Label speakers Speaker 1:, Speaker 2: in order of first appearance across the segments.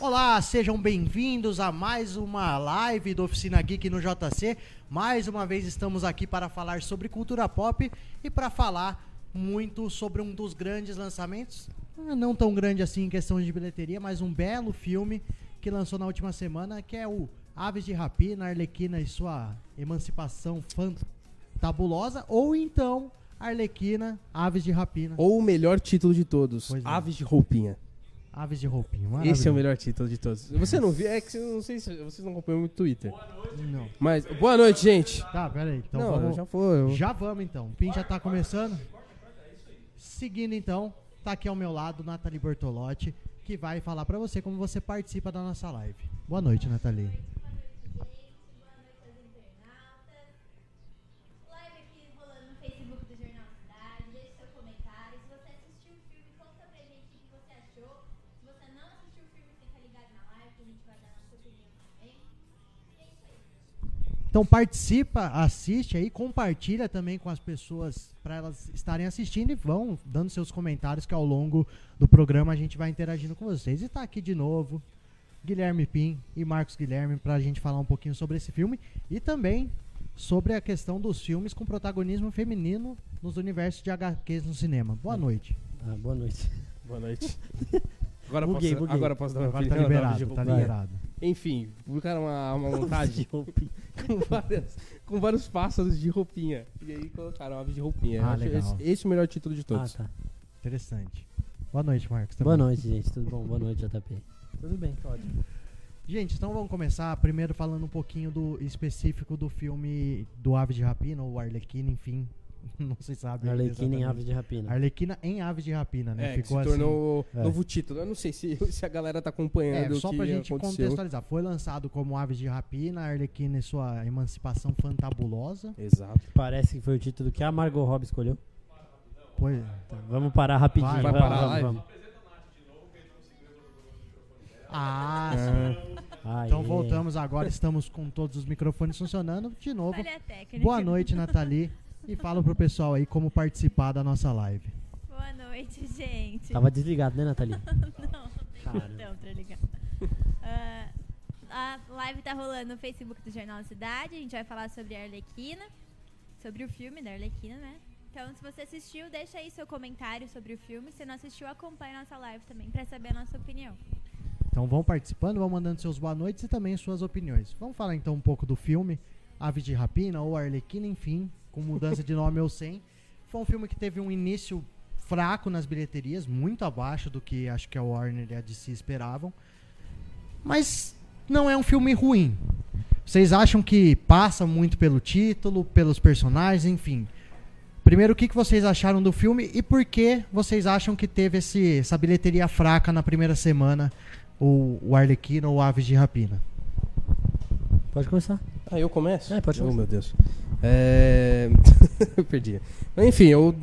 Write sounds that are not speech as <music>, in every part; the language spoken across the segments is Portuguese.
Speaker 1: Olá, sejam bem-vindos a mais uma live do Oficina Geek no JC. Mais uma vez estamos aqui para falar sobre cultura pop e para falar muito sobre um dos grandes lançamentos, ah, não tão grande assim em questão de bilheteria, mas um belo filme que lançou na última semana, que é o Aves de Rapina, Arlequina e sua emancipação fantabulosa, ou então Arlequina, Aves de Rapina,
Speaker 2: Ou o melhor título de todos,
Speaker 1: Pois é.
Speaker 2: Aves de Roupinha.
Speaker 1: Aves de Roupinha.
Speaker 2: Esse é
Speaker 1: maravilhoso.
Speaker 2: o melhor título de todos. Você não viu, é que eu não sei se vocês não acompanham muito o Twitter.
Speaker 1: Não.
Speaker 2: Mas, boa noite, gente.
Speaker 1: Tá, peraí. Então
Speaker 2: não,
Speaker 1: vamos...
Speaker 2: já foi. eu-
Speaker 1: Já vamos então. O PIN já tá começando. Seguindo então, tá aqui ao meu lado Nathalie Bortolotti, que vai falar pra você como você participa da nossa live. Boa noite, Nathalie.
Speaker 3: Live aqui rolando no Facebook do Jornal Cidade, deixe seu comentário. Se você assistiu o filme, conta pra gente o que você achou. Se você não assistiu o filme, fica ligado na live, que a gente vai dar nossa opinião também. E é isso aí.
Speaker 1: Então participa, assiste aí, compartilha também com as pessoas pra elas estarem assistindo e vão dando seus comentários que ao longo do programa a gente vai interagindo com vocês. E tá aqui de novo Guilherme Pim e Marcos Guilherme pra gente falar um pouquinho sobre esse filme e também sobre a questão dos filmes com protagonismo feminino nos universos de HQs no cinema. Boa noite.
Speaker 4: Ah, boa noite.
Speaker 2: Boa noite. <laughs> Agora,
Speaker 4: Buguei,
Speaker 2: posso,
Speaker 4: buguei.
Speaker 2: agora posso dar uma
Speaker 1: Agora tá
Speaker 2: opinião da Aves de
Speaker 1: liberado, tá
Speaker 2: Roupinha?
Speaker 1: liberado.
Speaker 2: Enfim, publicaram uma, uma
Speaker 1: <laughs>
Speaker 4: <laughs>
Speaker 2: montagem com, várias- com vários pássaros de roupinha. E aí colocaram Aves de Roupinha. Eu
Speaker 1: Ah,
Speaker 2: acho
Speaker 1: legal.
Speaker 2: Esse, esse é o melhor título de
Speaker 4: Ah,
Speaker 2: todos.
Speaker 4: tá.
Speaker 1: Interessante. Boa noite, Marcos. também.
Speaker 4: Boa noite, gente. Tudo bom? Boa noite, JP.
Speaker 2: Tudo bem, ótimo.
Speaker 1: Gente, então vamos começar primeiro falando um pouquinho do específico do filme do Ave de Rapina ou Arlequina, enfim. <laughs> Não se sabe. ainda
Speaker 4: Arlequina em
Speaker 1: exatamente.
Speaker 4: Aves de Rapina.
Speaker 1: Arlequina em Aves de Rapina, né?
Speaker 2: É, que se tornou
Speaker 1: É.
Speaker 2: novo título. Eu não sei se, <laughs> se a galera
Speaker 1: É,
Speaker 2: tá acompanhando o
Speaker 1: só
Speaker 2: que
Speaker 1: pra gente
Speaker 2: aconteceu.
Speaker 1: contextualizar. Foi lançado como Aves de Rapina, Arlequina e sua emancipação fantabulosa.
Speaker 2: Exato.
Speaker 4: Parece que foi o título que a Margot Robbie escolheu.
Speaker 1: Pois,
Speaker 4: Tá, vamos parar rapidinho.
Speaker 1: Tá. Vai,
Speaker 2: vai
Speaker 4: vamos,
Speaker 2: parar a
Speaker 4: vamos,
Speaker 2: live.
Speaker 4: vamos.
Speaker 1: Ah, sim.
Speaker 4: Aê.
Speaker 1: Então voltamos agora, estamos com todos os microfones funcionando de novo.
Speaker 3: Olha a técnica.
Speaker 1: Boa
Speaker 3: <laughs>
Speaker 1: noite, né? Nathalie. E fala pro pessoal aí como participar da nossa live.
Speaker 3: Boa noite, gente.
Speaker 4: Tava desligado, né, Nathalie?
Speaker 3: <laughs> Não, tem
Speaker 4: Cara.
Speaker 3: botão pra ligar. Ah, a live tá rolando no Facebook do Jornal Cidade. A gente vai falar sobre a Arlequina, sobre o filme da Arlequina, né? Então, se você assistiu, deixa aí seu comentário sobre o filme. Se não assistiu, acompanha a nossa live também pra saber a nossa opinião.
Speaker 1: Então vão participando, vão mandando seus boa noites e também suas opiniões. Vamos falar então um pouco do filme Aves de Rapina ou Arlequina, enfim, com mudança de nome ou sem. Foi um filme que teve um início fraco nas bilheterias, muito abaixo do que acho que a Warner e a DC esperavam. Mas não é um filme ruim. Vocês acham que passa muito pelo título, pelos personagens, enfim. Primeiro, o que, que vocês acharam do filme e por que vocês acham que teve esse, essa bilheteria fraca na primeira semana, ou o Arlequina ou Aves de Rapina?
Speaker 4: Pode começar.
Speaker 2: Ah, eu começo?
Speaker 4: É, pode
Speaker 2: Oh,
Speaker 4: começar.
Speaker 2: meu Deus. É... <laughs> eu perdi. Mas, enfim, eu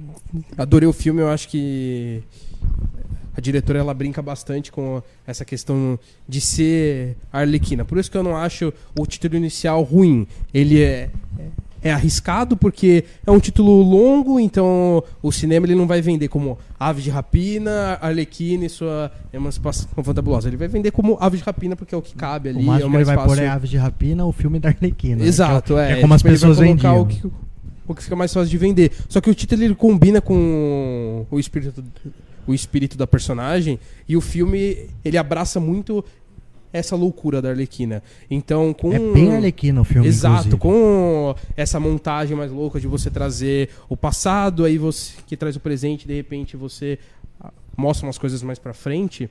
Speaker 2: adorei o filme. Eu acho que a diretora ela brinca bastante com essa questão de ser arlequina. Por isso que eu não acho o título inicial ruim. Ele é, é arriscado porque é um título longo, então o cinema ele não vai vender como Ave de Rapina, Arlequina e sua emancipação fantabulosa. Ele vai vender como Ave de Rapina porque é o que cabe ali.
Speaker 1: o
Speaker 2: é
Speaker 1: máximo
Speaker 2: um
Speaker 1: que ele vai
Speaker 2: espaço-
Speaker 1: pôr é Aves de Rapina, o filme da Arlequina. né?
Speaker 2: Exato,
Speaker 1: Que
Speaker 2: é.
Speaker 1: é, como as
Speaker 2: Tipo, ele vai
Speaker 1: pessoas
Speaker 2: colocar
Speaker 1: vendiam.
Speaker 2: O que, o que fica mais fácil de vender. Só que o título ele combina com o espírito, o espírito da personagem e o filme ele abraça muito essa loucura da Arlequina. Então, com
Speaker 1: É bem Arlequina o filme,
Speaker 2: Exato,
Speaker 1: inclusive.
Speaker 2: com essa montagem mais louca de você trazer o passado, aí você que traz o presente, de repente você ah, mostra umas coisas mais pra frente.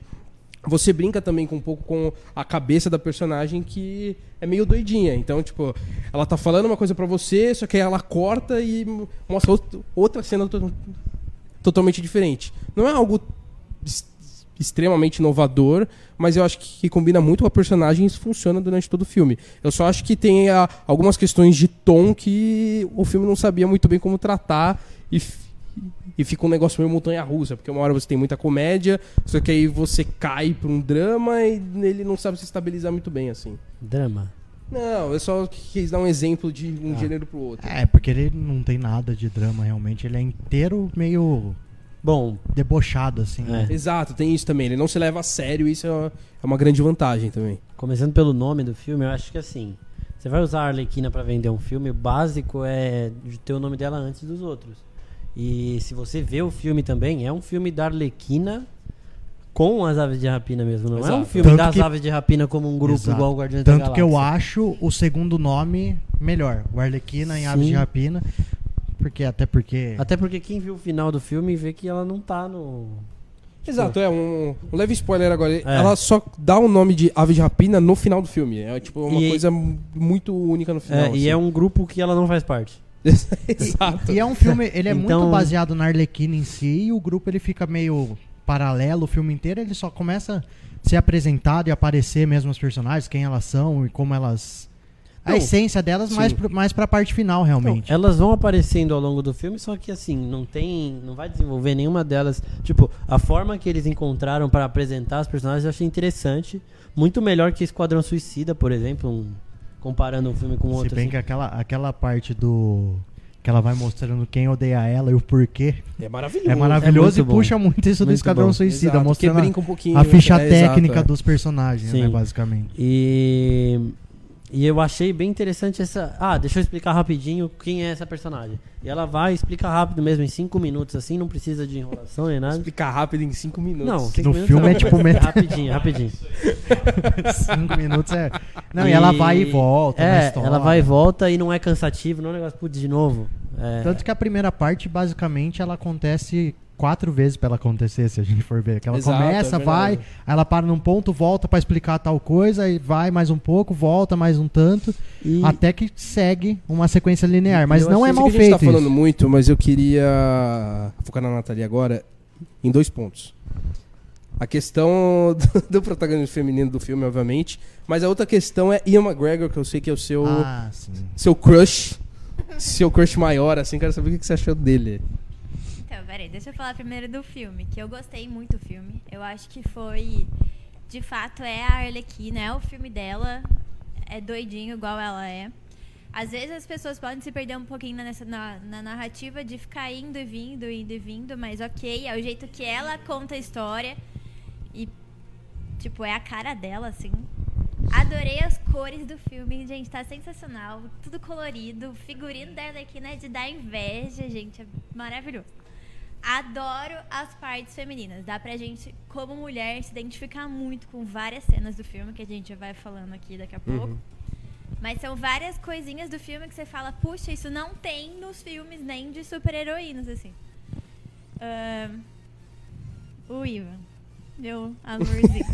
Speaker 2: Você brinca também com um pouco com a cabeça da personagem que é meio doidinha. Então, tipo, ela tá falando uma coisa pra você, só que aí ela corta e mo- mostra outro- outra cena to- totalmente diferente. Não é algo es- extremamente inovador, mas eu acho que, que combina muito com a personagem e isso funciona durante todo o filme. Eu só acho que tem ah, algumas questões de tom que o filme não sabia muito bem como tratar e, f- e fica um negócio meio montanha-russa, porque uma hora você tem muita comédia, só que aí você cai pra um drama e ele não sabe se estabilizar muito bem, assim.
Speaker 4: Drama.
Speaker 2: Não, eu só quis dar um exemplo de um
Speaker 4: Ah.
Speaker 2: gênero pro outro.
Speaker 1: É, porque ele não tem nada de drama realmente, ele é inteiro meio
Speaker 4: Bom,
Speaker 1: debochado, assim.
Speaker 4: É.
Speaker 1: né?
Speaker 2: Exato, tem isso também. Ele não se leva a sério, isso é uma, é uma grande vantagem também.
Speaker 4: começando pelo nome do filme, eu acho que assim, você vai usar a Arlequina pra vender um filme, o básico é de ter o nome dela antes dos outros. E se você vê o filme também, é um filme da Arlequina com as aves de rapina mesmo, não é um
Speaker 2: Exato.
Speaker 4: filme
Speaker 1: Tanto
Speaker 4: das
Speaker 1: que-
Speaker 4: aves de rapina como um grupo
Speaker 1: Exato.
Speaker 4: igual o Guardiões da
Speaker 1: Tanto
Speaker 4: Galáxia.
Speaker 1: que eu acho o segundo nome melhor. O Arlequina em Aves
Speaker 4: Sim.
Speaker 1: de Rapina. Porque, até porque.
Speaker 4: Até porque quem viu o final do filme vê que ela não tá no.
Speaker 2: Exato, é um, um leve spoiler agora. Ela só dá o nome de Ave de Rapina no final do filme. É tipo uma
Speaker 4: E-
Speaker 2: coisa mu- muito única no final.
Speaker 4: É, e é um grupo que ela não faz parte.
Speaker 2: assim. Exato.
Speaker 1: E é um filme, ele é
Speaker 4: Então-
Speaker 1: muito baseado na Arlequina em si, e o grupo ele fica meio paralelo o filme inteiro, ele só começa a ser apresentado e aparecer mesmo os personagens, quem elas são e como elas. A
Speaker 4: Não,
Speaker 1: essência delas, mais,
Speaker 2: sim.
Speaker 1: pro, mais pra parte final,
Speaker 4: Então,
Speaker 1: realmente.
Speaker 4: elas vão aparecendo ao longo do filme, só que assim, não tem. Não vai desenvolver nenhuma delas. Tipo, a forma que eles encontraram para apresentar os personagens eu achei interessante. Muito melhor que Esquadrão Suicida, por exemplo. um- comparando um filme com
Speaker 1: Se
Speaker 4: outro.
Speaker 1: bem
Speaker 4: assim.
Speaker 1: que aquela, aquela parte do. que ela vai mostrando quem odeia ela e o porquê.
Speaker 2: <laughs> É maravilhoso.
Speaker 1: É maravilhoso
Speaker 4: muito
Speaker 1: e
Speaker 4: bom.
Speaker 1: puxa muito isso do
Speaker 4: Muito
Speaker 1: Esquadrão
Speaker 4: bom.
Speaker 1: Suicida,
Speaker 2: Exato, porque
Speaker 1: mostrando a-
Speaker 2: brinca um pouquinho.
Speaker 1: a ficha
Speaker 2: é, exato,
Speaker 1: técnica
Speaker 2: é.
Speaker 1: dos personagens, né,
Speaker 4: Sim.
Speaker 1: basicamente.
Speaker 4: E, e eu achei bem interessante essa. Ah, deixa eu explicar rapidinho quem é essa personagem. E ela vai explica rápido mesmo, em cinco minutos, assim, não precisa de enrolação nem nada.
Speaker 2: Explicar é. rápido em cinco minutos.
Speaker 4: Não,
Speaker 2: Sim.
Speaker 4: cinco
Speaker 1: no
Speaker 4: minutos
Speaker 1: filme é
Speaker 4: rápido.
Speaker 1: tipo met-
Speaker 4: Rapidinho, rapidinho.
Speaker 1: <laughs> Cinco minutos é. Não, e ela vai e volta, na
Speaker 4: É,
Speaker 1: história.
Speaker 4: ela vai e volta e não é cansativo, não é um negócio, putz, de novo. É,
Speaker 1: Tanto que a primeira parte, basicamente, ela acontece quatro vezes pra ela acontecer, se a gente for ver. Que ela
Speaker 2: Exato,
Speaker 1: começa,
Speaker 2: é
Speaker 1: vai,
Speaker 2: verdade.
Speaker 1: aí ela para num ponto, volta pra explicar tal coisa, e vai mais um pouco, volta mais um tanto,
Speaker 4: e-
Speaker 1: até que segue uma sequência linear. Mas
Speaker 2: Eu
Speaker 1: não é
Speaker 2: achei- eu sei
Speaker 1: mal
Speaker 2: que A gente
Speaker 1: feito
Speaker 2: tá falando
Speaker 1: isso.
Speaker 2: muito, mas eu queria focar na Nathalie agora em dois pontos. A questão <laughs> do, do protagonista feminino do filme, obviamente. Mas a outra questão é Ian McGregor, que eu sei que é o seu,
Speaker 1: Ah, sim.
Speaker 2: seu crush. Seu crush maior, assim. Quero saber o que que você achou dele.
Speaker 3: Então, peraí, deixa eu falar primeiro do filme, que eu gostei muito do filme. Eu acho que foi. De fato, é a Arlequina, é o filme dela. É doidinho, igual ela é. Às vezes as pessoas podem se perder um pouquinho nessa, na, na narrativa de ficar indo e vindo, indo e vindo, mas ok, é o jeito que ela conta a história. E, tipo, é a cara dela, assim. Adorei as cores do filme, gente, tá sensacional. Tudo colorido. O figurino da Arlequina é de dar inveja, gente, é maravilhoso. Adoro as partes femininas. Dá pra gente, como mulher, se identificar muito com várias cenas do filme que a gente vai falando aqui daqui a pouco. Mas são várias coisinhas do filme que você fala, puxa, isso não tem nos filmes nem de super-heroínas, assim. Ahn, o Ivan. Meu amorzinho.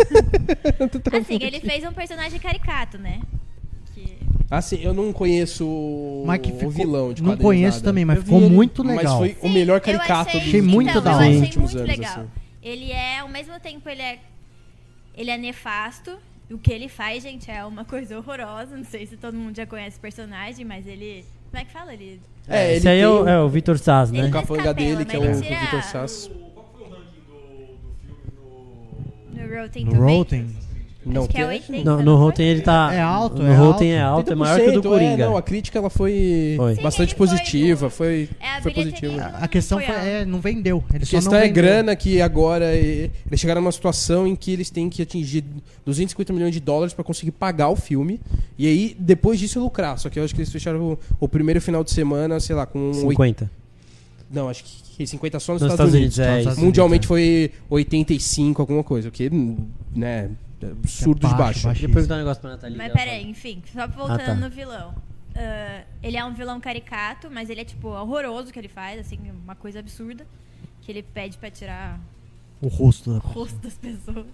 Speaker 3: assim, ele fez um personagem caricato, né? Que
Speaker 2: Assim, eu não conheço o-
Speaker 1: Mas que
Speaker 2: o
Speaker 1: ficou,
Speaker 2: vilão de
Speaker 1: não
Speaker 2: quadrinhos,
Speaker 1: conheço
Speaker 2: nada.
Speaker 1: também, mas
Speaker 4: Eu vi
Speaker 1: ficou
Speaker 4: ele,
Speaker 1: muito
Speaker 2: Mas
Speaker 1: legal.
Speaker 2: foi o melhor
Speaker 3: eu
Speaker 2: caricato
Speaker 3: achei-
Speaker 2: dos
Speaker 1: Achei muito
Speaker 3: então,
Speaker 1: da
Speaker 3: eu
Speaker 1: hora.
Speaker 3: achei
Speaker 2: últimos
Speaker 3: muito
Speaker 2: anos,
Speaker 3: legal.
Speaker 2: assim.
Speaker 3: Ele é, ao mesmo tempo, ele é, ele é nefasto. O que ele faz, gente, é uma coisa horrorosa. Não sei se todo mundo já conhece o personagem, mas ele... Como é que fala? Ele...
Speaker 2: É, ele
Speaker 4: esse aí é, o,
Speaker 2: tem
Speaker 4: é o Vitor Sass,
Speaker 2: o
Speaker 4: né?
Speaker 3: Ele-
Speaker 2: capanga
Speaker 3: Capela,
Speaker 2: dele, que é
Speaker 3: mas
Speaker 2: o
Speaker 3: ele tira-
Speaker 2: Vitor Sass.
Speaker 5: Qual foi o ranking do, do filme no.
Speaker 3: No Rotten
Speaker 1: No
Speaker 3: Tomatoes.
Speaker 1: Rotten.
Speaker 2: Não,
Speaker 3: Acho que é
Speaker 2: tem- um
Speaker 3: 80,
Speaker 4: No, no
Speaker 3: não foi?
Speaker 4: Rotten ele tá.
Speaker 1: É alto,
Speaker 4: no
Speaker 1: é
Speaker 4: Rotten é
Speaker 2: Alto
Speaker 4: alto, é maior que o do Coringa.
Speaker 2: não, a crítica ela foi,
Speaker 4: Foi. Sim,
Speaker 2: bastante
Speaker 3: ele foi
Speaker 2: positiva,
Speaker 3: boa.
Speaker 2: foi,
Speaker 3: É, a
Speaker 2: foi
Speaker 3: bilheteria
Speaker 2: positiva.
Speaker 3: não-
Speaker 1: A questão
Speaker 3: não
Speaker 1: foi,
Speaker 3: foi alta.
Speaker 1: é, não vendeu. Ele
Speaker 2: A
Speaker 1: só
Speaker 2: questão
Speaker 1: não
Speaker 2: é
Speaker 1: vendeu.
Speaker 2: grana que agora eh, eles chegaram numa situação em que eles têm que atingir 250 milhões de dólares para conseguir pagar o filme e aí depois disso lucrar. Só que eu acho que eles fecharam o, o primeiro final de semana, sei lá, com 50.
Speaker 4: 50.
Speaker 2: não, acho que 50 só nos,
Speaker 4: Nos Estados Unidos, é
Speaker 1: Estados
Speaker 4: isso.
Speaker 1: Unidos.
Speaker 2: Mundialmente foi 85 alguma coisa, o que né, é absurdo de
Speaker 1: baixo,
Speaker 2: baixo.
Speaker 1: baixo.
Speaker 4: Deixa eu perguntar um negócio pra Nathalie.
Speaker 3: Mas
Speaker 4: ela
Speaker 3: peraí,
Speaker 4: fala.
Speaker 3: enfim, só voltando
Speaker 4: Ah, tá.
Speaker 3: no vilão. Ah, ele é um vilão caricato, mas ele é, tipo, horroroso o que ele faz, assim, uma coisa absurda. Que ele pede pra tirar
Speaker 1: O rosto da
Speaker 3: o rosto das pessoas.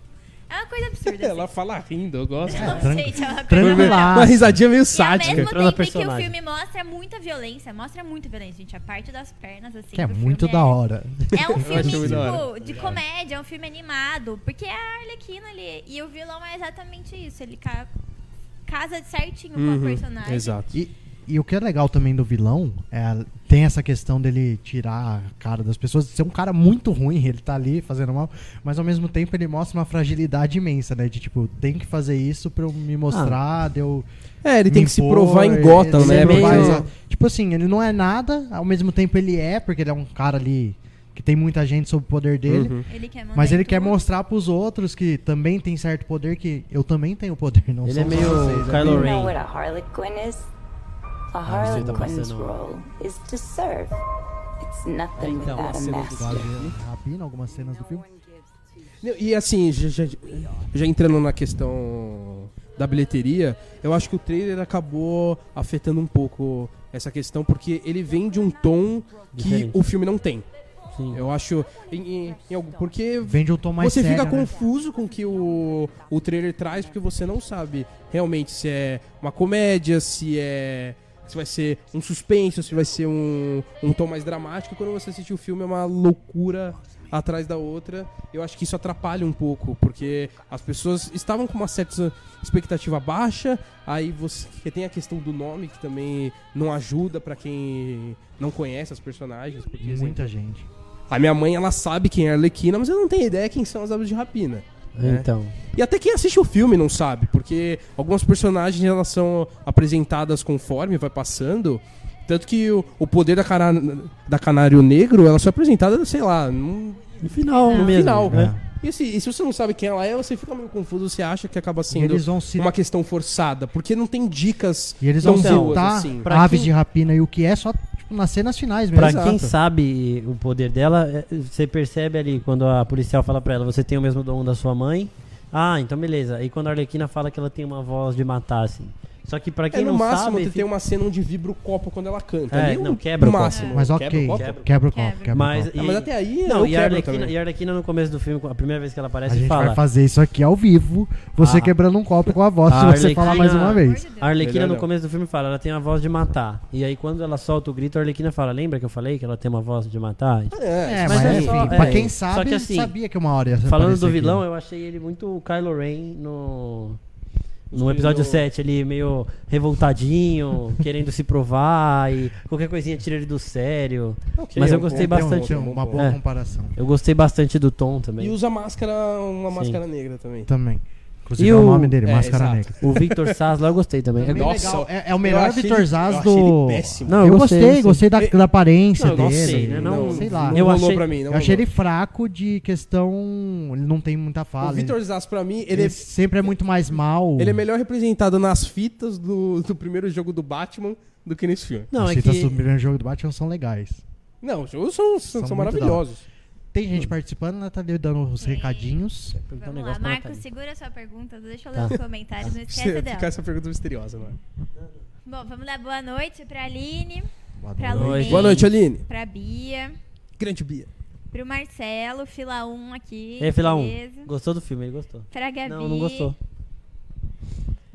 Speaker 3: É uma coisa
Speaker 2: <laughs>
Speaker 3: absurda.
Speaker 2: Ela fala rindo, eu gosto.
Speaker 3: assim. Não
Speaker 1: tran-
Speaker 3: sei se é uma coisa
Speaker 1: Tranquilaço.
Speaker 2: Uma risadinha meio
Speaker 3: E ao mesmo
Speaker 2: sádica.
Speaker 4: entrou na
Speaker 3: tempo em que o
Speaker 4: personagem.
Speaker 3: filme mostra muita violência, mostra muita violência, gente. A parte das pernas, assim.
Speaker 1: Que é
Speaker 3: do
Speaker 1: muito
Speaker 3: filme
Speaker 1: da hora.
Speaker 3: É um filme,
Speaker 2: acho muito da
Speaker 3: tipo, de comédia, é um filme animado. Porque é a Arlequina ali. E o vilão é exatamente isso. Ele ca- casa certinho
Speaker 2: Uhum,
Speaker 3: com a personagem.
Speaker 2: Exato.
Speaker 1: E, e o que é legal também do vilão é a- tem essa questão dele tirar a cara das pessoas, ser um cara muito ruim, ele tá ali fazendo mal, mas ao mesmo tempo ele mostra uma fragilidade imensa, né? De tipo, tem que fazer isso pra eu me mostrar, de eu.
Speaker 2: É, Ah, ele tem
Speaker 1: me
Speaker 2: que se
Speaker 1: impor,
Speaker 2: provar em
Speaker 1: ele
Speaker 2: Gotham,
Speaker 1: se
Speaker 2: né?
Speaker 1: provar,
Speaker 2: Porque-
Speaker 1: exato. Tipo assim, ele não é nada, ao mesmo tempo ele é, porque ele é um cara ali que tem muita gente sob o poder dele.
Speaker 2: Uhum.
Speaker 3: Ele quer mandar
Speaker 1: Mas
Speaker 3: em
Speaker 1: ele quer
Speaker 3: tudo.
Speaker 1: mostrar pros outros que também tem certo poder, que eu também tenho poder, não
Speaker 4: Ele
Speaker 1: são
Speaker 4: é
Speaker 1: só
Speaker 4: meio
Speaker 1: vocês, né?
Speaker 4: Kylo
Speaker 6: You know what
Speaker 4: Ren.
Speaker 6: a harlequin is? A
Speaker 4: Ah, você tá
Speaker 6: harlequin's
Speaker 4: passando-
Speaker 6: role is to serve. It's nothing
Speaker 4: Então,
Speaker 6: without a
Speaker 4: você não
Speaker 6: master.
Speaker 1: Fazer rapina, algumas cenas do filme.
Speaker 2: Não, E assim, já, já- já entrando na questão da bilheteria, eu acho que o trailer acabou afetando um pouco essa questão, porque ele vem de um tom que
Speaker 4: Diferente.
Speaker 2: o filme não tem.
Speaker 4: Sim.
Speaker 2: Eu acho. em- em- em algum- porque
Speaker 1: Vende o tom mais
Speaker 2: você
Speaker 1: sério,
Speaker 2: fica
Speaker 1: né?
Speaker 2: confuso com o que o, o trailer traz, porque você não sabe realmente se é uma comédia, se é. se vai ser um suspense, se vai ser um, um tom mais dramático. Quando você assiste o filme é uma loucura atrás da outra. Eu acho que isso atrapalha um pouco, porque as pessoas estavam com uma certa expectativa baixa, aí você que tem a questão do nome que também não ajuda pra quem não conhece as personagens, porque assim,
Speaker 1: Muita gente.
Speaker 2: a minha mãe, ela sabe quem é a Arlequina, mas ela não tem ideia quem são as aves de rapina.
Speaker 1: É.
Speaker 2: né?
Speaker 4: Então,
Speaker 2: E até quem assiste o filme não sabe, porque algumas personagens elas são apresentadas conforme vai passando. Tanto que o, o poder da, cana da Canário Negro, ela só é apresentada, sei lá, num É,
Speaker 4: no final
Speaker 2: no
Speaker 4: mesmo.
Speaker 2: final.
Speaker 4: né?
Speaker 2: E, se, e se você não sabe quem ela é, você fica meio confuso, você acha que acaba
Speaker 1: E
Speaker 2: sendo
Speaker 1: eles vão se
Speaker 2: uma questão forçada, porque não tem dicas
Speaker 1: E eles
Speaker 2: tão
Speaker 1: vão
Speaker 2: boas,
Speaker 1: citar
Speaker 2: assim.
Speaker 4: pra
Speaker 1: aves
Speaker 4: quem-
Speaker 1: de rapina e o que é só tipo, nas cenas finais mesmo.
Speaker 4: Pra
Speaker 1: Exato.
Speaker 4: quem sabe o poder dela, é- você percebe ali quando a policial fala pra ela, você tem o mesmo dom da sua mãe. Ah, então beleza. E quando a Arlequina fala que ela tem uma voz de matar, assim. Só que pra
Speaker 2: É,
Speaker 4: quem
Speaker 2: no
Speaker 4: não
Speaker 2: máximo,
Speaker 4: sabe,
Speaker 2: você tem
Speaker 4: fica-
Speaker 2: uma cena onde vibra o copo quando ela canta.
Speaker 4: É,
Speaker 2: Ali,
Speaker 4: não,
Speaker 2: um-
Speaker 4: quebra o
Speaker 2: no
Speaker 4: copo.
Speaker 2: máximo.
Speaker 1: Mas
Speaker 2: Quebra o
Speaker 1: ok,
Speaker 2: copo.
Speaker 1: quebra, quebra o copo.
Speaker 3: Quebra.
Speaker 1: Quebra
Speaker 4: mas,
Speaker 1: o copo.
Speaker 2: Ah, mas até aí
Speaker 4: não,
Speaker 2: eu
Speaker 4: e a
Speaker 2: quebro
Speaker 4: Arlequina,
Speaker 2: também.
Speaker 4: e a Arlequina no começo do filme, a primeira vez que ela
Speaker 1: A
Speaker 4: aparece,
Speaker 1: gente
Speaker 4: fala.
Speaker 1: vai fazer isso aqui ao vivo. Você
Speaker 4: Ah.
Speaker 1: quebrando um copo com a voz,
Speaker 4: A
Speaker 1: se você falar mais
Speaker 4: Arlequina-
Speaker 1: uma
Speaker 3: Pelo amor
Speaker 1: vez.
Speaker 3: de Deus.
Speaker 4: A Arlequina
Speaker 2: Melhor
Speaker 4: no
Speaker 2: não.
Speaker 4: começo do filme fala, ela tem a voz de matar. E aí quando ela solta o grito, a Arlequina fala, lembra que eu falei que ela tem uma voz de matar?
Speaker 2: tipo
Speaker 1: É,
Speaker 4: Mas
Speaker 1: mas,
Speaker 4: é
Speaker 2: assim,
Speaker 1: enfim,
Speaker 4: só-
Speaker 1: pra
Speaker 4: é,
Speaker 1: quem
Speaker 4: só
Speaker 1: sabe,
Speaker 4: que assim,
Speaker 1: sabia que uma hora ia
Speaker 4: Falando
Speaker 1: aparecer
Speaker 4: do
Speaker 1: aqui. né?
Speaker 4: vilão, é eu achei ele muito o Kylo Ren no. No
Speaker 2: Os
Speaker 4: episódio
Speaker 2: meio-
Speaker 4: 7 ali, meio revoltadinho, <laughs> querendo se provar e qualquer coisinha tira ele do sério.
Speaker 2: Ok,
Speaker 4: Mas
Speaker 2: é
Speaker 4: eu
Speaker 2: um
Speaker 4: gostei
Speaker 2: bom ponto,
Speaker 4: bastante.
Speaker 2: é
Speaker 1: Tem
Speaker 2: um bom
Speaker 1: uma
Speaker 2: ponto.
Speaker 1: boa
Speaker 4: É.
Speaker 1: comparação
Speaker 4: Eu gostei bastante do Tom também.
Speaker 2: E usa máscara, uma
Speaker 4: Sim.
Speaker 2: máscara negra também.
Speaker 1: também. Inclusive
Speaker 4: É,
Speaker 1: é
Speaker 4: E
Speaker 1: o
Speaker 4: o-
Speaker 1: nome dele,
Speaker 2: é,
Speaker 1: Máscara
Speaker 2: exato.
Speaker 1: Negra.
Speaker 4: O Victor Sass lá eu gostei também.
Speaker 1: Bem
Speaker 4: Eu-
Speaker 2: Nossa,
Speaker 1: legal. é, é o
Speaker 2: eu
Speaker 1: melhor
Speaker 2: achei
Speaker 1: Vitor
Speaker 2: ele- eu
Speaker 1: Zaz
Speaker 2: achei ele
Speaker 1: do.
Speaker 2: péssimo.
Speaker 4: Não,
Speaker 1: eu, gostei, gostei,
Speaker 4: gostei.
Speaker 1: da, da aparência
Speaker 4: Não, eu
Speaker 1: dele.
Speaker 4: gostei, né? Não-
Speaker 1: sei lá.
Speaker 2: Não
Speaker 4: Eu
Speaker 2: rolou
Speaker 4: achei-
Speaker 2: pra mim. Não
Speaker 1: eu achei ele
Speaker 2: rolou.
Speaker 1: fraco de questão. Ele não tem muita
Speaker 2: O
Speaker 1: fala.
Speaker 2: Vitor Zaz, pra mim,
Speaker 1: ele,
Speaker 2: ele é,
Speaker 1: sempre é muito mais mal.
Speaker 2: ele é melhor representado nas fitas do, do primeiro jogo do Batman do que nesse filme.
Speaker 4: Não,
Speaker 1: Os
Speaker 4: é
Speaker 1: fitas
Speaker 4: que.
Speaker 1: do primeiro jogo do Batman são legais.
Speaker 2: Não, os jogos são, são,
Speaker 1: São
Speaker 2: são
Speaker 1: muito
Speaker 2: maravilhosos.
Speaker 1: Tem gente participando, ela tá ali dando os
Speaker 3: Tem.
Speaker 1: recadinhos.
Speaker 4: Perguntar um
Speaker 3: Vamos lá,
Speaker 4: negócio pra
Speaker 3: Marcos,
Speaker 4: Natália.
Speaker 3: segura sua pergunta, deixa eu
Speaker 4: Tá.
Speaker 3: ler os comentários, não
Speaker 2: Você-
Speaker 3: esquece dela.
Speaker 2: Fica essa pergunta misteriosa, mano.
Speaker 3: Bom, vamos dar boa noite pra Aline,
Speaker 1: Boa
Speaker 3: pra
Speaker 1: noite.
Speaker 4: noite.
Speaker 3: Luiz,
Speaker 2: Boa noite, Aline.
Speaker 3: pra Bia,
Speaker 2: Grande Bia.
Speaker 3: pro Marcelo, fila 1 aqui.
Speaker 4: Ei, fila 1.
Speaker 3: beleza?
Speaker 4: Gostou do filme? Ele gostou.
Speaker 3: Pra Gabi.
Speaker 4: Não, não gostou.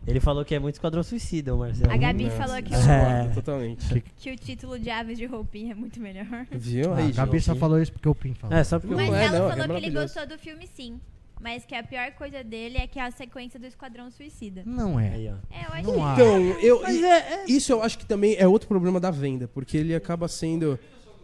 Speaker 4: Ele falou que é muito Esquadrão Suicida, o Marcelo.
Speaker 3: A Gabi
Speaker 2: Nossa,
Speaker 3: falou que
Speaker 2: discordo
Speaker 4: É.
Speaker 2: Totalmente.
Speaker 3: que o título de Aves de Roupinha é muito melhor.
Speaker 2: Viu?
Speaker 4: Ah,
Speaker 2: Aí,
Speaker 1: A Gabi só
Speaker 4: Sim.
Speaker 1: falou isso porque o Pim falou.
Speaker 4: É, só porque eu
Speaker 2: Mas-
Speaker 4: gosto.
Speaker 2: é,
Speaker 3: Marcelo
Speaker 2: não, é
Speaker 3: falou que ele
Speaker 2: maravilhoso.
Speaker 3: gostou do filme sim, mas que a pior coisa dele é que é a sequência do Esquadrão Suicida.
Speaker 1: Não é.
Speaker 4: Aí, ó.
Speaker 3: É, eu acho
Speaker 1: Não há.
Speaker 2: Então, eu, i- isso eu acho que também é outro problema da venda, porque ele acaba sendo...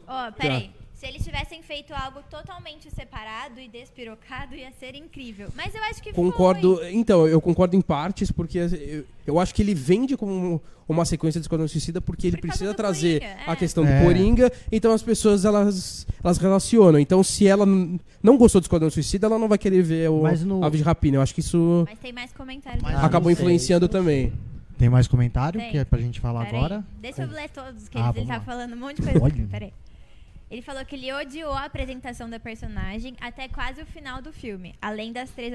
Speaker 3: Ó, peraí. Se eles tivessem feito algo totalmente separado e despirocado, ia ser incrível. Mas eu acho que
Speaker 2: Concordo.
Speaker 3: foi.
Speaker 2: Então, eu concordo em partes, porque eu, eu acho que ele vende como uma sequência de Esquadrão Suicida, porque ele
Speaker 3: Por causa
Speaker 2: precisa
Speaker 3: do
Speaker 2: trazer
Speaker 3: Coringa,
Speaker 2: a
Speaker 3: é.
Speaker 2: questão
Speaker 1: É.
Speaker 2: do Coringa, então as pessoas elas, elas relacionam. Então, se ela n- não gostou do Esquadrão Suicida, ela não vai querer ver o
Speaker 1: Mas no-
Speaker 2: Aves de Rapina. Eu acho que isso
Speaker 3: Mas tem mais comentários.
Speaker 1: Mas-
Speaker 3: aqui.
Speaker 1: Ah,
Speaker 2: acabou
Speaker 4: não sei,
Speaker 2: influenciando também.
Speaker 1: Tem mais comentário
Speaker 3: Tem.
Speaker 1: que é pra gente falar
Speaker 3: Peraí,
Speaker 1: agora?
Speaker 3: Deixa eu ler todos, que
Speaker 1: Ah,
Speaker 3: eles- ele
Speaker 1: vamos
Speaker 3: tá
Speaker 1: lá.
Speaker 3: falando um monte de coisa.
Speaker 1: Olha.
Speaker 3: aqui, Peraí. Ele falou que ele odiou a apresentação da personagem até quase o final do filme, além das três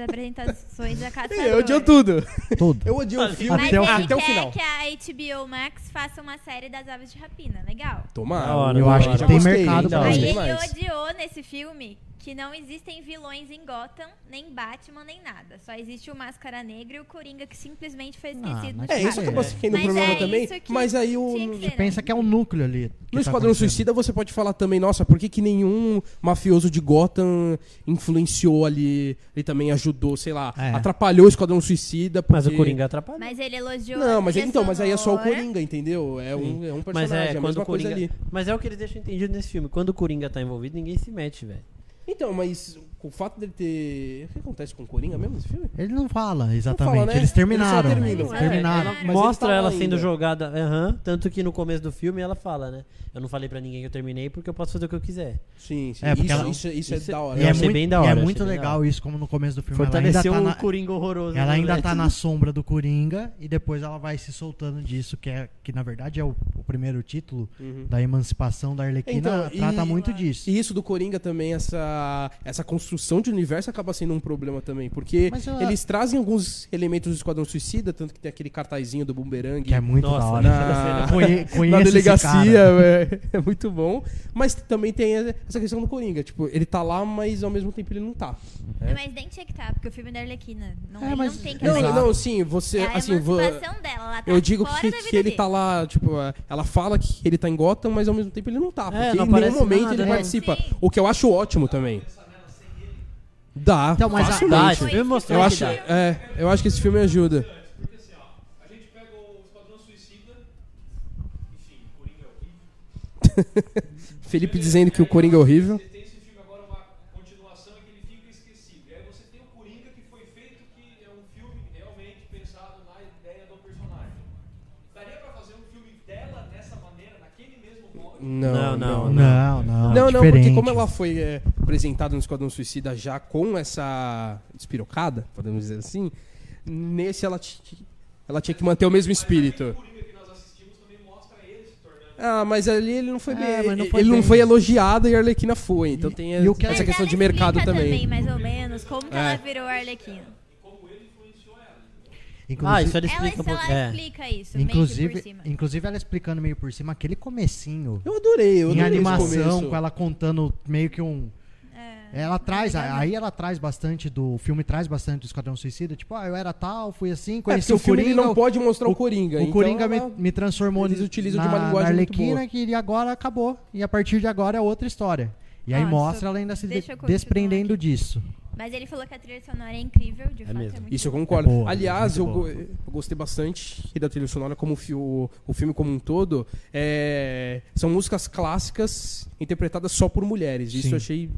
Speaker 2: <laughs>
Speaker 3: apresentações da caçadora.
Speaker 2: É, Eu odio tudo.
Speaker 1: Tudo.
Speaker 2: Eu odio o filme
Speaker 3: Mas
Speaker 1: Até o
Speaker 3: ele
Speaker 1: fim.
Speaker 2: até o
Speaker 3: quer
Speaker 2: final.
Speaker 3: que a HBO Max faça uma série das aves de rapina, legal.
Speaker 4: Da hora,
Speaker 2: Tomara.
Speaker 4: Eu da acho hora. que
Speaker 1: tem mercado
Speaker 2: já
Speaker 4: pra
Speaker 2: Ah,
Speaker 3: Aí
Speaker 2: gostei
Speaker 3: ele
Speaker 2: mais.
Speaker 3: odiou nesse filme que não existem vilões em Gotham, nem Batman, nem nada. Só existe o Máscara Negra e o Coringa que simplesmente foi esquecido
Speaker 1: mas
Speaker 3: de
Speaker 2: É, isso
Speaker 3: cara.
Speaker 2: acaba sendo um
Speaker 3: Mas
Speaker 2: problema
Speaker 3: é
Speaker 2: também,
Speaker 3: isso que
Speaker 2: mas aí o...
Speaker 3: Tinha que ser, né?
Speaker 1: Pensa que é o núcleo ali. que tá
Speaker 2: No Esquadrão
Speaker 1: acontecendo.
Speaker 2: Suicida você pode falar também, nossa, por que, que nenhum mafioso de Gotham influenciou ali, ele também ajudou, sei lá,
Speaker 1: É.
Speaker 2: atrapalhou o Esquadrão Suicida. Porque...
Speaker 4: Mas o Coringa atrapalha.
Speaker 3: Mas ele elogiou a
Speaker 2: Não, mas
Speaker 3: trilha
Speaker 2: então, mas aí é só o
Speaker 3: sonora.
Speaker 2: Coringa, entendeu? É um, é um personagem,
Speaker 4: Mas é,
Speaker 2: a
Speaker 4: quando
Speaker 2: mesma
Speaker 4: o
Speaker 2: coisa
Speaker 4: Coringa.
Speaker 2: ali.
Speaker 4: Mas é o que eles deixam entendido nesse filme. Quando o Coringa tá envolvido, ninguém se mete, velho.
Speaker 2: Então, mas o fato dele ter. O que acontece com o Coringa mesmo nesse filme?
Speaker 1: Ele não fala exatamente.
Speaker 2: fala, né?
Speaker 1: Eles terminaram.
Speaker 2: Eles só terminam.
Speaker 1: Eles terminaram.
Speaker 3: É.
Speaker 2: Mas
Speaker 4: Mostra
Speaker 2: ele tá
Speaker 4: ela
Speaker 2: lá
Speaker 4: sendo
Speaker 2: ainda.
Speaker 4: jogada. aham, Tanto que no começo do filme ela fala, né? Eu não falei pra ninguém que eu terminei porque eu posso fazer o que eu quiser.
Speaker 2: Sim, sim.
Speaker 1: É, porque
Speaker 2: isso,
Speaker 1: ela-
Speaker 2: isso, isso é
Speaker 4: isso-
Speaker 2: da hora.
Speaker 4: Eu
Speaker 1: E é
Speaker 4: achei
Speaker 1: muito,
Speaker 4: bem da
Speaker 1: e
Speaker 4: hora,
Speaker 1: é
Speaker 4: achei
Speaker 1: muito
Speaker 4: bem da
Speaker 1: legal isso, como no começo do filme. Ela ainda
Speaker 4: Fortaleceu
Speaker 1: tá
Speaker 4: o
Speaker 1: na,
Speaker 4: Coringa horroroso.
Speaker 1: ela
Speaker 4: né,
Speaker 1: ainda
Speaker 4: moleque?
Speaker 1: tá na sombra do Coringa e depois ela vai se soltando disso, que, é, que na verdade é o, o primeiro título
Speaker 4: Uhum.
Speaker 1: da emancipação da Arlequina.
Speaker 2: Então, e-
Speaker 1: trata muito disso.
Speaker 2: E isso do Coringa também, essa, essa construção de universo acaba sendo um problema também. Porque
Speaker 1: Mas eu-
Speaker 2: eles trazem alguns elementos do Esquadrão Suicida, tanto que tem aquele cartazinho do bumerangue.
Speaker 1: que é muito
Speaker 4: Nossa,
Speaker 1: da hora. né?
Speaker 2: na, <laughs>
Speaker 1: Conhe- conheço
Speaker 2: na
Speaker 1: esse
Speaker 2: delegacia,
Speaker 1: cara.
Speaker 2: é, <laughs> é muito bom. Mas também tem essa questão do Coringa. Tipo, ele tá lá, mas ao mesmo tempo ele não tá.
Speaker 3: Não, Mas nem tinha que tá, porque o filme é da Arlequina. Não,
Speaker 1: É,
Speaker 3: ele
Speaker 1: mas-
Speaker 3: não tem que
Speaker 2: Não,
Speaker 1: Exato.
Speaker 2: não, sim, você.
Speaker 3: É a
Speaker 2: assim, vo-
Speaker 3: emancipação dela, ela tá
Speaker 2: eu digo
Speaker 3: fora
Speaker 2: que,
Speaker 3: da vida
Speaker 2: que ele
Speaker 3: dele.
Speaker 2: tá lá, tipo, é, ela fala que ele tá em Gotham, mas ao mesmo tempo ele não tá. Porque
Speaker 4: É, não
Speaker 2: em nenhum
Speaker 4: aparece
Speaker 2: momento
Speaker 4: nada,
Speaker 2: ele
Speaker 4: né?
Speaker 2: participa.
Speaker 3: Sim.
Speaker 2: O que eu acho ótimo também. Dá.
Speaker 1: Então, mas a-
Speaker 4: Dá,
Speaker 2: facilmente.
Speaker 4: esse filme mostrou
Speaker 2: eu,
Speaker 4: que
Speaker 2: acho,
Speaker 4: dá.
Speaker 2: é, eu acho que esse filme ajuda.
Speaker 4: <laughs>
Speaker 5: Porque assim, ó, a gente pega o Esquadrão Suicida, enfim, o Coringa é horrível.
Speaker 2: Felipe dizendo que o Coringa é horrível.
Speaker 5: Você tem esse filme agora, uma continuação é que ele fica esquecido. E aí você tem o Coringa que foi feito, que é um filme realmente pensado na ideia do personagem. Daria pra fazer um filme dela dessa maneira, naquele mesmo molde?
Speaker 2: Não,
Speaker 4: Não,
Speaker 2: não.
Speaker 4: não.
Speaker 1: Não, não.
Speaker 2: Não, não,
Speaker 1: Ah, diferente.
Speaker 2: porque como ela foi é, apresentada no Esquadrão Suicida já com essa despirocada, podemos dizer assim, nesse ela, ti- ela tinha que manter o mesmo espírito. Ah, mas ali ele não foi
Speaker 1: É,
Speaker 2: bem.
Speaker 1: mas não foi
Speaker 2: ele não
Speaker 1: bem.
Speaker 2: foi elogiado e a Arlequina foi. Então tem
Speaker 1: e o que-
Speaker 2: essa
Speaker 3: Mas
Speaker 2: questão
Speaker 3: ela
Speaker 2: de mercado
Speaker 3: explica
Speaker 2: também.
Speaker 3: mais ou menos, como que
Speaker 2: É.
Speaker 3: ela virou Arlequina.
Speaker 4: Ah,
Speaker 1: Inclusive,
Speaker 4: isso ela
Speaker 3: Ela,
Speaker 4: explica um pouco.
Speaker 3: ela
Speaker 4: É.
Speaker 3: explica isso, meio que por
Speaker 1: inclusive,
Speaker 3: cima.
Speaker 1: inclusive ela explicando meio por cima aquele comecinho.
Speaker 2: Eu adorei, eu
Speaker 1: em
Speaker 2: adorei esse
Speaker 1: animação,
Speaker 2: começo.
Speaker 1: com ela contando meio que um.
Speaker 3: É.
Speaker 1: Ela traz, aí ela traz bastante do. O filme traz bastante do Esquadrão Suicida. Tipo, ah, eu era tal, fui assim,
Speaker 2: É,
Speaker 1: conheci
Speaker 2: porque o
Speaker 1: o
Speaker 2: filme
Speaker 1: Coringa.
Speaker 2: ele não pode mostrar o, Coringa.
Speaker 1: o
Speaker 2: então
Speaker 1: Coringa me-
Speaker 2: ela-
Speaker 1: me, transformou
Speaker 2: eles
Speaker 1: na-
Speaker 2: utilizam de uma
Speaker 1: na
Speaker 2: linguagem muito
Speaker 1: Arlequina,
Speaker 2: boa.
Speaker 1: que agora acabou. E a partir de agora é outra história. E aí
Speaker 3: Ah, isso-
Speaker 1: mostra ela ainda se de-
Speaker 3: deixa eu continuar
Speaker 1: desprendendo disso.
Speaker 3: Mas ele falou que a trilha sonora é incrível, de fato.
Speaker 4: mesmo.
Speaker 3: É muito
Speaker 2: Isso eu concordo.
Speaker 1: É boa,
Speaker 2: Aliás,
Speaker 1: é
Speaker 2: eu,
Speaker 1: muito
Speaker 2: go- eu gostei bastante da trilha sonora, como o, fi- o- o filme como um todo. É, são músicas clássicas interpretadas só por mulheres. Isso
Speaker 1: Sim.
Speaker 2: eu achei.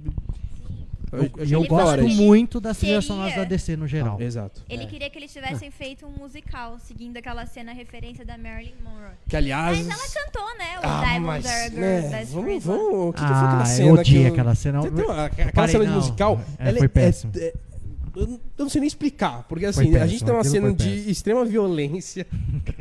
Speaker 1: Eu-
Speaker 2: achei
Speaker 1: e eu
Speaker 2: da
Speaker 3: fala
Speaker 1: gosto
Speaker 2: hora isso.
Speaker 3: que-
Speaker 1: muito das trilhas
Speaker 3: Seria-
Speaker 1: sonoras da DC no geral.
Speaker 2: Exato.
Speaker 3: Ele queria que eles tivessem feito um musical, seguindo aquela cena referência da Marilyn Monroe.
Speaker 2: Que aliás.
Speaker 3: Mas ela cantou, né? O
Speaker 2: Ah,
Speaker 3: Diamonds
Speaker 2: mas,
Speaker 3: Are a Girl's
Speaker 2: né,
Speaker 3: Best
Speaker 2: vamos,
Speaker 3: Friend.
Speaker 2: vamos. O que, que foi
Speaker 1: Ah,
Speaker 2: aquela
Speaker 1: eu
Speaker 2: cena?
Speaker 1: odiei
Speaker 2: que
Speaker 1: aquela cena.
Speaker 2: Então, a- aquela
Speaker 1: Parei,
Speaker 2: cena de
Speaker 1: não.
Speaker 2: musical.
Speaker 1: É,
Speaker 2: ela
Speaker 1: foi
Speaker 2: é-
Speaker 1: péssimo.
Speaker 2: é- eu não- eu não sei nem explicar, porque assim, a gente
Speaker 1: péssimo,
Speaker 2: tem uma
Speaker 1: aquilo
Speaker 2: cena
Speaker 1: foi
Speaker 2: de
Speaker 1: péssimo.
Speaker 2: extrema violência.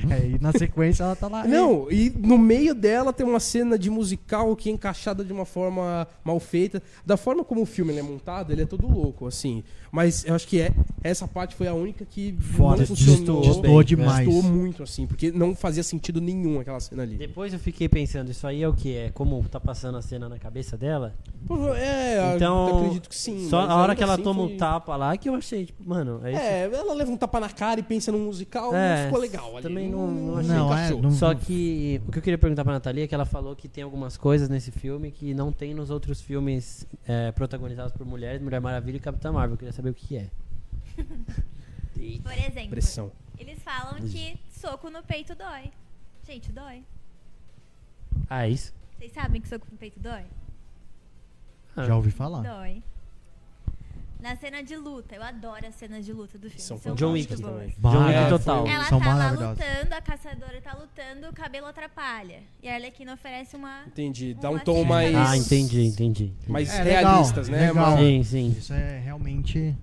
Speaker 1: É, e na sequência ela tá lá.
Speaker 2: Não, e no meio dela tem uma cena de musical que é encaixada de uma forma mal feita. Da forma como o filme ele é montado, ele é todo louco, assim. Mas eu acho que é, essa parte foi a única que
Speaker 1: Foda,
Speaker 2: não funcionou.
Speaker 1: destoou,
Speaker 2: Bem,
Speaker 1: destoou demais.
Speaker 2: Destoou muito, assim, porque não fazia sentido nenhum aquela cena ali.
Speaker 4: Depois eu fiquei pensando, isso aí é o que? É como tá passando a cena na cabeça dela?
Speaker 2: Pô, É, eu
Speaker 4: Então,
Speaker 2: acredito que sim.
Speaker 4: só
Speaker 2: mas
Speaker 4: a hora
Speaker 2: ainda
Speaker 4: que ela
Speaker 2: assim
Speaker 4: toma
Speaker 2: foi-
Speaker 4: um tapa lá que eu achei, tipo, mano, é isso.
Speaker 2: É, ela leva um tapa na cara e pensa no musical,
Speaker 4: É,
Speaker 2: não ficou legal ali.
Speaker 4: também não- não achei
Speaker 1: Não, é,
Speaker 2: encaixou.
Speaker 1: não-
Speaker 4: Só que o que eu queria perguntar pra Nathalie é que ela falou que tem algumas coisas nesse filme que não tem nos outros filmes é, protagonizados por mulheres, Mulher Maravilha e Capitã Marvel. Eu queria saber o que é.
Speaker 3: Por exemplo,
Speaker 2: Pressão.
Speaker 3: eles falam que soco no peito dói. Gente, dói.
Speaker 4: Ah, é isso?
Speaker 3: Vocês sabem que soco no peito dói?
Speaker 4: Ah.
Speaker 1: Já ouvi falar.
Speaker 3: Dói. Na cena de luta, eu adoro as cenas de luta do filme.
Speaker 2: São
Speaker 3: São,
Speaker 4: John
Speaker 3: muito
Speaker 2: Wick
Speaker 3: boas.
Speaker 2: também.
Speaker 4: John Wick
Speaker 2: É,
Speaker 1: Mara-
Speaker 4: total.
Speaker 3: Ela
Speaker 1: São
Speaker 3: tá lá
Speaker 1: maravilhosas.
Speaker 3: lutando, a caçadora tá lutando, o cabelo atrapalha. E a Arlequina oferece uma.
Speaker 2: Entendi. Dá um
Speaker 3: Uma
Speaker 2: tom
Speaker 3: cena-
Speaker 2: mais.
Speaker 4: Ah, entendi, entendi.
Speaker 2: Mais
Speaker 1: É, legal,
Speaker 2: realistas, né?
Speaker 1: legal.
Speaker 2: Mas-
Speaker 4: Sim, sim.
Speaker 1: Isso é realmente.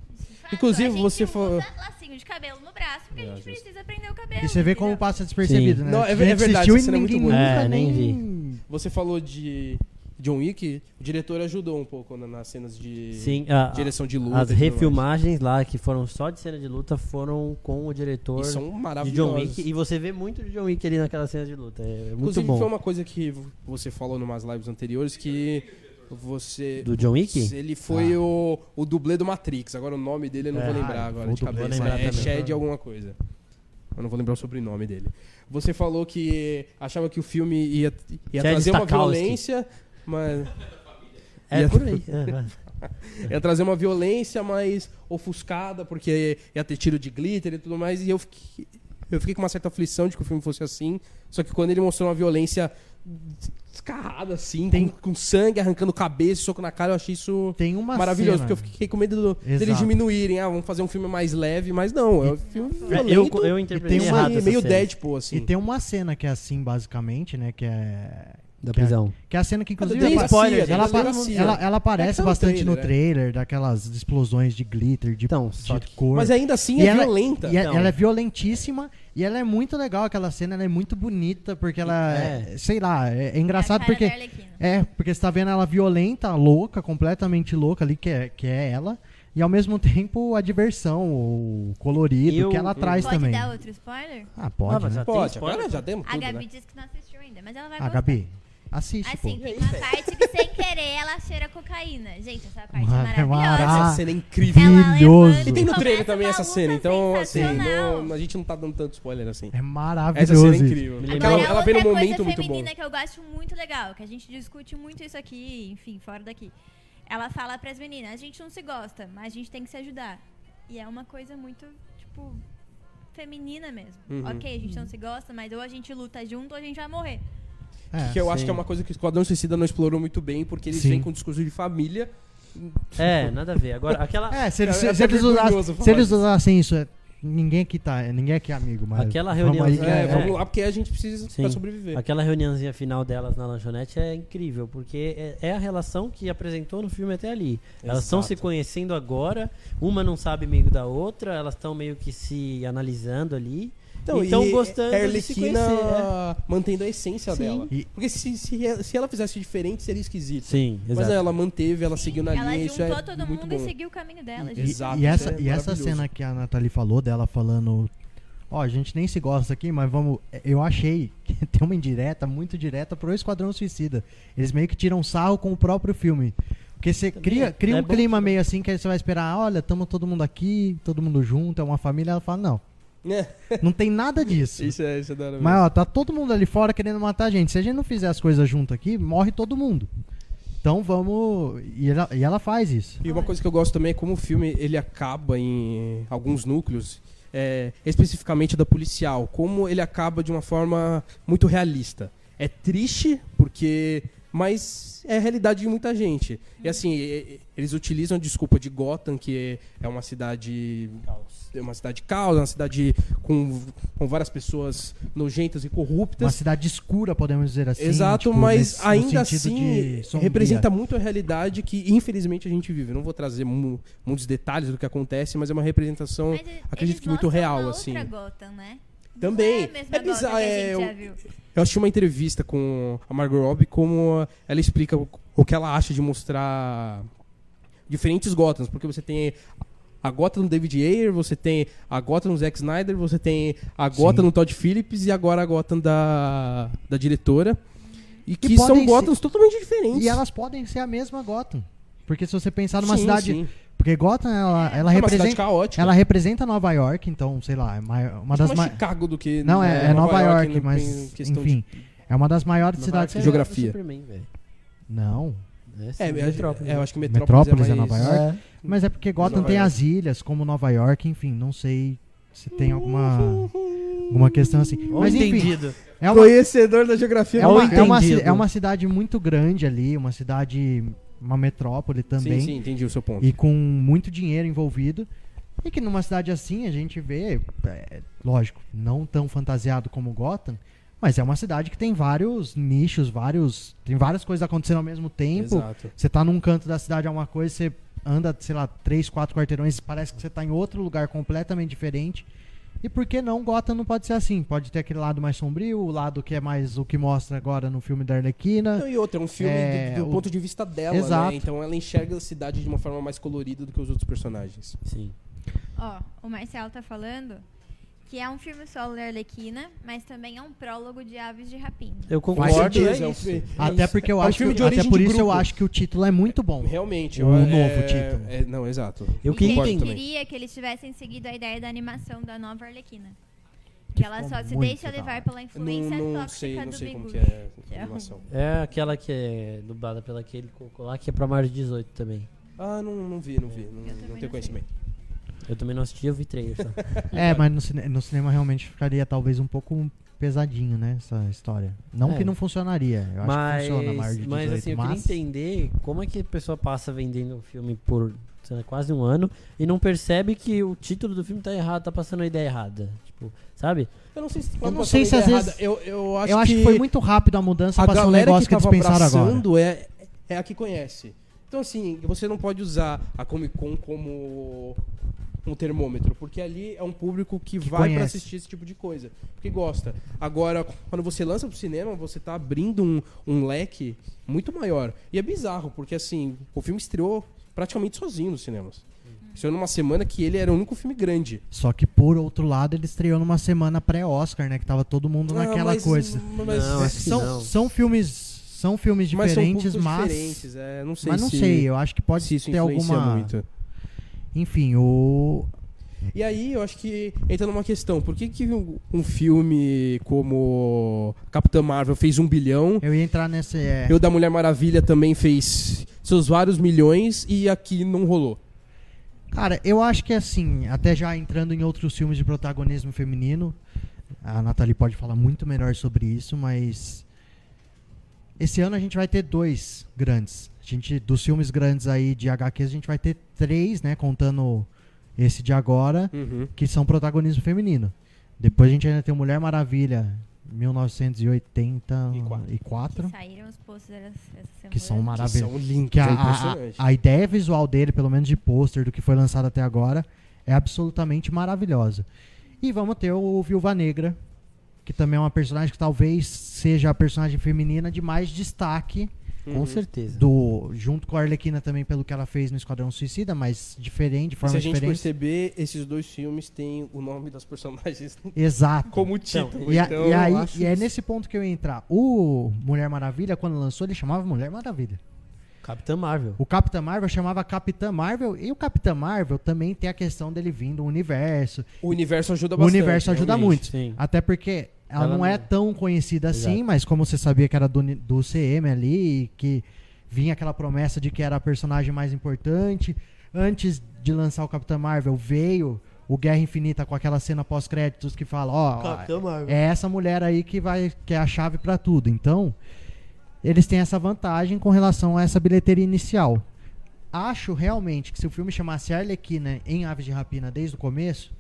Speaker 3: Fato,
Speaker 2: Inclusive,
Speaker 3: a gente
Speaker 2: você
Speaker 3: usa
Speaker 2: falou-
Speaker 3: lacinho de cabelo no braço, porque a gente
Speaker 2: É, justo.
Speaker 3: precisa prender o cabelo.
Speaker 1: E você vê como
Speaker 3: entendeu?
Speaker 1: passa despercebido,
Speaker 4: Sim.
Speaker 1: né?
Speaker 2: Não, é
Speaker 1: A gente
Speaker 2: ver- é verdade,
Speaker 1: assistiu e
Speaker 2: essa cena é muito
Speaker 1: ninguém
Speaker 2: boa.
Speaker 1: nunca
Speaker 4: É, nem
Speaker 1: nem
Speaker 2: Você falou de John Wick, o diretor ajudou um pouco na- nas cenas de
Speaker 4: Sim, é. a-
Speaker 2: direção de luta.
Speaker 4: As
Speaker 2: e tudo mais.
Speaker 4: refilmagens lá que foram só de cena de luta foram com o diretor
Speaker 2: E são
Speaker 4: de John
Speaker 2: maravilhosas.
Speaker 4: Wick. E você vê muito de John Wick ali naquela cena de luta. É, é muito
Speaker 2: Inclusive,
Speaker 4: bom.
Speaker 2: foi uma coisa que v- você falou numas lives anteriores que você.
Speaker 4: Do John Wick? Ah.
Speaker 2: Ele foi o, o dublê do Matrix. Agora o nome dele eu não
Speaker 4: É,
Speaker 2: vou
Speaker 1: ah,
Speaker 2: lembrar agora
Speaker 1: o
Speaker 2: de
Speaker 1: dublê
Speaker 2: cabeça.
Speaker 4: eu vou lembrar
Speaker 2: é
Speaker 4: também.
Speaker 2: Shed alguma coisa. Eu não vou lembrar o sobrenome dele. Você falou que achava que o filme ia, ia
Speaker 4: Chad
Speaker 2: trazer uma
Speaker 4: Stahelski.
Speaker 2: violência, mas.
Speaker 4: É
Speaker 2: ia-
Speaker 4: por aí. é, Aham.
Speaker 2: Ia É trazer uma violência mais ofuscada, porque ia ter tiro de glitter e tudo mais, e eu fiquei, eu fiquei com uma certa aflição de que o filme fosse assim. Só que quando ele mostrou uma violência descarrada, assim, Tem... com, com sangue, arrancando cabeça, soco na cara. Eu achei isso
Speaker 1: Tem uma
Speaker 2: maravilhoso,
Speaker 1: cena.
Speaker 2: porque eu fiquei com medo do- deles
Speaker 1: Exato.
Speaker 2: diminuírem. Ah, vamos fazer um filme mais leve, mas não, é um filme violento.
Speaker 4: Eu, eu interpretei
Speaker 1: E tem uma-
Speaker 4: errado
Speaker 2: meio,
Speaker 4: essa
Speaker 2: um meio
Speaker 4: cena
Speaker 2: Deadpool, assim.
Speaker 1: E tem uma cena que é assim, basicamente, né? Que é.
Speaker 4: <laughs> da
Speaker 1: que é-
Speaker 4: prisão.
Speaker 1: Que é a cena que, inclusive.
Speaker 2: Tem
Speaker 1: apa-
Speaker 2: spoiler,
Speaker 1: ela,
Speaker 2: gente,
Speaker 1: apa-
Speaker 2: delegacia.
Speaker 1: ela- ela
Speaker 2: É que
Speaker 1: aparece
Speaker 2: tá no
Speaker 1: bastante no
Speaker 2: trailer,
Speaker 1: trailer, daquelas explosões de glitter, de,
Speaker 4: Então,
Speaker 1: de
Speaker 4: só que-
Speaker 1: cor.
Speaker 2: Mas ainda assim é violenta.
Speaker 1: um E é-
Speaker 4: Então.
Speaker 1: Ela é violentíssima e ela é muito legal, aquela cena, ela é muito bonita, porque ela. é- Sei lá, é, é engraçado
Speaker 3: É a cara
Speaker 1: porque.
Speaker 3: da Arlequina.
Speaker 1: É, porque você tá vendo ela violenta, louca, completamente louca ali, que é, que é ela. E ao mesmo <laughs> tempo a diversão, o colorido
Speaker 4: Eu-
Speaker 1: que ela traz
Speaker 3: Pode
Speaker 1: também.
Speaker 3: dar outro spoiler?
Speaker 1: Ah, pode.
Speaker 4: Ah, mas
Speaker 1: né?
Speaker 4: já-
Speaker 2: Pode,
Speaker 4: Tem
Speaker 2: agora
Speaker 4: spoiler?
Speaker 2: já temos
Speaker 3: A
Speaker 2: tudo,
Speaker 3: Gabi
Speaker 2: né?
Speaker 3: disse que não assistiu ainda, mas ela vai
Speaker 1: Ah,
Speaker 3: gostar.
Speaker 1: Gabi, assiste.
Speaker 3: Assim,
Speaker 1: pô.
Speaker 3: tem uma parte que sem querer ela cheira cocaína. Gente, essa parte
Speaker 1: Mara-
Speaker 3: é maravilhosa.
Speaker 1: mara-
Speaker 2: Essa
Speaker 1: Ah,
Speaker 2: cena é incrível.
Speaker 1: Maravilhoso.
Speaker 2: E tem no
Speaker 3: Começa
Speaker 2: trailer também
Speaker 3: uma
Speaker 2: essa
Speaker 3: luta
Speaker 2: cena, então, assim,
Speaker 3: sensacional.
Speaker 2: não- a gente não tá dando tanto spoiler assim.
Speaker 1: É
Speaker 2: Essa
Speaker 1: maravilhoso.
Speaker 2: cena é
Speaker 1: isso.
Speaker 2: incrível.
Speaker 4: Me
Speaker 2: Ela,
Speaker 4: lembrou-
Speaker 3: Agora,
Speaker 2: ela vem num
Speaker 3: outra
Speaker 2: momento
Speaker 3: coisa
Speaker 2: muito bom.
Speaker 3: feminina que eu gosto muito legal, que a gente discute muito isso aqui, enfim, fora daqui. Ela fala pras meninas, a gente não se gosta, mas a gente tem que se ajudar. E é uma coisa muito, tipo, feminina mesmo.
Speaker 2: Uhum.
Speaker 3: Ok, a gente não se gosta, mas ou a gente luta junto ou a gente vai morrer.
Speaker 1: É.
Speaker 2: Que eu acho
Speaker 4: Sim.
Speaker 2: que é uma coisa que o Esquadrão Suicida não explorou muito bem, porque eles
Speaker 1: Sim.
Speaker 2: vêm com um discurso de família.
Speaker 4: É, nada a ver. Agora, aquela,
Speaker 1: É, se eles,
Speaker 2: É, é
Speaker 1: se eles
Speaker 2: até vergonhoso
Speaker 1: usassem,
Speaker 2: falar
Speaker 1: se eles
Speaker 2: disso.
Speaker 1: usassem isso, é- ninguém aqui tá, ninguém aqui é amigo, mas.
Speaker 4: Aquela
Speaker 1: vamos
Speaker 4: reunião-
Speaker 1: aí que
Speaker 2: É,
Speaker 1: é-
Speaker 2: vamos lá, porque a gente precisa
Speaker 4: Sim.
Speaker 2: pra sobreviver.
Speaker 4: Aquela reuniãozinha final delas na lanchonete é incrível, porque é- é a relação que apresentou no filme até ali. Elas estão se
Speaker 2: Exato.
Speaker 4: conhecendo agora, uma não sabe meio da outra, elas estão meio que se analisando ali. Então,
Speaker 2: e
Speaker 4: gostando
Speaker 2: a
Speaker 4: de se
Speaker 2: Arlequina
Speaker 4: conhecer. é.
Speaker 2: mantendo a essência
Speaker 4: Sim.
Speaker 2: dela.
Speaker 1: E-
Speaker 2: Porque se, se, se ela fizesse diferente, seria esquisito.
Speaker 4: Sim,
Speaker 2: Mas é
Speaker 4: exato.
Speaker 2: ela manteve, ela seguiu na
Speaker 3: Ela
Speaker 2: linha, isso é
Speaker 3: juntou todo
Speaker 2: muito bom.
Speaker 3: mundo e seguiu o caminho dela.
Speaker 1: E,
Speaker 3: gente.
Speaker 2: Exato,
Speaker 1: e essa,
Speaker 2: isso é
Speaker 1: e essa
Speaker 2: maravilhoso.
Speaker 1: cena que a Nathalie falou dela falando. Ó, a gente nem se gosta aqui, mas vamos. é, Eu achei que <laughs> tem uma indireta, muito direta, pro Esquadrão Suicida. Eles meio que tiram sarro com o próprio filme. Porque você cria, cria
Speaker 4: é
Speaker 1: um
Speaker 4: bom.
Speaker 1: clima meio assim que aí você vai esperar, olha, tamo todo mundo aqui, todo mundo junto, é uma família. Ela fala, não,
Speaker 2: É,
Speaker 1: não tem nada
Speaker 4: <laughs>
Speaker 1: disso.
Speaker 2: isso é, isso é da hora
Speaker 1: Mas ó, tá todo mundo ali fora querendo matar a gente. Se a gente não fizer as coisas junto aqui, morre todo mundo. Então vamos. E ela, e ela faz isso.
Speaker 2: E uma coisa que eu gosto também é como o filme ele acaba em alguns núcleos, é, especificamente da policial, como ele acaba de uma forma muito realista. É triste porque, mas é a realidade de muita gente. E assim e- e- eles utilizam a desculpa de Gotham, que é uma cidade é uma cidade caos, é uma cidade com, com várias pessoas nojentas e corruptas.
Speaker 1: Uma cidade escura, podemos dizer assim.
Speaker 2: Então, Exato,
Speaker 1: tipo,
Speaker 2: mas
Speaker 1: nesse- no
Speaker 2: ainda
Speaker 1: sentido
Speaker 2: assim
Speaker 1: de sombria.
Speaker 2: representa muito a realidade que infelizmente a gente vive. Não vou trazer mu- muitos detalhes do que acontece, mas é uma representação,
Speaker 3: Mas e-
Speaker 2: acredito
Speaker 3: eles
Speaker 2: que muito
Speaker 3: mostram
Speaker 2: real
Speaker 3: uma
Speaker 2: assim.
Speaker 3: Outra Gotham, né? Não
Speaker 2: Também.
Speaker 3: É, a mesma
Speaker 2: É bizarro,
Speaker 3: Gotham que a
Speaker 2: é,
Speaker 3: gente já
Speaker 2: o-
Speaker 3: viu.
Speaker 2: Eu assisti uma entrevista com a Margot Robbie como ela explica o- o que ela acha de mostrar diferentes Gothams, porque você tem a Gotham do David Ayer, você tem a Gotham do Zack Snyder, você tem a Gotham do Todd Phillips e agora a Gotham da, da diretora. E que,
Speaker 1: podem
Speaker 2: são
Speaker 1: ser-
Speaker 2: Gothams totalmente diferentes.
Speaker 1: E elas podem ser a mesma Gotham. Porque se você pensar Tá numa
Speaker 2: Sim,
Speaker 1: cidade.
Speaker 2: sim.
Speaker 1: Porque Gotham, ela, ela
Speaker 2: É uma cidade
Speaker 1: representa.
Speaker 2: caótica. Tipo,
Speaker 1: Ela representa Nova York, então, sei lá, é mai- uma das
Speaker 2: mais
Speaker 1: mais.
Speaker 2: Chicago do que né,
Speaker 1: Não, é, é Nova, York,
Speaker 2: não tem
Speaker 1: mas.
Speaker 2: questão
Speaker 1: Enfim. É uma das maiores
Speaker 4: Nova
Speaker 1: cidades.
Speaker 4: York é
Speaker 2: Geografia.
Speaker 4: do Superman, velho.
Speaker 1: Não.
Speaker 4: É,
Speaker 2: de... É,
Speaker 4: sim,
Speaker 2: eu acho-
Speaker 4: Metrópolis.
Speaker 2: é, eu acho que Metrópolis,
Speaker 1: Metrópolis é,
Speaker 2: mais...
Speaker 1: Nova York. Mas é porque Gotham
Speaker 2: Nova
Speaker 1: tem
Speaker 2: York.
Speaker 1: as ilhas, como Nova York, enfim, não sei se tem alguma,
Speaker 2: Uhum. Hum,
Speaker 1: alguma questão assim.
Speaker 4: Ou
Speaker 1: Mas enfim,
Speaker 4: entendido.
Speaker 1: é uma,
Speaker 2: Conhecedor da geografia.
Speaker 1: é, uma, é, uma, ci-
Speaker 4: entendido.
Speaker 1: é uma cidade muito grande ali, uma cidade, uma metrópole também,
Speaker 2: Sim, sim, entendi o seu ponto.
Speaker 1: e com muito dinheiro envolvido. E que numa cidade assim a gente vê, é, lógico, não tão fantasiado como Gotham, mas é uma cidade que tem vários nichos, vários. Tem várias coisas acontecendo ao mesmo tempo.
Speaker 2: Exato.
Speaker 1: Você tá num canto da cidade é uma coisa, você anda, sei lá, três, quatro quarteirões, parece que você tá em outro lugar completamente diferente. E por que não Gotham não pode ser assim? Pode ter aquele lado mais sombrio, o lado que é mais o que mostra agora no filme da Arlequina.
Speaker 2: Não, e outra, é um filme
Speaker 1: É,
Speaker 2: do, do
Speaker 1: o-
Speaker 2: ponto de vista dela,
Speaker 1: Exato.
Speaker 2: né? Então ela enxerga a cidade de uma forma mais colorida do que os outros personagens.
Speaker 4: Sim.
Speaker 3: Ó, o Marcel tá falando que é um filme solo da Arlequina, mas também é um prólogo de Aves de Rapina.
Speaker 4: Eu
Speaker 2: Com
Speaker 4: concordo.
Speaker 2: certeza,
Speaker 4: é
Speaker 2: um
Speaker 4: isso.
Speaker 2: fi-
Speaker 1: Até porque eu
Speaker 2: É um
Speaker 1: acho
Speaker 2: filme
Speaker 1: que,
Speaker 2: de
Speaker 1: até
Speaker 2: origem
Speaker 1: por
Speaker 2: de
Speaker 1: isso eu
Speaker 2: grupo.
Speaker 1: acho que o título é muito bom.
Speaker 2: Realmente.
Speaker 1: O
Speaker 2: eu-
Speaker 1: Um novo
Speaker 2: é-
Speaker 1: título.
Speaker 2: é- não, exato.
Speaker 4: Eu
Speaker 3: e que
Speaker 4: queria
Speaker 3: a
Speaker 2: Concordo
Speaker 3: gente
Speaker 2: também.
Speaker 3: queria que eles tivessem seguido a ideia da animação da nova Arlequina. Que ela
Speaker 1: ficou
Speaker 3: só se
Speaker 1: muito
Speaker 3: deixa
Speaker 1: da
Speaker 3: levar
Speaker 1: hora.
Speaker 3: pela
Speaker 2: Não,
Speaker 3: influência
Speaker 2: não
Speaker 3: Tipo, é tóxica
Speaker 2: sei, não
Speaker 3: do
Speaker 2: sei como que
Speaker 3: Bigucho.
Speaker 2: é
Speaker 3: Que é
Speaker 2: a animação.
Speaker 4: É aquela que é dublada pela aquele cocô lá, que é pra maior de 18 também.
Speaker 2: Ah, não, não vi, não vi. Não,
Speaker 3: também
Speaker 2: não
Speaker 3: não sei.
Speaker 2: tenho conhecimento.
Speaker 4: Eu também não assisti, eu vi trailer só.
Speaker 2: Tá
Speaker 1: É, mas no, cine- no cinema realmente ficaria talvez um pouco pesadinho, né? Essa história. Não
Speaker 4: É.
Speaker 1: que não funcionaria. Eu acho
Speaker 4: mas,
Speaker 1: que funciona maior de 18,
Speaker 4: mas assim, eu
Speaker 1: mas-
Speaker 4: queria entender como é que a pessoa passa vendendo um filme por sei lá, quase um ano e não percebe que o título do filme tá errado, tá passando a ideia errada. Tipo, sabe?
Speaker 2: Eu não sei se,
Speaker 1: não sei se às vezes-
Speaker 2: Eu, eu, acho
Speaker 1: eu acho que, foi muito rápido a mudança
Speaker 2: a
Speaker 1: pra ser um
Speaker 2: galera
Speaker 1: negócio
Speaker 2: que
Speaker 1: que,
Speaker 2: tava
Speaker 1: eles pensaram agora.
Speaker 2: abraçando é, é a que conhece. Então, assim, você não pode usar a Comic Con como um termômetro, porque ali é um público que, vai pra
Speaker 1: conhece.
Speaker 2: assistir esse tipo de coisa, que gosta. Agora, quando você lança pro cinema, você tá abrindo um, um leque muito maior. E é bizarro, porque, assim, o filme estreou praticamente sozinho nos cinemas. Estreou numa semana que ele era o único filme grande.
Speaker 1: Só que por outro lado, ele estreou numa semana pré-Oscar, né? Que tava todo mundo naquela coisa.
Speaker 2: Ah, Mas,
Speaker 4: Não, acho que
Speaker 1: São,
Speaker 4: não.
Speaker 1: são filmes. São filmes
Speaker 2: mas são
Speaker 1: diferentes,
Speaker 2: públicos
Speaker 1: mas.
Speaker 2: diferentes, é, não sei
Speaker 1: mas não
Speaker 2: se-
Speaker 1: sei, eu acho que pode
Speaker 2: se isso
Speaker 1: ter
Speaker 2: influencia
Speaker 1: alguma.
Speaker 2: muito.
Speaker 1: Enfim, o.
Speaker 2: E aí eu acho que entra numa questão, por que, que um, um filme como Capitã Marvel fez um bilhão,
Speaker 1: Eu ia entrar nesse. é,
Speaker 2: e o da Mulher Maravilha também fez seus vários milhões e aqui não rolou?
Speaker 1: Cara, eu acho que é assim, até já entrando em outros filmes de protagonismo feminino, a Nathalie pode falar muito melhor sobre isso, mas esse ano a gente vai ter dois grandes. A gente dos filmes grandes aí de HQs, a gente vai ter três, né, contando esse de agora, que são protagonismo feminino. Depois a gente ainda tem Mulher Maravilha 1984 e
Speaker 3: Que
Speaker 1: quatro,
Speaker 3: saíram os posters essa essa semana.
Speaker 1: que são
Speaker 2: Que
Speaker 1: maravilhosos.
Speaker 2: são lindos,
Speaker 1: Que a,
Speaker 2: é
Speaker 1: a- a,
Speaker 2: impressionante.
Speaker 1: a ideia visual dele, pelo menos de pôster, do que foi lançado até agora, é absolutamente maravilhosa. E vamos ter o Viúva Negra, que também é uma personagem que talvez seja a personagem feminina de mais destaque,
Speaker 4: Com certeza.
Speaker 1: do junto com a Arlequina também, pelo que ela fez no Esquadrão Suicida, mas diferente, de
Speaker 2: Se
Speaker 1: forma
Speaker 2: a gente
Speaker 1: diferente.
Speaker 2: perceber, esses dois filmes têm o nome das personagens <laughs>
Speaker 1: Exato.
Speaker 2: como título.
Speaker 1: E, a-
Speaker 2: então,
Speaker 1: e aí,
Speaker 2: eu acho
Speaker 1: e é
Speaker 2: isso-
Speaker 1: nesse ponto que eu ia entrar. O Mulher Maravilha, quando lançou, ele chamava Mulher Maravilha.
Speaker 4: Capitã Marvel.
Speaker 1: O Capitã Marvel chamava Capitã Marvel e o Capitã Marvel também tem a questão dele vindo do universo.
Speaker 2: O universo ajuda
Speaker 1: O
Speaker 2: bastante.
Speaker 1: universo ajuda
Speaker 2: realmente.
Speaker 1: muito.
Speaker 4: sim.
Speaker 1: Até porque ela,
Speaker 4: Ela
Speaker 1: não é
Speaker 4: não-
Speaker 1: tão conhecida assim,
Speaker 4: Exato.
Speaker 1: mas como você sabia que era do, uni- do CM ali, e que vinha aquela promessa de que era a personagem mais importante. Antes de lançar o Capitã Marvel, veio o Guerra Infinita com aquela cena pós-créditos que fala, ó, é essa mulher aí que vai que é a chave pra tudo. Então, eles têm essa vantagem com relação a essa bilheteria inicial. Acho realmente que se o filme chamasse Arlequina em Aves de Rapina desde o começo,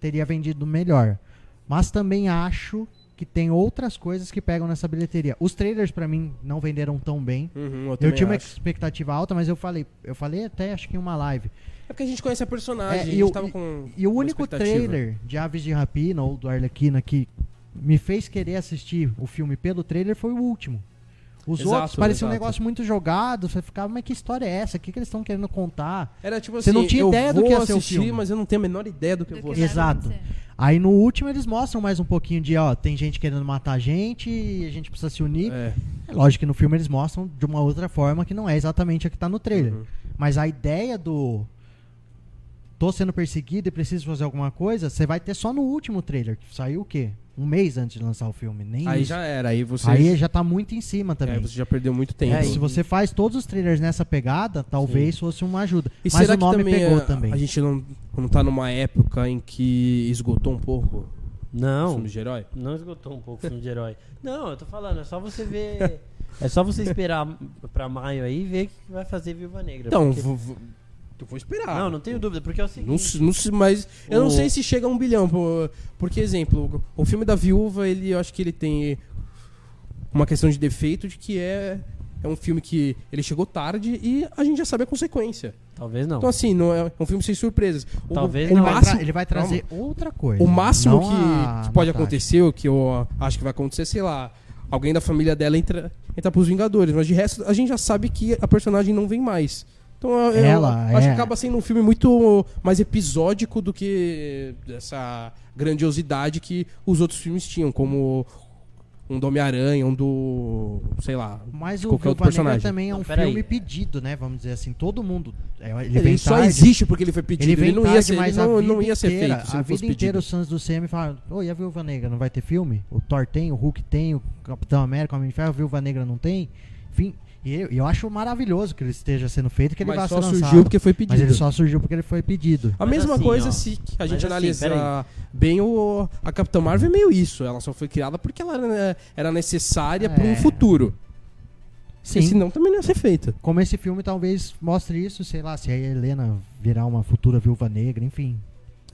Speaker 1: teria vendido melhor. Mas também acho que tem outras coisas que pegam nessa bilheteria. Os trailers pra mim não venderam tão bem.
Speaker 2: Uhum, eu
Speaker 1: Eu,
Speaker 2: também
Speaker 1: tinha uma
Speaker 2: acho.
Speaker 1: expectativa alta, mas eu falei, eu falei até acho que em uma live.
Speaker 2: É porque a gente conhece a personagem,
Speaker 1: É,
Speaker 2: a
Speaker 1: e
Speaker 2: gente
Speaker 1: o-
Speaker 2: tava com
Speaker 1: E o
Speaker 2: uma
Speaker 1: único
Speaker 2: expectativa.
Speaker 1: trailer de Aves de Rapina ou do Arlequina que me fez querer assistir o filme pelo trailer foi o último. Os
Speaker 2: Exato,
Speaker 1: outros pareciam um
Speaker 2: exato.
Speaker 1: negócio muito jogado, você ficava, mas que história é essa? O que, que eles estão querendo contar?
Speaker 2: Era tipo
Speaker 1: Você
Speaker 2: assim,
Speaker 1: não tinha
Speaker 2: eu
Speaker 1: ideia do
Speaker 2: vou
Speaker 1: que ia ser o
Speaker 2: assistir,
Speaker 1: filme.
Speaker 2: mas eu não tenho a menor ideia do que
Speaker 3: Do
Speaker 2: eu
Speaker 3: que é.
Speaker 2: vou
Speaker 3: vai
Speaker 2: assistir.
Speaker 1: Exato.
Speaker 3: acontecer.
Speaker 1: Aí no último eles mostram mais um pouquinho de, ó, tem gente querendo matar a gente e a gente precisa se unir.
Speaker 2: É.
Speaker 1: É lógico que no filme eles mostram de uma outra forma que não é exatamente a que tá no trailer. Mas a ideia do. Tô sendo perseguido e preciso fazer alguma coisa, você vai ter só no último trailer, que saiu o quê? Um mês antes de lançar o filme. Nem
Speaker 2: Aí
Speaker 1: isso.
Speaker 2: já era, aí você,
Speaker 1: Aí já tá muito em cima também.
Speaker 2: é, você já perdeu muito tempo.
Speaker 4: É,
Speaker 1: Se você faz todos os trailers nessa pegada, talvez fosse uma ajuda.
Speaker 2: E
Speaker 1: Mas
Speaker 2: será
Speaker 1: o nome
Speaker 2: que também
Speaker 1: pegou
Speaker 2: a,
Speaker 1: também.
Speaker 2: a gente não, não tá numa época em que esgotou um pouco o
Speaker 4: Não,
Speaker 2: filme de
Speaker 1: É
Speaker 2: herói?
Speaker 4: não esgotou um pouco o filme de herói. Não, eu tô falando, é só você ver. é só você esperar pra maio aí e ver o que vai fazer Viúva Negra.
Speaker 2: Então,
Speaker 4: porque-
Speaker 2: vou- vou- eu vou esperar.
Speaker 4: Não, não tenho dúvida, porque é o seguinte.
Speaker 2: Não se- não se- mas eu não
Speaker 4: O-
Speaker 2: sei se chega a um bilhão. por- Porque, exemplo, o o filme da viúva, ele eu acho que ele tem uma questão de defeito de que é, é um filme que ele chegou tarde e a gente já sabe a consequência.
Speaker 4: Talvez não.
Speaker 2: Então, assim, não é é um filme sem surpresas. O-
Speaker 4: Talvez
Speaker 2: o
Speaker 1: ele,
Speaker 4: não.
Speaker 1: vai tra-
Speaker 2: máximo-
Speaker 1: ele vai trazer outra coisa.
Speaker 2: O
Speaker 1: não
Speaker 2: máximo que,
Speaker 1: a
Speaker 2: que pode
Speaker 1: Natasha.
Speaker 2: acontecer, o que eu acho que vai acontecer, sei lá, alguém da família dela entra, entra pros Vingadores, mas de resto a gente já sabe que a personagem não vem mais. Então eu, eu
Speaker 1: Ela,
Speaker 2: acho
Speaker 1: é.
Speaker 2: que acaba sendo um filme muito mais episódico do que essa grandiosidade que os outros filmes tinham, como um do Homem-Aranha, um do. sei lá.
Speaker 1: Mas o
Speaker 2: qualquer
Speaker 1: Viúva Negra
Speaker 2: outro personagem.
Speaker 1: também é
Speaker 4: Não,
Speaker 1: um
Speaker 4: peraí.
Speaker 1: filme pedido, né? Vamos dizer assim, todo mundo. é, Ele,
Speaker 2: Ele,
Speaker 1: vem
Speaker 2: só
Speaker 1: tarde,
Speaker 2: existe porque ele foi pedido. Ele,
Speaker 1: vem
Speaker 2: não ia
Speaker 1: tarde,
Speaker 2: ser, ele
Speaker 1: mas a
Speaker 2: não,
Speaker 1: vida
Speaker 2: não ia ser
Speaker 1: inteira-
Speaker 2: feito se
Speaker 1: A
Speaker 2: não fosse
Speaker 1: vida inteira
Speaker 2: pedido.
Speaker 1: os fãs do CM falaram: Ô, e a Viúva Negra não vai ter filme? O Thor tem, o Hulk tem, o Capitão América, o Homem de Ferro, a Viúva Negra não tem. Enfim, E eu, e eu acho maravilhoso que ele esteja sendo feito, que ele vai
Speaker 2: Mas
Speaker 1: ser
Speaker 2: só
Speaker 1: lançado.
Speaker 2: surgiu porque foi
Speaker 1: Mas ele
Speaker 2: pedido. Ah,
Speaker 1: só surgiu porque ele foi pedido.
Speaker 2: A
Speaker 4: Mas
Speaker 2: mesma
Speaker 4: assim,
Speaker 2: coisa
Speaker 4: ó.
Speaker 2: se a
Speaker 4: Mas
Speaker 2: gente
Speaker 4: assim,
Speaker 2: analisar bem o a Capitã Marvel é meio isso, ela só foi criada porque ela era, era necessária para um
Speaker 1: É.
Speaker 2: futuro.
Speaker 1: Sim.
Speaker 2: Sim. Senão também não ia ser feita.
Speaker 1: Como esse filme talvez mostre isso, sei lá, se a Helena virar uma futura viúva negra, enfim.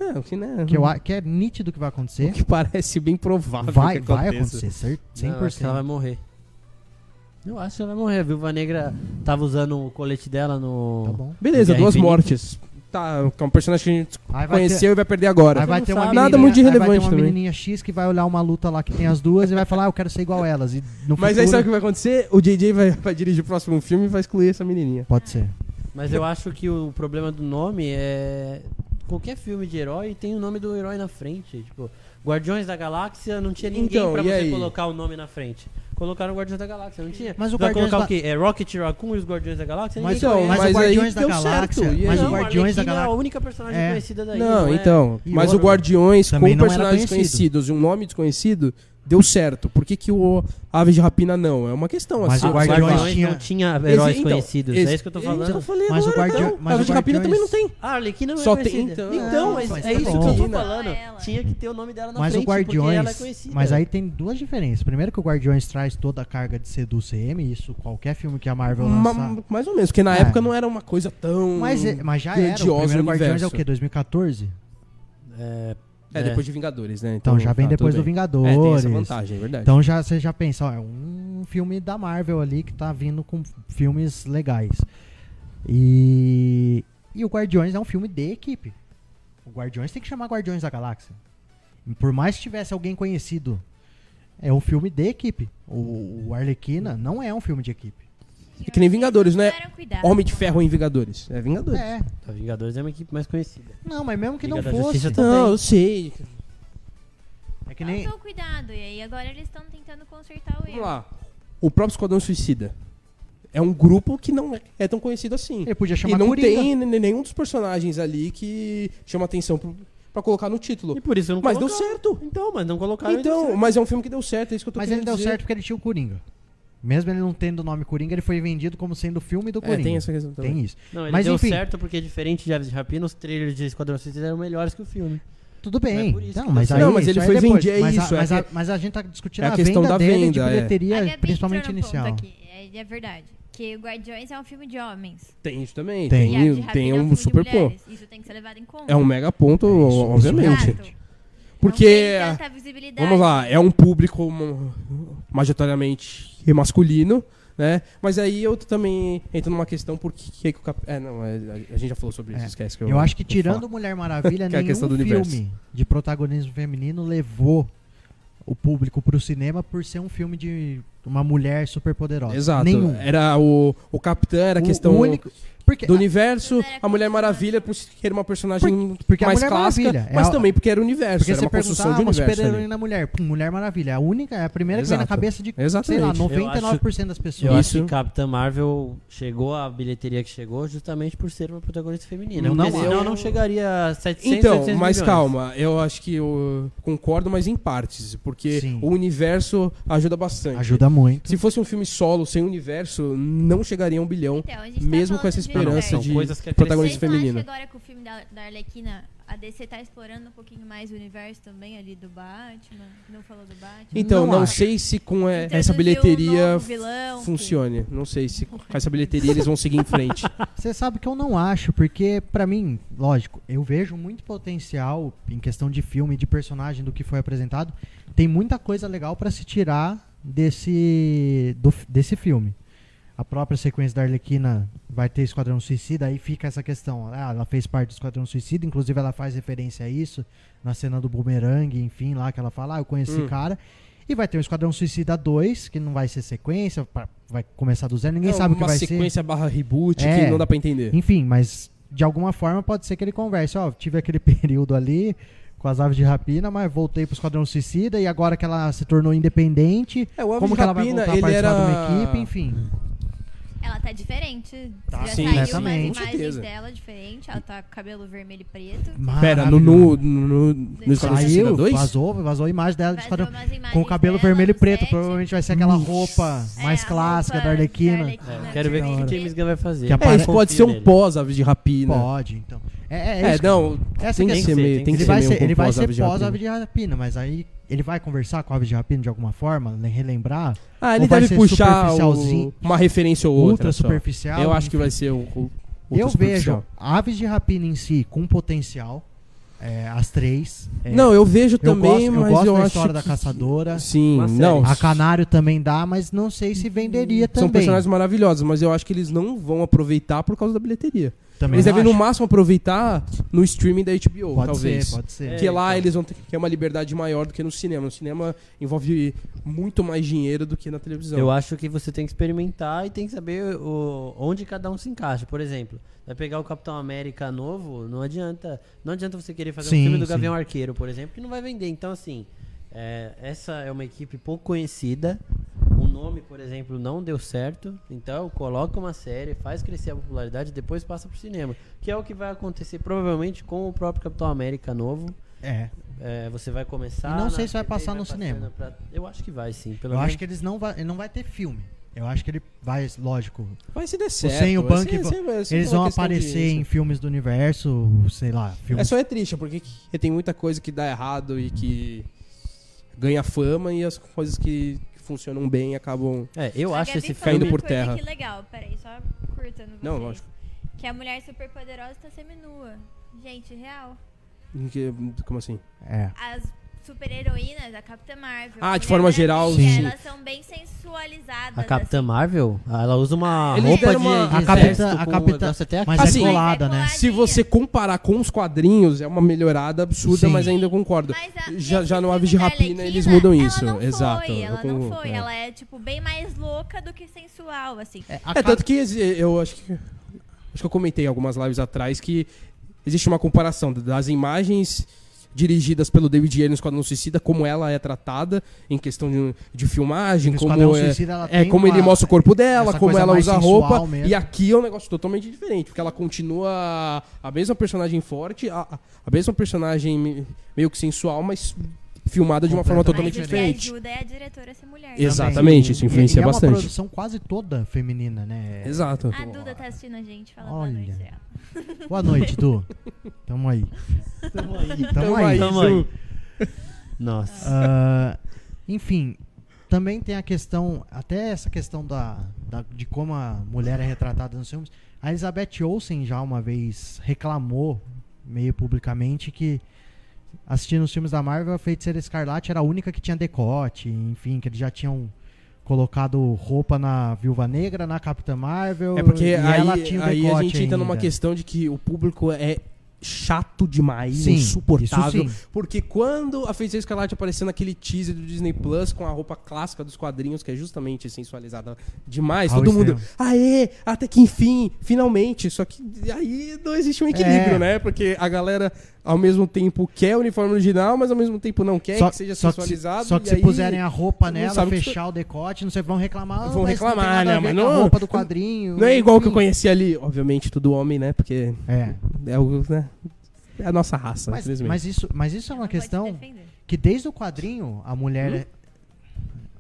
Speaker 2: É, o que, né, <laughs>
Speaker 1: Que, eu, a- que é nítido que vai acontecer.
Speaker 2: o que parece bem provável
Speaker 1: Vai,
Speaker 2: que
Speaker 1: vai
Speaker 2: aconteça.
Speaker 1: acontecer, cer-
Speaker 4: Não, eu acho que
Speaker 1: 100%.
Speaker 4: ela vai morrer. Eu acho que ela vai morrer. A Viúva Negra tava usando o colete dela no...
Speaker 1: Tá bom.
Speaker 2: Beleza,
Speaker 4: Guerra
Speaker 2: duas
Speaker 4: Infinita.
Speaker 2: mortes. Tá, que é um personagem que a gente
Speaker 1: Aí vai ter-
Speaker 2: conheceu e vai perder agora.
Speaker 1: Aí vai
Speaker 4: não
Speaker 1: ter uma
Speaker 4: sabe.
Speaker 1: menininha-
Speaker 2: Nada muito
Speaker 1: aí vai ter
Speaker 2: irrelevante
Speaker 1: uma
Speaker 2: também.
Speaker 1: menininha X que vai olhar uma luta lá que tem as duas e vai falar, ah, eu quero ser igual elas. E no
Speaker 2: Mas
Speaker 1: um futuro-
Speaker 2: aí sabe o que vai acontecer? O JJ vai, vai dirigir o próximo filme e vai excluir essa menininha.
Speaker 1: Pode ser.
Speaker 4: Mas eu acho que o problema do nome é. Qualquer filme de herói tem o nome do herói na frente. Tipo, Guardiões da Galáxia não tinha ninguém
Speaker 2: Então,
Speaker 4: pra
Speaker 2: e
Speaker 4: você
Speaker 2: aí?
Speaker 4: colocar o nome na frente. Colocaram Guardiões da Galáxia, não tinha.
Speaker 1: Mas o
Speaker 4: Vai
Speaker 1: Guardiões
Speaker 4: colocar
Speaker 1: da-
Speaker 4: o quê? É Rocket Raccoon e os Guardiões da Galáxia?
Speaker 1: Mas,
Speaker 4: Ninguém
Speaker 2: então,
Speaker 4: conhece.
Speaker 1: mas,
Speaker 2: mas
Speaker 1: o
Speaker 2: aí
Speaker 1: Guardiões da
Speaker 2: deu
Speaker 1: Galáxia.
Speaker 2: certo, e
Speaker 1: Mas
Speaker 2: aí?
Speaker 1: o Guardiões
Speaker 4: Não,
Speaker 1: da
Speaker 4: Arlequina é a
Speaker 1: Galáxia.
Speaker 4: única personagem
Speaker 1: É.
Speaker 4: conhecida daí.
Speaker 2: não,
Speaker 4: é-
Speaker 2: então.
Speaker 1: E
Speaker 2: Mas o
Speaker 1: outra-
Speaker 2: Guardiões,
Speaker 1: Também
Speaker 2: com
Speaker 1: não era
Speaker 2: personagens
Speaker 1: conhecido.
Speaker 2: conhecidos e um nome desconhecido, deu certo. Por que, que o Aves de Rapina não? É uma questão.
Speaker 1: Mas
Speaker 4: Ah,
Speaker 1: o
Speaker 4: os
Speaker 1: tipo, Guardiões
Speaker 4: Guardiões
Speaker 1: tinha-
Speaker 4: não tinha heróis
Speaker 2: Exi- então,
Speaker 4: conhecidos.
Speaker 2: exi-
Speaker 4: é isso que eu tô
Speaker 2: então,
Speaker 4: falando.
Speaker 2: eu falei
Speaker 1: Mas o
Speaker 2: agora,
Speaker 1: Guardião-
Speaker 2: então.
Speaker 1: mas o
Speaker 2: Aves de Rapina também não
Speaker 1: Guardiões-
Speaker 2: tem.
Speaker 4: Ah, a Arlequina não
Speaker 2: Só
Speaker 4: é
Speaker 2: tem-
Speaker 4: conhecida.
Speaker 2: então-
Speaker 1: Ah,
Speaker 4: Então, mas
Speaker 1: mas
Speaker 4: é
Speaker 1: tá
Speaker 4: isso
Speaker 1: bom.
Speaker 4: que eu tô
Speaker 2: Ela.
Speaker 4: falando. Tinha que ter o nome dela na
Speaker 1: Mas
Speaker 4: frente,
Speaker 1: o Guardiões.
Speaker 4: porque ela é conhecida.
Speaker 1: mas aí tem duas diferenças. Primeiro que o Guardiões traz toda a carga de ser do CM, isso qualquer filme que a Marvel
Speaker 2: Ma-
Speaker 1: lançar.
Speaker 2: mais ou menos, porque na
Speaker 1: É.
Speaker 2: época não era uma coisa tão.
Speaker 1: mas, é- mas já era. O
Speaker 2: grandiosa
Speaker 1: primeiro
Speaker 2: no
Speaker 1: Guardiões é o
Speaker 2: universo.
Speaker 1: quê? 2014?
Speaker 4: É,
Speaker 2: É, depois de Vingadores, né?
Speaker 1: Então, já vem
Speaker 2: tá,
Speaker 1: depois
Speaker 2: tudo
Speaker 1: do
Speaker 2: bem.
Speaker 1: Vingadores.
Speaker 2: É, tem essa vantagem, é verdade.
Speaker 1: Então já, você já pensa, ó, é um filme da Marvel ali que tá vindo com filmes legais. E, e o Guardiões é um filme de equipe. O Guardiões tem que chamar Guardiões da Galáxia. Por mais que tivesse alguém conhecido, é um filme de equipe. O, o Arlequina não é um filme de equipe.
Speaker 2: É que nem Vingadores, né?
Speaker 3: Cuidado.
Speaker 2: Homem de Ferro em Vingadores. É Vingadores.
Speaker 1: É.
Speaker 4: a Vingadores é uma equipe mais conhecida.
Speaker 1: Não, mas mesmo que
Speaker 4: Liga
Speaker 1: não
Speaker 4: da
Speaker 1: fosse.
Speaker 4: Justiça também.
Speaker 2: Não, Então, eu sei.
Speaker 1: É que nem.
Speaker 2: Ah,
Speaker 3: Faltou cuidado. E aí agora eles estão tentando consertar o
Speaker 2: Vamos
Speaker 3: erro.
Speaker 2: lá. O próprio Esquadrão Suicida é um grupo que não é tão conhecido assim.
Speaker 1: Ele podia
Speaker 2: E
Speaker 1: chamar
Speaker 2: não
Speaker 1: Coringa.
Speaker 2: tem n- nenhum dos personagens ali que chama atenção pro- pra colocar no título.
Speaker 4: E por isso não
Speaker 2: Mas deu
Speaker 4: colocaram.
Speaker 2: certo.
Speaker 4: Então, mas não colocaram. e deu
Speaker 2: Então,
Speaker 4: certo.
Speaker 2: mas é um filme que deu certo, é isso que eu tô
Speaker 1: Mas ele
Speaker 2: querendo
Speaker 1: deu
Speaker 2: dizer.
Speaker 1: certo porque ele tinha o Coringa. Mesmo ele não tendo o nome Coringa, ele foi vendido como sendo o filme do
Speaker 2: É,
Speaker 1: Coringa.
Speaker 2: tem essa questão também.
Speaker 1: Tem isso.
Speaker 4: Não, ele
Speaker 1: Mas
Speaker 4: deu
Speaker 1: enfim.
Speaker 4: certo porque, diferente de Aves de Rapina, os trailers de Esquadrão Suicida eram melhores que o filme.
Speaker 1: Tudo bem.
Speaker 4: É por isso
Speaker 1: Não,
Speaker 4: que
Speaker 1: mas,
Speaker 4: deu
Speaker 1: aí,
Speaker 2: certo. Não, mas
Speaker 1: isso
Speaker 2: ele
Speaker 1: aí
Speaker 2: foi
Speaker 1: depois.
Speaker 2: vender
Speaker 1: mas
Speaker 2: isso,
Speaker 1: A,
Speaker 2: é
Speaker 1: mas, a,
Speaker 2: que-
Speaker 1: mas a gente tá discutindo
Speaker 2: é a
Speaker 1: a,
Speaker 2: questão
Speaker 1: venda
Speaker 2: da
Speaker 1: dele de
Speaker 2: venda, é.
Speaker 1: bilheteria,
Speaker 3: A Gabi
Speaker 1: principalmente
Speaker 3: entrou num ponto
Speaker 1: inicial.
Speaker 3: aqui, É, é verdade. Que o Guardiões é um filme de homens.
Speaker 2: Tem isso também.
Speaker 1: Tem.
Speaker 3: e a de
Speaker 2: Tem,
Speaker 3: Rapina
Speaker 2: tem
Speaker 3: é
Speaker 2: um
Speaker 3: filme de
Speaker 2: super ponto.
Speaker 3: mulheres. Isso tem que ser levado em conta.
Speaker 2: É um mega ponto,
Speaker 1: isso, isso
Speaker 2: obviamente.
Speaker 3: Exato.
Speaker 2: Porque,
Speaker 3: Não tem tanta visibilidade.
Speaker 2: vamos lá, é um público mo- majoritariamente masculino, né? Mas aí eu também entro numa questão por que que o Cap... É, não, é, a a gente já falou sobre isso,
Speaker 1: É.
Speaker 2: esquece que eu
Speaker 1: Eu acho que
Speaker 2: vou
Speaker 1: tirando
Speaker 2: falar.
Speaker 1: Mulher Maravilha,
Speaker 2: <laughs> Que é a
Speaker 1: nenhum
Speaker 2: questão do
Speaker 1: filme
Speaker 2: universo.
Speaker 1: de protagonismo feminino levou o público pro cinema por ser um filme de uma mulher super poderosa.
Speaker 2: Exato.
Speaker 1: Nenhum.
Speaker 2: Era o, o Capitã, era a
Speaker 1: O-
Speaker 2: questão
Speaker 1: o único- porque,
Speaker 2: do universo,
Speaker 3: Mas era
Speaker 2: a Mulher
Speaker 3: como-
Speaker 2: Maravilha por ser uma personagem
Speaker 1: porque a
Speaker 2: mais
Speaker 1: Mulher
Speaker 2: clássica,
Speaker 1: Maravilha é
Speaker 2: mas
Speaker 1: a-
Speaker 2: também porque era o universo,
Speaker 1: porque
Speaker 2: era
Speaker 1: você
Speaker 2: uma construção
Speaker 1: perguntar,
Speaker 2: de
Speaker 1: ah, uma
Speaker 2: universo. ali.
Speaker 1: super-heroína mulher. Pum, Mulher Maravilha. É a única, é a primeira que vem na
Speaker 2: Exato.
Speaker 1: cabeça de, sei
Speaker 2: Exatamente.
Speaker 1: lá,
Speaker 4: Eu
Speaker 1: 99% das
Speaker 4: Eu
Speaker 1: pessoas.
Speaker 2: Isso.
Speaker 4: acho que Capitã Marvel chegou à bilheteria que chegou justamente por ser uma protagonista feminina.
Speaker 1: Não,
Speaker 4: porque
Speaker 1: não,
Speaker 4: senão
Speaker 2: eu-
Speaker 4: não chegaria a 700,
Speaker 2: Então,
Speaker 4: 700
Speaker 2: mas
Speaker 4: milhões.
Speaker 2: calma, eu acho que eu concordo, mas em partes, porque
Speaker 1: Sim.
Speaker 2: o universo ajuda bastante.
Speaker 1: Ajuda muito.
Speaker 2: Se fosse um filme solo, sem universo, não chegaria a um bilhão,
Speaker 3: Então, a gente tá
Speaker 2: mesmo com essa
Speaker 3: falando de
Speaker 4: Não, não,
Speaker 2: esperança
Speaker 4: são
Speaker 2: de
Speaker 4: coisas que
Speaker 2: protagonista
Speaker 3: Vocês não acham
Speaker 2: feminina.
Speaker 3: que agora com o filme da, da Arlequina, a DC tá explorando um pouquinho mais o universo também ali do Batman? Não falou do Batman?
Speaker 2: Então,
Speaker 1: Não
Speaker 2: não,
Speaker 1: acho.
Speaker 2: sei se com é,
Speaker 3: Introduziu
Speaker 2: essa
Speaker 3: um
Speaker 2: bilheteria
Speaker 3: novo vilão,
Speaker 2: funcione. Não sei se com essa bilheteria eles vão seguir em frente.
Speaker 1: Você sabe que eu não acho, porque pra mim, lógico, eu vejo muito potencial em questão de filme, de personagem, do que foi apresentado. Tem muita coisa legal pra se tirar desse do- desse filme. A própria sequência da Arlequina vai ter Esquadrão Suicida, aí fica essa questão. Ah, ela fez parte do Esquadrão Suicida, inclusive ela faz referência a isso na cena do Boomerang, enfim, lá que ela fala, ah, eu conheci esse
Speaker 2: Hum.
Speaker 1: cara. E vai ter o Esquadrão Suicida 2, que não vai ser sequência, pra- vai começar do zero, <laughs> ninguém
Speaker 2: É
Speaker 1: sabe o que
Speaker 2: uma
Speaker 1: vai ser.
Speaker 2: sequência barra reboot
Speaker 1: É.
Speaker 2: que não dá pra entender.
Speaker 1: Enfim, mas de alguma forma pode ser que ele converse. Ó, tive aquele <laughs> período ali com as aves de rapina, mas voltei pro Esquadrão Suicida e agora que ela se tornou independente,
Speaker 2: É, o Aves
Speaker 1: como
Speaker 2: de
Speaker 1: que ela vai
Speaker 2: Rapina,
Speaker 1: voltar a
Speaker 2: ele
Speaker 1: participar de uma
Speaker 2: era-
Speaker 1: equipe, enfim.
Speaker 3: Ela tá diferente.
Speaker 1: Tá,
Speaker 3: Já
Speaker 2: sim,
Speaker 3: saiu umas
Speaker 1: completamente.
Speaker 2: Com
Speaker 3: imagens
Speaker 2: certeza.
Speaker 3: dela diferente. Ela tá com cabelo vermelho e preto.
Speaker 2: Pera, no, no, no, no, no Esquadrão Suicida
Speaker 1: Ah,
Speaker 2: É,
Speaker 1: Saiu,
Speaker 2: 2?
Speaker 1: vazou, vazou a imagem dela de
Speaker 3: Vazou
Speaker 1: esquadrão.
Speaker 3: umas imagens
Speaker 1: Com o cabelo
Speaker 3: dela
Speaker 1: vermelho e
Speaker 3: no
Speaker 1: preto,
Speaker 3: set.
Speaker 1: provavelmente vai ser aquela roupa
Speaker 3: É,
Speaker 1: mais
Speaker 3: a
Speaker 1: clássica
Speaker 3: roupa
Speaker 1: da Arlequina.
Speaker 4: É, quero ver o que
Speaker 3: vermelha
Speaker 4: o
Speaker 3: e
Speaker 4: James
Speaker 3: preta.
Speaker 4: Gunn vai fazer.
Speaker 1: Que
Speaker 2: É,
Speaker 1: Para-
Speaker 2: isso pode ser um
Speaker 4: pó.
Speaker 2: pós-Aves de Rapina.
Speaker 1: Pode, então. É, é,
Speaker 2: É,
Speaker 1: isso.
Speaker 2: não,
Speaker 1: Essa
Speaker 2: tem
Speaker 1: que
Speaker 2: que
Speaker 1: é-
Speaker 2: ser meio, tem
Speaker 1: ele
Speaker 2: que
Speaker 1: vai
Speaker 2: ser
Speaker 1: ser,
Speaker 2: meio
Speaker 1: ele
Speaker 2: com
Speaker 1: vai ser
Speaker 2: pós-Aves de
Speaker 1: pós Ave
Speaker 2: Rapina.
Speaker 1: de Rapina, mas aí ele vai conversar com a Ave de Rapina de alguma forma, nem relembrar.
Speaker 2: Ah, ele
Speaker 1: Ou vai
Speaker 2: deve
Speaker 1: ser
Speaker 2: puxar
Speaker 1: superficialzinho?
Speaker 2: o- uma referência ou outra.
Speaker 1: ultra
Speaker 2: só.
Speaker 1: superficial.
Speaker 2: Eu acho que
Speaker 1: enfim.
Speaker 2: vai ser o. o ultra
Speaker 1: Eu vejo
Speaker 2: superficial.
Speaker 1: Aves de Rapina em si com potencial, é, as três. é,
Speaker 2: Não, eu vejo
Speaker 1: eu
Speaker 2: também,
Speaker 1: gosto,
Speaker 2: mas
Speaker 1: eu gosto
Speaker 2: eu
Speaker 1: da
Speaker 2: acho.
Speaker 1: história da
Speaker 2: que-
Speaker 1: caçadora.
Speaker 2: Sim,
Speaker 4: Uma série.
Speaker 2: não.
Speaker 1: A Canário também dá, mas não sei se venderia
Speaker 2: São
Speaker 1: também.
Speaker 2: personagens maravilhosos, mas eu acho que eles não vão aproveitar por causa da bilheteria.
Speaker 1: também
Speaker 2: eles
Speaker 1: não
Speaker 2: devem, no
Speaker 1: acho.
Speaker 2: máximo, aproveitar no streaming da HBO,
Speaker 1: Pode
Speaker 2: talvez.
Speaker 1: ser, pode ser.
Speaker 2: Porque
Speaker 4: É,
Speaker 2: lá
Speaker 4: então.
Speaker 2: eles vão ter que ter uma liberdade maior do que no cinema. No cinema envolve muito mais dinheiro do que na televisão.
Speaker 4: Eu acho que você tem que experimentar e tem que saber o- onde cada um se encaixa. Por exemplo, vai pegar o Capitão América novo, não adianta. Não adianta você querer fazer
Speaker 1: Sim,
Speaker 4: um filme do
Speaker 1: sim.
Speaker 4: Gavião Arqueiro, por exemplo, que não vai vender. Então, assim, é, essa é uma equipe pouco conhecida. O nome, por exemplo, não deu certo. Então, coloca uma série, faz crescer a popularidade e depois passa pro cinema. Que é o que vai acontecer provavelmente com o próprio Capitão América novo.
Speaker 1: É.
Speaker 4: É, você vai começar.
Speaker 1: E não
Speaker 4: na
Speaker 1: sei se vai
Speaker 4: TV,
Speaker 1: passar no
Speaker 4: passando
Speaker 1: cinema.
Speaker 4: pra- Eu acho que vai, sim. Pelo
Speaker 1: Eu
Speaker 4: menos
Speaker 1: acho que eles não vai, ele não vai ter filme. Eu acho que ele vai, lógico.
Speaker 2: Vai se der
Speaker 1: O
Speaker 2: certo.
Speaker 1: sem o
Speaker 2: vai
Speaker 1: Bank
Speaker 2: ser-
Speaker 1: vão-
Speaker 2: sempre- sempre
Speaker 1: eles
Speaker 2: uma
Speaker 1: vão
Speaker 2: questão de-
Speaker 1: aparecer em filmes do universo, sei lá,
Speaker 2: É
Speaker 1: filmes.
Speaker 2: só é triste, porque que- tem muita coisa que dá errado e que ganha fama e as coisas que que funcionam bem acabam.
Speaker 4: É, eu
Speaker 3: A
Speaker 4: acho
Speaker 3: Gabi
Speaker 4: esse
Speaker 3: falou
Speaker 2: Caindo
Speaker 4: filme.
Speaker 3: uma
Speaker 2: por
Speaker 3: coisa
Speaker 2: terra.
Speaker 3: Que legal, peraí, só curtando vocês.
Speaker 2: Não, lógico.
Speaker 3: Que a mulher superpoderosa tá seminua. Gente, real.
Speaker 2: que- Como assim?
Speaker 1: É.
Speaker 3: As super-heroínas, a Capitã Marvel.
Speaker 2: Ah, de
Speaker 3: Mulher
Speaker 2: forma geral,
Speaker 3: Maravilha,
Speaker 2: sim.
Speaker 3: Elas são bem sensualizadas. assim.
Speaker 4: A Capitã Marvel, ela usa uma
Speaker 2: Eles
Speaker 4: roupa de,
Speaker 2: deram uma-
Speaker 4: de
Speaker 1: Ah, A
Speaker 4: exército
Speaker 1: Capitã- a
Speaker 4: com
Speaker 1: Capitã-
Speaker 4: negócio até
Speaker 1: Mas
Speaker 4: aqui.
Speaker 2: Assim,
Speaker 1: é colada, né?
Speaker 3: Mas é
Speaker 2: Se você comparar com os quadrinhos, é uma melhorada
Speaker 1: Sim.
Speaker 2: absurda, mas ainda eu concordo.
Speaker 3: Mas a-
Speaker 2: já,
Speaker 3: nesse
Speaker 2: já no
Speaker 3: filme
Speaker 2: Aves de
Speaker 3: da
Speaker 2: Rapina eles
Speaker 3: Arlequina,
Speaker 2: mudam
Speaker 3: ela
Speaker 2: isso.
Speaker 3: não foi,
Speaker 2: Exato. eu
Speaker 3: ela
Speaker 2: con-
Speaker 3: não foi.
Speaker 2: é.
Speaker 3: Ela é, tipo, bem mais louca do que sensual, assim.
Speaker 1: É,
Speaker 2: É, tanto que exi- eu acho que. Acho que eu comentei em algumas lives atrás que existe uma comparação das imagens dirigidas pelo David Ayer no Esquadrão Suicida, como ela é tratada em questão de, de filmagem,
Speaker 1: No Esquadrão
Speaker 2: como, é,
Speaker 1: Suicida ela
Speaker 2: é,
Speaker 1: tem
Speaker 2: como ele
Speaker 1: uma-
Speaker 2: mostra o corpo dela,
Speaker 1: essa
Speaker 2: como
Speaker 1: coisa
Speaker 2: ela
Speaker 1: mais
Speaker 2: usa a
Speaker 1: sensual
Speaker 2: roupa.
Speaker 1: mesmo.
Speaker 2: E aqui é um negócio totalmente diferente, porque ela continua a mesma personagem forte, a, a- a mesma personagem me- meio que sensual, mas filmada de uma forma
Speaker 1: Completamente
Speaker 2: totalmente
Speaker 3: Mas o que
Speaker 2: diferente.
Speaker 3: ajuda é a diretora ser mulher. né?
Speaker 1: Também.
Speaker 2: Exatamente, isso
Speaker 1: e,
Speaker 2: influencia
Speaker 1: e É uma
Speaker 2: bastante.
Speaker 1: produção quase toda feminina, né?
Speaker 2: Exato.
Speaker 3: A Duda tá assistindo a gente, falando
Speaker 1: Olha.
Speaker 3: boa noite pra ela.
Speaker 1: Boa noite, <laughs> Du. Tamo aí. Tamo aí. Tamo aí.
Speaker 4: Tamo aí. Nossa.
Speaker 1: Ah, enfim, também tem a questão, até essa questão da, da- de como a mulher é retratada nos filmes. A Elizabeth Olsen já uma vez reclamou, meio publicamente, que assistindo os filmes da Marvel, a Feiticeira Escarlate era a única que tinha decote, enfim, que eles já tinham colocado roupa na Viúva Negra, na Capitã Marvel,
Speaker 2: É porque
Speaker 1: e ela
Speaker 2: aí,
Speaker 1: tinha o
Speaker 2: aí a
Speaker 1: decote
Speaker 2: gente entra numa
Speaker 1: ainda.
Speaker 2: questão de que o público é chato demais,
Speaker 1: Sim,
Speaker 2: insuportável.
Speaker 1: isso sim.
Speaker 2: Porque quando a Feiticeira Escarlate apareceu naquele teaser do Disney Plus com a roupa clássica dos quadrinhos, que é justamente sensualizada demais,
Speaker 1: Ao
Speaker 2: todo mundo.
Speaker 1: extremo.
Speaker 2: Aê, até que enfim, finalmente. Só que aí não existe um equilíbrio,
Speaker 1: É.
Speaker 2: né? Porque a galera ao mesmo tempo quer o uniforme original, mas ao mesmo tempo não quer que seja
Speaker 1: que se-
Speaker 2: sensualizado.
Speaker 1: só que
Speaker 2: e
Speaker 1: se
Speaker 2: aí-
Speaker 1: puserem a roupa
Speaker 2: não
Speaker 1: nela,
Speaker 2: sabe o que
Speaker 1: fechar o decote, não sei, vão reclamar. "Ah,
Speaker 2: Vão
Speaker 1: mas
Speaker 2: reclamar,
Speaker 1: não tem nada a
Speaker 2: né,
Speaker 1: ver
Speaker 2: mas
Speaker 1: com a
Speaker 2: não-
Speaker 1: roupa do quadrinho.
Speaker 2: Não é igual o que eu
Speaker 1: enfim.
Speaker 2: conheci ali, obviamente, tudo homem, né? Porque
Speaker 1: É.
Speaker 2: É, o, né? é a nossa raça,
Speaker 1: Mas,
Speaker 2: infelizmente.
Speaker 1: mas isso, mas isso é
Speaker 3: Ela
Speaker 1: uma
Speaker 3: pode se
Speaker 1: questão
Speaker 3: defender.
Speaker 1: que desde o quadrinho a mulher é...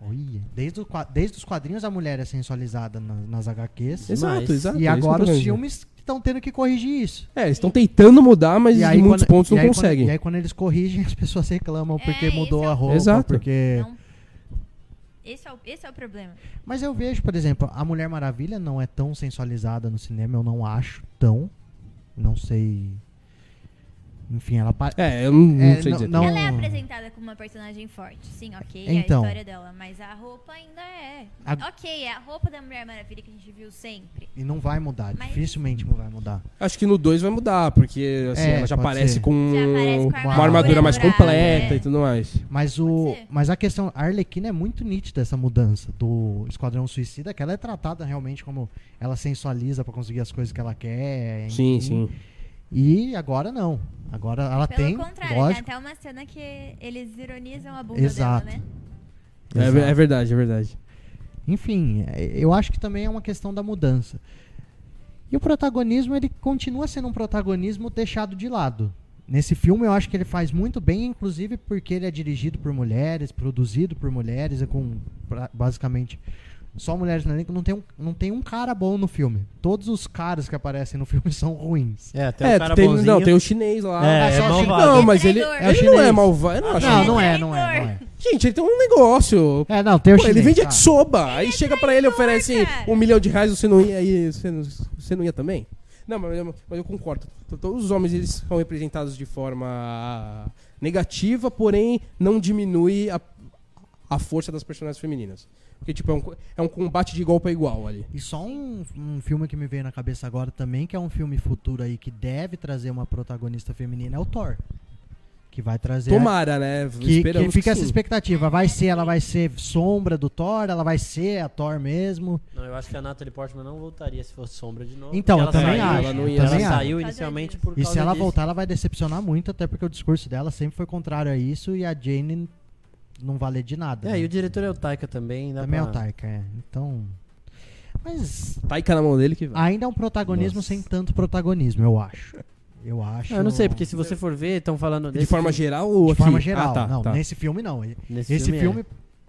Speaker 1: Olha, desde, o qua- desde os quadrinhos a mulher é sensualizada na- nas HQs.
Speaker 4: Exato, mas-
Speaker 2: exato.
Speaker 1: e
Speaker 2: é isso que eu tô
Speaker 1: agora os
Speaker 2: querendo
Speaker 1: filmes estão tendo que corrigir isso.
Speaker 2: dizer. É, eles estão tentando mudar, mas
Speaker 1: E
Speaker 2: em
Speaker 1: aí
Speaker 2: muitos
Speaker 1: quando-
Speaker 2: pontos
Speaker 1: e
Speaker 2: não
Speaker 1: aí quando-
Speaker 2: conseguem.
Speaker 1: e aí quando eles corrigem, <laughs> as pessoas reclamam porque
Speaker 3: É, esse
Speaker 1: mudou
Speaker 3: é
Speaker 1: a
Speaker 3: o-
Speaker 1: roupa,
Speaker 2: Exato.
Speaker 1: porque...
Speaker 3: Não. Então, Esse é, o, esse é o problema.
Speaker 1: Mas eu vejo, por exemplo, a Mulher Maravilha não é tão sensualizada no cinema, eu não acho tão. Não sei. Enfim, ela pa-
Speaker 2: É, eu não, não
Speaker 1: É,
Speaker 2: sei
Speaker 1: não-
Speaker 2: dizer.
Speaker 1: não-
Speaker 3: Ela é apresentada como uma personagem forte. Sim, ok,
Speaker 1: Então.
Speaker 3: é a história dela. Mas a roupa ainda é.
Speaker 1: A-
Speaker 3: Ok, é a roupa da Mulher Maravilha que a gente viu sempre.
Speaker 1: e não vai mudar,
Speaker 3: Mas-
Speaker 1: dificilmente vai mudar.
Speaker 2: Acho que no 2 vai mudar, porque assim,
Speaker 1: É,
Speaker 2: ela já
Speaker 1: pode
Speaker 2: aparece
Speaker 1: ser.
Speaker 2: com,
Speaker 3: Já aparece com a
Speaker 2: uma armadura
Speaker 1: armadura
Speaker 2: mais
Speaker 3: dourada,
Speaker 2: completa
Speaker 3: é.
Speaker 2: e tudo mais.
Speaker 1: Mas o
Speaker 3: Pode ser.
Speaker 1: mas a questão, a Arlequina é muito nítida essa mudança do Esquadrão Suicida, que ela é tratada realmente como ela sensualiza pra conseguir as coisas que ela quer.
Speaker 2: Sim,
Speaker 1: enfim.
Speaker 2: sim.
Speaker 1: E agora não. Agora ela
Speaker 3: Pelo
Speaker 1: tem,
Speaker 3: contrário,
Speaker 1: lógico.
Speaker 3: tem até uma cena que eles ironizam a bunda
Speaker 1: Exato.
Speaker 3: dela, né?
Speaker 2: É,
Speaker 1: Exato.
Speaker 2: é verdade, é verdade.
Speaker 1: Enfim, é, eu acho que também é uma questão da mudança. E o protagonismo, ele continua sendo um protagonismo deixado de lado. Nesse filme eu acho que ele faz muito bem, inclusive porque ele é dirigido por mulheres, produzido por mulheres, é com pra- basicamente só mulheres no elenco. Não tem, um, não tem um cara bom no filme. Todos os caras que aparecem no filme <laughs> são ruins.
Speaker 4: É, até
Speaker 2: É,
Speaker 4: o cara
Speaker 2: tem,
Speaker 4: bonzinho.
Speaker 2: não, tem o chinês lá.
Speaker 4: É,
Speaker 1: é malvado.
Speaker 2: Não, mas ele,
Speaker 3: É
Speaker 1: o
Speaker 2: ele não é
Speaker 1: chinês.
Speaker 2: malvado. Eu não acho
Speaker 1: Não,
Speaker 2: ele-
Speaker 1: não é, não é, não é.
Speaker 2: Gente, ele tem um negócio.
Speaker 1: É, não, tem o
Speaker 2: Pô, ele
Speaker 1: chinês,
Speaker 2: vende
Speaker 1: tá.
Speaker 2: a soba. Aí chega pra Ah. ele e oferece
Speaker 3: cara.
Speaker 2: um milhão de reais, você não ia aí, você não, você não ia também? Não, mas eu, mas eu concordo. T- Todos os homens eles são representados de forma negativa, porém não diminui a, a força das personagens femininas. Porque, tipo, é um, co- é um combate de igual pra igual ali.
Speaker 1: E só um, um filme que me veio na cabeça agora também, que é um filme futuro aí que deve trazer uma protagonista feminina, é o Thor. Que vai trazer.
Speaker 2: Tomara, né?
Speaker 1: É. Que,
Speaker 2: Esperamos
Speaker 1: que fica essa
Speaker 2: sim.
Speaker 1: expectativa. Vai ser, ela vai ser sombra do Thor, ela vai ser a Thor mesmo.
Speaker 4: Não, eu acho que a Natalie Portman não voltaria se fosse sombra de novo.
Speaker 1: Então,
Speaker 4: porque
Speaker 1: eu também
Speaker 4: saiu,
Speaker 1: acho,
Speaker 4: Ela,
Speaker 2: eu também
Speaker 4: ia- ela
Speaker 1: acho.
Speaker 4: saiu inicialmente por
Speaker 1: E
Speaker 4: causa
Speaker 1: se ela
Speaker 4: disso.
Speaker 1: voltar, ela vai decepcionar muito, até porque o discurso dela sempre foi contrário a isso e a Jane não valer de nada.
Speaker 4: É,
Speaker 1: né?
Speaker 4: e o diretor é o Taika também. Dá
Speaker 1: Também é o
Speaker 4: pra-
Speaker 1: Taika, é. Então. Mas
Speaker 2: Taika na mão dele que vai.
Speaker 1: ainda é um protagonismo
Speaker 4: Nossa.
Speaker 1: sem tanto protagonismo, eu acho. Eu acho.
Speaker 4: Ah, eu não sei, porque se você for ver, estão falando
Speaker 2: de
Speaker 4: desse
Speaker 2: forma
Speaker 4: filme-
Speaker 2: geral ou
Speaker 1: De
Speaker 2: aqui?
Speaker 1: forma geral.
Speaker 2: Ah, tá,
Speaker 1: não,
Speaker 2: tá.
Speaker 1: nesse filme não. Esse,
Speaker 4: Nesse é-
Speaker 1: filme, é.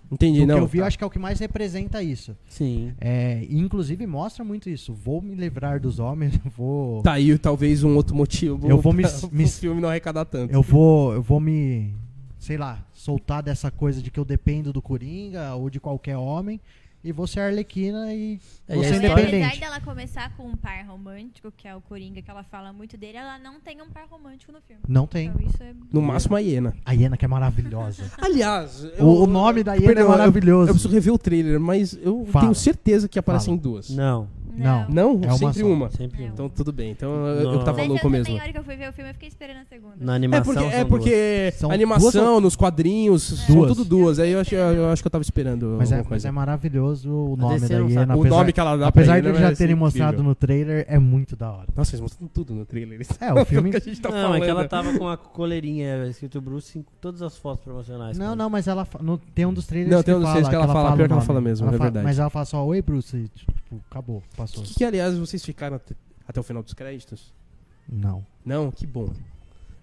Speaker 2: Entendi,
Speaker 1: do
Speaker 2: não.
Speaker 1: que eu vi,
Speaker 2: tá.
Speaker 1: eu acho que é o que mais representa isso.
Speaker 4: é. Sim.
Speaker 1: É, e inclusive mostra muito isso. Vou me livrar dos homens, <laughs> vou.
Speaker 2: Tá aí talvez um outro motivo
Speaker 1: Eu
Speaker 2: <laughs>
Speaker 1: vou me-
Speaker 2: pra- pro
Speaker 1: me-
Speaker 2: filme não arrecadar tanto.
Speaker 1: Eu vou. Eu vou me. Sei lá, soltar dessa coisa de que eu dependo do Coringa ou de qualquer homem. E vou ser a Arlequina e
Speaker 4: É,
Speaker 1: vou
Speaker 4: e
Speaker 1: ser
Speaker 4: a
Speaker 3: Mas
Speaker 4: história-
Speaker 1: independente.
Speaker 3: apesar dela começar com um par romântico, que é o Coringa, que ela fala muito dele, ela não tem um par romântico no filme.
Speaker 1: Não tem.
Speaker 3: Então isso é...
Speaker 2: No máximo a hiena.
Speaker 1: A Iena que é maravilhosa.
Speaker 2: Aliás,
Speaker 1: O- o nome da hiena é
Speaker 2: eu- Eu,
Speaker 1: maravilhoso.
Speaker 2: preciso rever o trailer, mas eu
Speaker 1: Fala.
Speaker 2: tenho certeza que aparecem
Speaker 1: Fala.
Speaker 2: duas.
Speaker 4: Não,
Speaker 1: Não.
Speaker 2: Não?
Speaker 1: É uma
Speaker 2: sempre
Speaker 1: só.
Speaker 2: uma.
Speaker 4: sempre.
Speaker 3: Não.
Speaker 4: um.
Speaker 2: Então tudo bem. Então eu, eu
Speaker 4: Não.
Speaker 2: tava
Speaker 3: Mas eu
Speaker 2: louco
Speaker 3: também,
Speaker 2: mesmo.
Speaker 3: a hora que eu fui ver o filme, eu fiquei esperando a segunda.
Speaker 4: Na
Speaker 2: É
Speaker 4: animação.
Speaker 2: porque, é
Speaker 4: são
Speaker 2: porque
Speaker 1: São
Speaker 2: animação, nos quadrinhos, são
Speaker 1: Duas.
Speaker 2: tudo duas. Aí eu acho, eu acho que eu tava esperando
Speaker 1: Mas é,
Speaker 2: alguma
Speaker 1: mas
Speaker 2: coisa. é
Speaker 1: é maravilhoso o
Speaker 4: A
Speaker 1: nome
Speaker 4: DC
Speaker 1: da
Speaker 4: não
Speaker 1: Iena.
Speaker 4: sabe.
Speaker 2: um o
Speaker 1: apesar-
Speaker 2: nome que ela dá pra
Speaker 1: Apesar
Speaker 2: ele,
Speaker 1: de
Speaker 2: né,
Speaker 1: eles já
Speaker 2: mas é
Speaker 1: terem
Speaker 2: incrível.
Speaker 1: mostrado no trailer, é muito da hora.
Speaker 2: Nossa, eles mostram tudo no trailer. <laughs>
Speaker 1: É, o filme.
Speaker 2: que a gente tá
Speaker 4: não,
Speaker 2: falando.
Speaker 4: é que ela tava com a coleirinha é escrito Bruce em todas as fotos promocionais.
Speaker 1: Não,
Speaker 4: cara.
Speaker 1: não, mas ela fa- no, tem um dos trailers
Speaker 2: Não,
Speaker 1: que
Speaker 2: tem um dos
Speaker 1: fala,
Speaker 2: trailers que ela fala, pior
Speaker 1: o
Speaker 2: que ela
Speaker 1: nome.
Speaker 2: fala mesmo, é verdade.
Speaker 1: Mas ela fala só, oi Bruce, e, tipo, acabou, passou.
Speaker 2: Que, que, aliás, vocês ficaram até, até o final dos créditos?
Speaker 1: Não.
Speaker 2: Não? Que bom.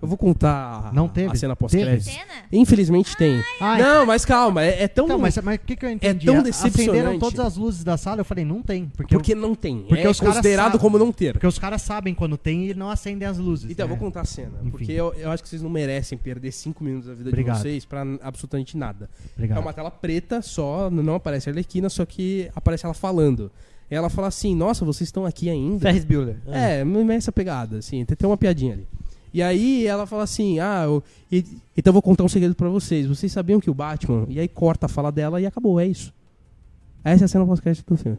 Speaker 2: Eu vou contar a,
Speaker 1: Não teve?
Speaker 2: a cena
Speaker 1: Teve?
Speaker 2: pós-créditos.
Speaker 3: Cena?
Speaker 2: Infelizmente tem.
Speaker 1: Ah,
Speaker 2: não, mas calma, é, é tão.
Speaker 1: então, mas mas o que, que eu entendi?
Speaker 2: tão
Speaker 1: A-
Speaker 2: decepcionante.
Speaker 1: Acenderam todas as luzes da sala, eu falei, não tem. Porque,
Speaker 2: Porque não tem.
Speaker 1: porque
Speaker 2: é
Speaker 1: os caras
Speaker 2: considerado
Speaker 1: sabem.
Speaker 2: como não ter.
Speaker 1: porque os caras sabem quando tem e não acendem as luzes.
Speaker 2: Então, eu
Speaker 1: né?
Speaker 2: vou contar a cena.
Speaker 1: Enfim.
Speaker 2: Porque eu, eu acho que vocês não merecem perder cinco minutos da vida
Speaker 1: Obrigado.
Speaker 2: de vocês pra n- absolutamente nada.
Speaker 1: Obrigado.
Speaker 2: É uma tela preta só, n- não aparece a Arlequina, só que aparece ela falando. E ela fala assim: Nossa, vocês estão aqui ainda?
Speaker 4: Ferris Bueller. Ah.
Speaker 2: É, mas é essa pegada, assim, tem, tem uma piadinha ali. E aí ela fala assim: Ah, eu- e- então eu vou contar um segredo pra vocês. Vocês sabiam que o Batman. E aí corta a fala dela e acabou, é isso. Essa é a cena pós-crédito do filme.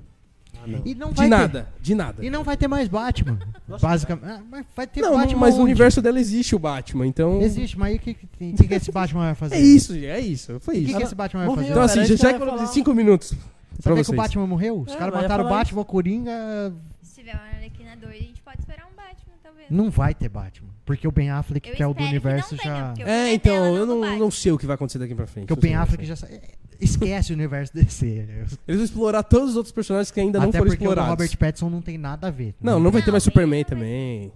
Speaker 4: Ah, não.
Speaker 1: E não
Speaker 2: De
Speaker 1: vai
Speaker 2: nada, de nada.
Speaker 1: Ter, e não vai ter mais Batman. basicamente. Ah, mas vai ter
Speaker 2: não,
Speaker 1: Batman.
Speaker 2: mas no
Speaker 1: onde?
Speaker 2: universo é dela existe o Batman, então.
Speaker 1: Existe, mas aí o que, que, tem- o que que esse Batman vai fazer?
Speaker 2: É isso, gente, é isso. Foi
Speaker 1: O que,
Speaker 2: isso.
Speaker 1: que esse Batman vai
Speaker 4: Morreu,
Speaker 1: fazer?
Speaker 2: Então, assim,
Speaker 4: Era
Speaker 2: já
Speaker 4: isso que eu
Speaker 2: já
Speaker 4: ia
Speaker 2: economizei
Speaker 4: falar.
Speaker 2: 5 minutos. pra
Speaker 1: Sabia que o
Speaker 2: vocês.
Speaker 1: Batman morreu? Os
Speaker 4: É,
Speaker 1: caras
Speaker 4: mas ia
Speaker 1: mataram o
Speaker 4: falar
Speaker 1: Batman, o Coringa.
Speaker 3: Se tiver uma Arlequina 2, a gente pode esperar um Batman, talvez.
Speaker 1: Não vai ter Batman. Porque o Ben Affleck,
Speaker 3: Eu
Speaker 1: que é o do
Speaker 3: espero que
Speaker 1: universo,
Speaker 3: não tenha,
Speaker 1: já.
Speaker 3: porque
Speaker 1: Porque
Speaker 3: eu-
Speaker 2: É,
Speaker 3: É
Speaker 2: então,
Speaker 3: dela,
Speaker 2: eu
Speaker 3: não
Speaker 2: não,
Speaker 3: do
Speaker 2: não
Speaker 3: Batman.
Speaker 2: sei o que vai acontecer daqui pra frente.
Speaker 1: o
Speaker 2: eu
Speaker 1: Ben
Speaker 2: sei, eu
Speaker 1: Affleck
Speaker 2: sei.
Speaker 1: já. sa- é, Esquece o universo <laughs> DC. né?
Speaker 2: Eles vão explorar todos os outros personagens que ainda não
Speaker 1: Até
Speaker 2: foram
Speaker 1: porque o
Speaker 2: explorados.
Speaker 1: Robert Pattinson não tem nada a ver.
Speaker 2: Não, não vai ter mais
Speaker 3: Não,
Speaker 2: Superman
Speaker 3: ele não vai-
Speaker 2: também.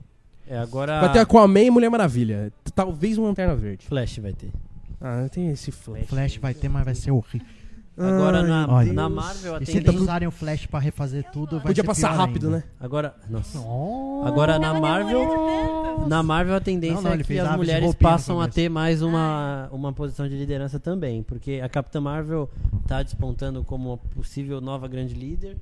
Speaker 4: É, agora.
Speaker 1: Ah.
Speaker 2: Vai ter Aquaman e Mulher Maravilha. Talvez uma Lanterna Verde.
Speaker 4: Flash vai ter.
Speaker 2: Ah, tem esse Flash.
Speaker 1: Flash vai ter, mas vai ser horrível.
Speaker 4: Agora
Speaker 2: é
Speaker 4: na,
Speaker 1: olha. tá
Speaker 4: na Marvel a
Speaker 1: E se eles
Speaker 4: tendência.
Speaker 1: usarem o Flash pra refazer tudo, vai
Speaker 2: Podia
Speaker 1: ser
Speaker 2: passar
Speaker 1: pior
Speaker 2: rápido,
Speaker 1: ainda.
Speaker 2: né?
Speaker 4: Agora. Nossa.
Speaker 1: Nossa.
Speaker 4: Agora na
Speaker 3: Tava
Speaker 4: Marvel.
Speaker 3: demorando tanto.
Speaker 4: Na Marvel a tendência
Speaker 1: Não, não,
Speaker 4: é
Speaker 1: ele
Speaker 4: que
Speaker 1: fez
Speaker 4: as
Speaker 1: aves de
Speaker 4: mulheres
Speaker 1: roupinha no
Speaker 4: passam a
Speaker 1: começo.
Speaker 4: ter mais uma, uma posição de liderança também, porque a Capitã Marvel tá despontando como uma possível nova grande líder.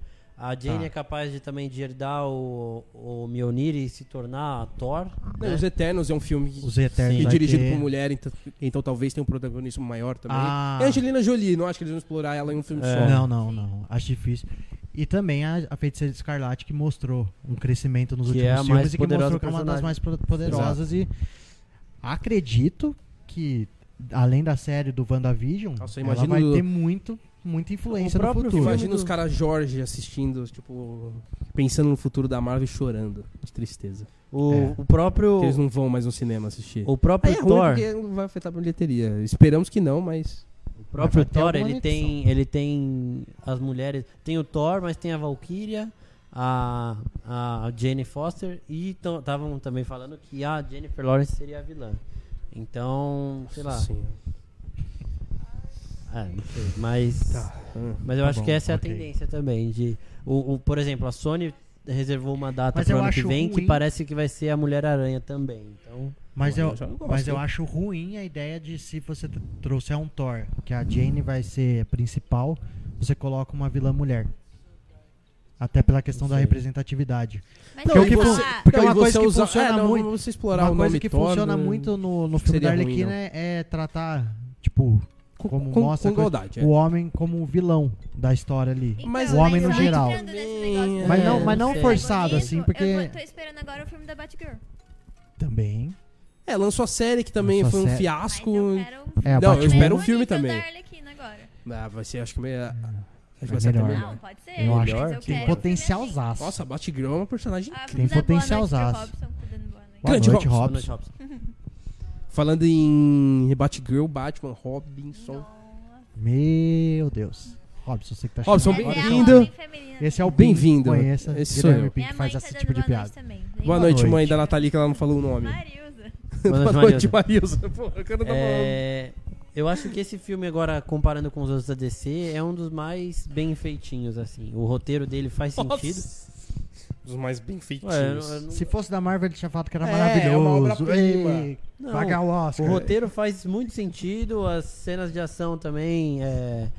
Speaker 4: A Jane
Speaker 1: Tá.
Speaker 4: é capaz de também de herdar o, o Mjolnir e se tornar a Thor.
Speaker 2: Não,
Speaker 4: né?
Speaker 2: Os Eternos é um filme que-
Speaker 1: Os Eternos.
Speaker 2: e
Speaker 1: vai
Speaker 2: dirigido
Speaker 1: ter-
Speaker 2: por mulher, então, então talvez tenha um protagonismo maior também.
Speaker 1: Ah. É.
Speaker 2: E a Angelina Jolie, não acho que eles vão explorar ela em um filme
Speaker 4: É.
Speaker 2: só.
Speaker 1: Não, não, não. Acho difícil. E também a, a Feiticeira de Escarlate, que mostrou um crescimento nos
Speaker 4: Que
Speaker 1: últimos
Speaker 4: é a
Speaker 1: filmes
Speaker 4: mais
Speaker 1: e que mostrou
Speaker 4: poderosa
Speaker 1: que é uma das
Speaker 4: personagem.
Speaker 1: mais pro- poderosas. E acredito que, além da série do WandaVision,
Speaker 2: Nossa, eu
Speaker 1: ela
Speaker 2: imagino-
Speaker 1: vai ter muito, muita influência
Speaker 4: O
Speaker 1: no
Speaker 4: próprio
Speaker 1: futuro.
Speaker 2: Imagina os caras Jorge assistindo, tipo, pensando no futuro da Marvel e chorando de tristeza.
Speaker 4: O,
Speaker 1: É.
Speaker 4: o próprio
Speaker 2: Porque eles não vão mais no cinema assistir.
Speaker 4: o próprio
Speaker 2: Aí é ruim
Speaker 4: Thor,
Speaker 2: porque não vai afetar a bilheteria. Esperamos que não, mas.
Speaker 4: o O próprio
Speaker 1: vai ter
Speaker 4: Thor,
Speaker 1: alguma
Speaker 4: ele
Speaker 1: anexão.
Speaker 4: tem, ele tem as mulheres. Tem o Thor, mas tem a Valkyria, a, a Jane Foster e estavam também falando que a Jennifer Lawrence seria a vilã. Então, sei lá.
Speaker 2: Sim.
Speaker 4: É, não sei, mas. Mas eu
Speaker 1: Tá
Speaker 4: acho
Speaker 1: bom,
Speaker 4: que essa é a
Speaker 1: ok.
Speaker 4: tendência também. De, o, o- por exemplo, a Sony reservou uma data
Speaker 1: Mas
Speaker 4: pro
Speaker 1: eu
Speaker 4: ano que
Speaker 1: acho
Speaker 4: vem que
Speaker 1: ruim.
Speaker 4: parece que vai ser a Mulher-Aranha também. Então,
Speaker 1: Mas
Speaker 2: Olha,
Speaker 1: eu,
Speaker 2: eu já gosto,
Speaker 1: mas eu
Speaker 2: hein?
Speaker 1: acho ruim a ideia de se você tr- trouxer um Thor, que a Jane vai ser principal, você coloca uma vilã mulher. Até pela questão da representatividade.
Speaker 3: Mas
Speaker 1: Porque,
Speaker 3: ah,
Speaker 2: Não,
Speaker 1: o que
Speaker 2: Então, e
Speaker 1: fun-
Speaker 2: você-
Speaker 1: porque
Speaker 2: não, e
Speaker 1: uma coisa
Speaker 2: você
Speaker 1: que
Speaker 2: usar-
Speaker 1: funciona
Speaker 2: é, não,
Speaker 1: muito.
Speaker 2: Você explorar
Speaker 1: uma
Speaker 2: o
Speaker 1: coisa
Speaker 2: nome
Speaker 1: que
Speaker 2: Thor,
Speaker 1: funciona
Speaker 2: não-
Speaker 1: muito no, no filme
Speaker 2: seria
Speaker 1: da
Speaker 2: ruim,
Speaker 1: Arlequina
Speaker 2: não.
Speaker 1: é, é tratar, tipo,
Speaker 2: Com-
Speaker 1: como
Speaker 2: com-
Speaker 1: mostra
Speaker 2: com
Speaker 1: a coisa-
Speaker 2: igualdade, é.
Speaker 1: o homem como o vilão da história ali.
Speaker 3: Então,
Speaker 2: Mas
Speaker 1: o homem no
Speaker 3: só
Speaker 1: geral.
Speaker 3: entrando nesse
Speaker 2: Hum,
Speaker 3: negócio
Speaker 1: Mas
Speaker 3: do
Speaker 1: não, mas não
Speaker 4: É,
Speaker 1: forçado,
Speaker 3: protagonismo,
Speaker 1: assim, porque.
Speaker 3: Eu vou- tô esperando agora o filme da Batgirl.
Speaker 1: Também.
Speaker 2: É, lançou a série que também
Speaker 1: Lançou a
Speaker 2: foi um
Speaker 1: série.
Speaker 3: Mas
Speaker 2: fiasco.
Speaker 3: eu quero um
Speaker 1: É, a
Speaker 2: Não, eu
Speaker 1: Batman-
Speaker 2: espero o
Speaker 3: Mas
Speaker 2: filme
Speaker 3: eu quero
Speaker 2: também.
Speaker 3: da Arlequina né, agora.
Speaker 2: Ah, vai ser, acho que
Speaker 4: É,
Speaker 2: meio. Acho que
Speaker 1: Vai
Speaker 2: vai ser até
Speaker 1: melhor.
Speaker 2: melhor.
Speaker 3: Não, pode ser.
Speaker 1: Eu
Speaker 3: mas
Speaker 1: acho
Speaker 3: eu
Speaker 1: que tem
Speaker 3: quero um
Speaker 1: potencial
Speaker 3: filme assim.
Speaker 1: zaço.
Speaker 2: Nossa, a Batgirl é uma personagem.
Speaker 3: Ah,
Speaker 2: incrível.
Speaker 1: Tem
Speaker 3: vamos dar boa
Speaker 1: potencial
Speaker 3: noite pro
Speaker 1: zaço.
Speaker 3: Robson, tô dando boa noite.
Speaker 1: Boa
Speaker 2: Grande
Speaker 1: noite,
Speaker 2: Robson.
Speaker 4: boa noite,
Speaker 1: Robson.
Speaker 4: Robson.
Speaker 2: Falando em Batgirl, Batman, Robinson.
Speaker 1: Meu Deus. Robson, você que tá
Speaker 2: Robson,
Speaker 1: chegando
Speaker 3: Mas
Speaker 1: agora,
Speaker 3: é a
Speaker 2: bem-vindo.
Speaker 1: então-
Speaker 3: ordem feminina.
Speaker 1: Esse é o
Speaker 2: Bem-vindo.
Speaker 1: Pim, Conheça
Speaker 2: Esse sou
Speaker 1: Guilherme
Speaker 2: eu.
Speaker 1: Pim, que
Speaker 3: Minha
Speaker 1: faz
Speaker 3: mãe
Speaker 1: esse
Speaker 3: tá
Speaker 1: tipo de
Speaker 3: dando
Speaker 1: piada.
Speaker 3: noite também.
Speaker 2: Boa
Speaker 1: Boa
Speaker 2: noite, mãe
Speaker 1: noite.
Speaker 2: da Nathalie, que ela não falou o nome.
Speaker 3: Marilza.
Speaker 4: Boa
Speaker 2: <laughs>
Speaker 4: noite, Marilda.
Speaker 2: Marilza. Pô, o cara tá falando.
Speaker 4: É, eu acho que esse filme agora, comparando com os outros da DC, é um dos mais bem feitinhos, assim. O roteiro dele faz sentido.
Speaker 2: Dos mais bem
Speaker 4: Ué, eu não- eu
Speaker 2: feitinhos.
Speaker 4: não-
Speaker 1: Se fosse da Marvel, ele tinha falado que era
Speaker 2: É, é uma
Speaker 1: maravilhoso.
Speaker 2: obra-prima.
Speaker 1: Ei,
Speaker 4: Não,
Speaker 1: pagar o
Speaker 4: o
Speaker 1: Oscar.
Speaker 4: roteiro faz muito sentido, as cenas de ação também é,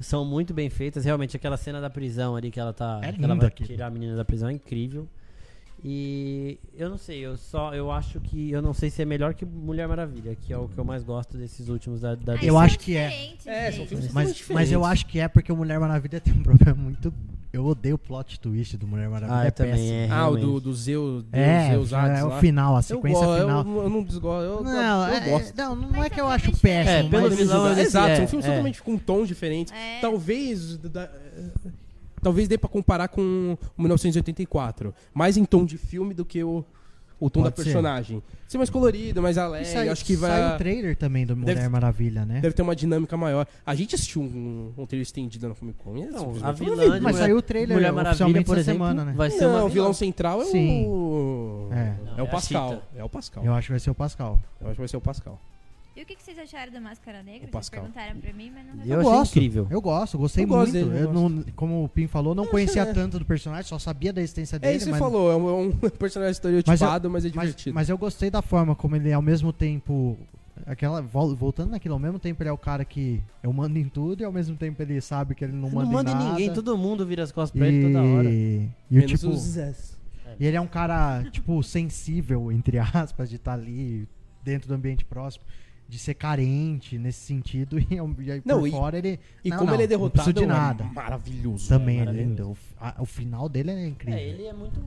Speaker 4: são muito bem feitas. Realmente, aquela cena da prisão ali que ela tá.
Speaker 1: É
Speaker 4: que
Speaker 1: linda
Speaker 4: ela vai
Speaker 1: aquilo.
Speaker 4: tirar a menina da prisão é incrível. E eu não sei, eu só eu acho que eu não sei se é melhor que Mulher Maravilha, que é o que eu mais gosto desses últimos da, da
Speaker 3: Ah,
Speaker 4: DC.
Speaker 1: Eu
Speaker 3: são
Speaker 1: acho que é.
Speaker 3: diferentes,
Speaker 2: É, são
Speaker 3: gente.
Speaker 2: filmes
Speaker 1: Mas,
Speaker 2: totalmente
Speaker 1: mas eu
Speaker 2: diferentes.
Speaker 1: acho que é porque o Mulher Maravilha tem um <laughs> problema muito. Eu odeio o plot twist do Mulher Maravilha.
Speaker 4: Ah,
Speaker 1: é
Speaker 4: eu também
Speaker 1: péssimo.
Speaker 4: é.
Speaker 2: Ah, o
Speaker 4: realmente.
Speaker 2: do, do Zeus, do
Speaker 1: É,
Speaker 2: Zeus Hades
Speaker 1: é
Speaker 2: lá.
Speaker 1: o final, a
Speaker 2: Eu
Speaker 1: sequência
Speaker 2: gosto,
Speaker 1: final.
Speaker 2: Eu, eu não desgosto. Eu,
Speaker 1: não,
Speaker 2: eu, eu
Speaker 1: é-
Speaker 2: gosto.
Speaker 1: não, não é que eu
Speaker 3: são
Speaker 1: acho
Speaker 3: filmes
Speaker 1: péssimo,
Speaker 4: diferentes. É, pelo
Speaker 1: mas-
Speaker 4: visual,
Speaker 2: Exato,
Speaker 4: eles-
Speaker 2: Exato,
Speaker 4: é,
Speaker 2: são filmes
Speaker 4: é.
Speaker 2: totalmente com tons diferentes.
Speaker 3: É.
Speaker 2: Talvez. da- talvez dê pra comparar com o 1984. Mais em tom de filme do que o, o tom
Speaker 1: Pode
Speaker 2: da
Speaker 1: ser.
Speaker 2: personagem. Ser mais colorido, mais alegre.
Speaker 1: saiu-
Speaker 2: é, acho que vai.
Speaker 1: Saiu o trailer também do Mulher
Speaker 2: Deve-
Speaker 1: Maravilha, né?
Speaker 2: Deve ter uma dinâmica maior. A gente assistiu um, um trailer estendido na Comic Con. e é
Speaker 4: Não,
Speaker 2: simplesmente
Speaker 4: a
Speaker 2: maravilhoso.
Speaker 4: vilã de
Speaker 1: Mas
Speaker 4: Mulher-
Speaker 1: saiu o trailer é,
Speaker 4: Mulher Maravilha,
Speaker 1: oficialmente
Speaker 4: por
Speaker 1: essa
Speaker 4: exemplo,
Speaker 1: semana, né?
Speaker 4: vai ser
Speaker 2: Não,
Speaker 4: uma
Speaker 2: o vilão central é
Speaker 1: Sim.
Speaker 2: o.
Speaker 1: É.
Speaker 2: É,
Speaker 4: Não, é a
Speaker 2: o Pascal.
Speaker 4: Cheetah.
Speaker 2: É o Pascal.
Speaker 1: Eu acho que vai ser o Pascal.
Speaker 2: Eu acho que vai ser o Pascal.
Speaker 3: E o que que vocês acharam do Máscara Negra?
Speaker 2: O
Speaker 3: Vocês
Speaker 2: Pascal.
Speaker 3: perguntaram pra mim, mas não
Speaker 1: Eu
Speaker 4: Eu achei
Speaker 1: gosto.
Speaker 4: incrível.
Speaker 1: Eu gosto, gostei
Speaker 2: Eu
Speaker 1: muito.
Speaker 2: gosto dele, eu
Speaker 1: eu não, como o Pim falou, não conhecia tanto do personagem, só sabia da existência
Speaker 2: É
Speaker 1: dele.
Speaker 2: isso que você
Speaker 1: mas,
Speaker 2: falou. É um, é um <laughs> personagem estereotipado, mas, é
Speaker 1: mas,
Speaker 2: divertido.
Speaker 1: mas eu gostei da forma como ele, é ao mesmo tempo. Aquela, vol- voltando naquilo, ao mesmo tempo ele é o cara que eu mando em tudo e ao mesmo tempo ele sabe que ele não
Speaker 4: Não
Speaker 1: manda,
Speaker 4: manda
Speaker 1: em
Speaker 4: em
Speaker 1: nada.
Speaker 4: ninguém, todo mundo vira as costas
Speaker 1: e...
Speaker 4: pra ele toda hora.
Speaker 1: E, o
Speaker 2: Menos
Speaker 1: tipo,
Speaker 2: os-
Speaker 1: e ele é um cara, tipo, sensível, entre aspas, de estar ali dentro do ambiente próximo, de ser carente nesse sentido, <laughs> e, ao- e aí
Speaker 2: Não,
Speaker 1: por
Speaker 2: e-
Speaker 1: fora ele.
Speaker 2: E
Speaker 1: não,
Speaker 2: como
Speaker 1: não,
Speaker 2: ele é
Speaker 1: não
Speaker 2: derrotado,
Speaker 1: preciso de
Speaker 2: é
Speaker 1: nada.
Speaker 2: maravilhoso.
Speaker 1: Também
Speaker 4: É
Speaker 1: é
Speaker 4: maravilhoso.
Speaker 1: lindo. O, f- a- o final dele é incrível.
Speaker 4: É, ele é muito.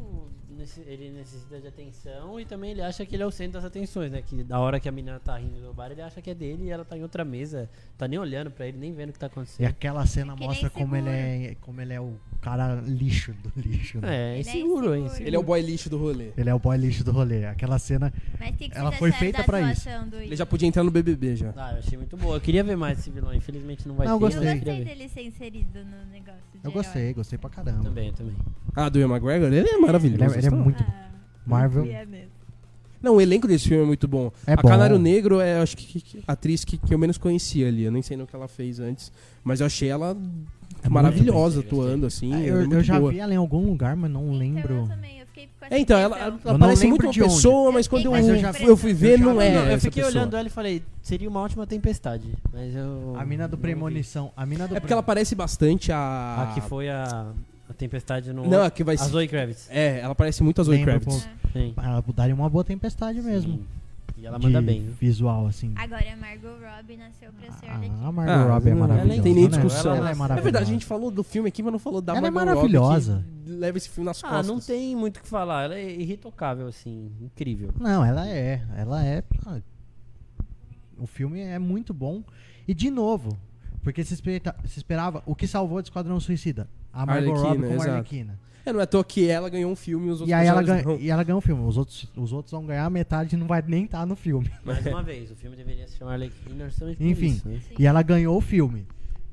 Speaker 4: nesse- Ele necessita de atenção e também ele acha que ele é o centro das atenções, né? Que da hora que a menina tá rindo no bar, ele acha que é dele e ela tá em outra mesa, tá nem olhando pra ele, nem vendo o que tá
Speaker 1: E
Speaker 4: acontecendo.
Speaker 1: aquela cena
Speaker 3: É que ele é
Speaker 1: mostra como ele
Speaker 3: inseguro.
Speaker 1: é como ele é o cara lixo do lixo. né?
Speaker 4: É,
Speaker 3: é
Speaker 4: é seguro, hein?
Speaker 3: inseguro.
Speaker 2: Ele é o boy lixo do rolê.
Speaker 1: Ele é o boy lixo do rolê. Aquela cena.
Speaker 3: Mas o que que
Speaker 1: Ela
Speaker 3: vocês
Speaker 1: foi
Speaker 3: acharam
Speaker 1: feita
Speaker 3: da
Speaker 1: pra
Speaker 3: atuação do
Speaker 2: Ele
Speaker 3: Igor?
Speaker 2: já podia entrar no BBB já.
Speaker 4: Ah, eu achei muito boa. Eu queria ver mais esse vilão, infelizmente não vai
Speaker 1: Não, eu
Speaker 4: ter.
Speaker 1: gostei.
Speaker 4: Eu
Speaker 3: Eu
Speaker 4: queria
Speaker 3: gostei
Speaker 4: ver.
Speaker 3: dele ser inserido no negócio de
Speaker 1: Eu
Speaker 3: herói.
Speaker 1: gostei, gostei pra caramba.
Speaker 4: Também, eu também.
Speaker 2: Ah, do Ian McGregor? Ele é maravilhoso.
Speaker 1: Ele é, ele é
Speaker 2: tá?
Speaker 1: muito.
Speaker 3: Ah,
Speaker 1: Marvel.
Speaker 3: é mesmo.
Speaker 2: Não, o elenco desse filme é muito bom.
Speaker 1: É
Speaker 2: a
Speaker 1: bom.
Speaker 2: Canário Negro é, acho que, que- que- a atriz que, que eu menos conhecia ali. Eu nem sei no que ela fez antes. Mas eu achei
Speaker 1: É
Speaker 2: ela maravilhosa
Speaker 4: bem, gostei,
Speaker 2: atuando, assim.
Speaker 1: Ah,
Speaker 2: ela é
Speaker 1: eu,
Speaker 2: muito
Speaker 1: eu já
Speaker 2: boa.
Speaker 1: vi ela em algum lugar, mas não
Speaker 3: Então,
Speaker 1: lembro.
Speaker 3: eu também, eu fiquei com essa
Speaker 2: É, então, ela,
Speaker 3: impressão.
Speaker 2: ela
Speaker 1: não
Speaker 2: parece muito
Speaker 1: lembro
Speaker 2: uma
Speaker 1: de onde.
Speaker 2: pessoa, mas quando eu,
Speaker 1: Mas eu já
Speaker 2: fui- eu fui ver,
Speaker 1: eu já
Speaker 2: não
Speaker 1: vi.
Speaker 2: é.
Speaker 1: Não,
Speaker 4: eu
Speaker 2: essa
Speaker 4: fiquei
Speaker 2: pessoa.
Speaker 4: olhando ela e falei, seria uma ótima tempestade. Mas eu.
Speaker 1: A mina do
Speaker 4: não vi.
Speaker 1: Premonição. A mina do
Speaker 2: É porque ela parece bastante a.
Speaker 4: A que foi a, a tempestade no.
Speaker 2: Não, a que vai
Speaker 4: a
Speaker 2: ser.
Speaker 4: Zoe Kravitz.
Speaker 2: É, ela parece muito a Zoe
Speaker 1: Lembra um
Speaker 2: Kravitz.
Speaker 3: pouco.
Speaker 4: Sim.
Speaker 1: Ela daria uma boa tempestade mesmo.
Speaker 4: Sim. E ela manda
Speaker 1: de
Speaker 4: bem. viu?
Speaker 1: Visual, assim.
Speaker 3: Ah, Agora a Margot Robbie nasceu pra ser
Speaker 4: né?
Speaker 3: Arlequina.
Speaker 1: Ah, a Margot
Speaker 2: Ah,
Speaker 1: Robbie é
Speaker 2: não, ela
Speaker 1: maravilhosa.
Speaker 2: não tem nem
Speaker 1: né?
Speaker 2: discussão.
Speaker 1: Ela é maravilhosa.
Speaker 2: É verdade, a gente falou do filme aqui, mas não falou da
Speaker 1: Ela é
Speaker 2: Margot Robbie,
Speaker 1: maravilhosa.
Speaker 2: que Leva esse filme nas
Speaker 4: Ah,
Speaker 2: costas.
Speaker 4: não tem muito o que falar. Ela é irretocável, assim. Incrível.
Speaker 1: Não, ela é. Ela é. ah, O filme é muito bom. E de novo, porque se, espeita- se esperava. O que salvou de Esquadrão Suicida? A Margot
Speaker 2: Arlequina,
Speaker 1: Robbie como
Speaker 2: exato.
Speaker 1: Arlequina.
Speaker 2: É, não é à toa que ela ganhou um filme e os outros
Speaker 1: E aí ela
Speaker 2: personagens
Speaker 1: ganha,
Speaker 2: não.
Speaker 1: e ela ganha um filme. Os outros, os outros vão ganhar, metade não vai nem estar no filme.
Speaker 4: Mais uma vez, o filme deveria se chamar Arlequina justamente por
Speaker 1: Enfim.
Speaker 4: isso, né?
Speaker 1: E ela ganhou o filme.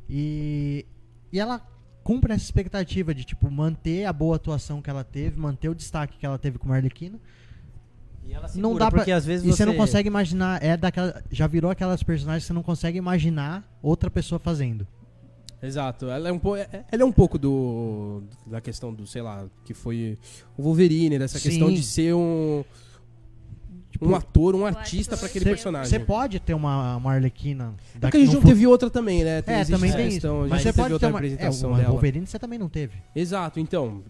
Speaker 1: E, e ela cumpre essa expectativa de, tipo, manter a boa atuação que ela teve, manter o destaque que ela teve como Arlequina.
Speaker 4: E ela segura,
Speaker 1: Não dá pra,
Speaker 4: porque às vezes
Speaker 1: e você não consegue imaginar, é daquela, já virou aquelas personagens que você não consegue imaginar outra pessoa fazendo.
Speaker 2: Exato. Ela é um, po... é- ela é um pouco do da questão do, sei lá, que foi o Wolverine, dessa
Speaker 1: Sim.
Speaker 2: questão de ser um um ator, um artista
Speaker 3: ator é
Speaker 2: pra aquele
Speaker 3: ser-
Speaker 2: personagem.
Speaker 1: Tipo, Você pode ter uma, uma Arlequina
Speaker 2: É Porque
Speaker 1: daqui
Speaker 2: a gente
Speaker 1: num
Speaker 2: não
Speaker 1: fu-
Speaker 2: teve outra também, né?
Speaker 1: É,
Speaker 2: existe
Speaker 1: também
Speaker 2: essa
Speaker 1: tem isso.
Speaker 2: questão, a gente
Speaker 1: Mas você
Speaker 2: teve
Speaker 1: pode ter
Speaker 2: outra
Speaker 1: uma, é,
Speaker 2: apresentação
Speaker 1: uma
Speaker 2: dela.
Speaker 1: Wolverine você também não teve.
Speaker 2: Exato, então.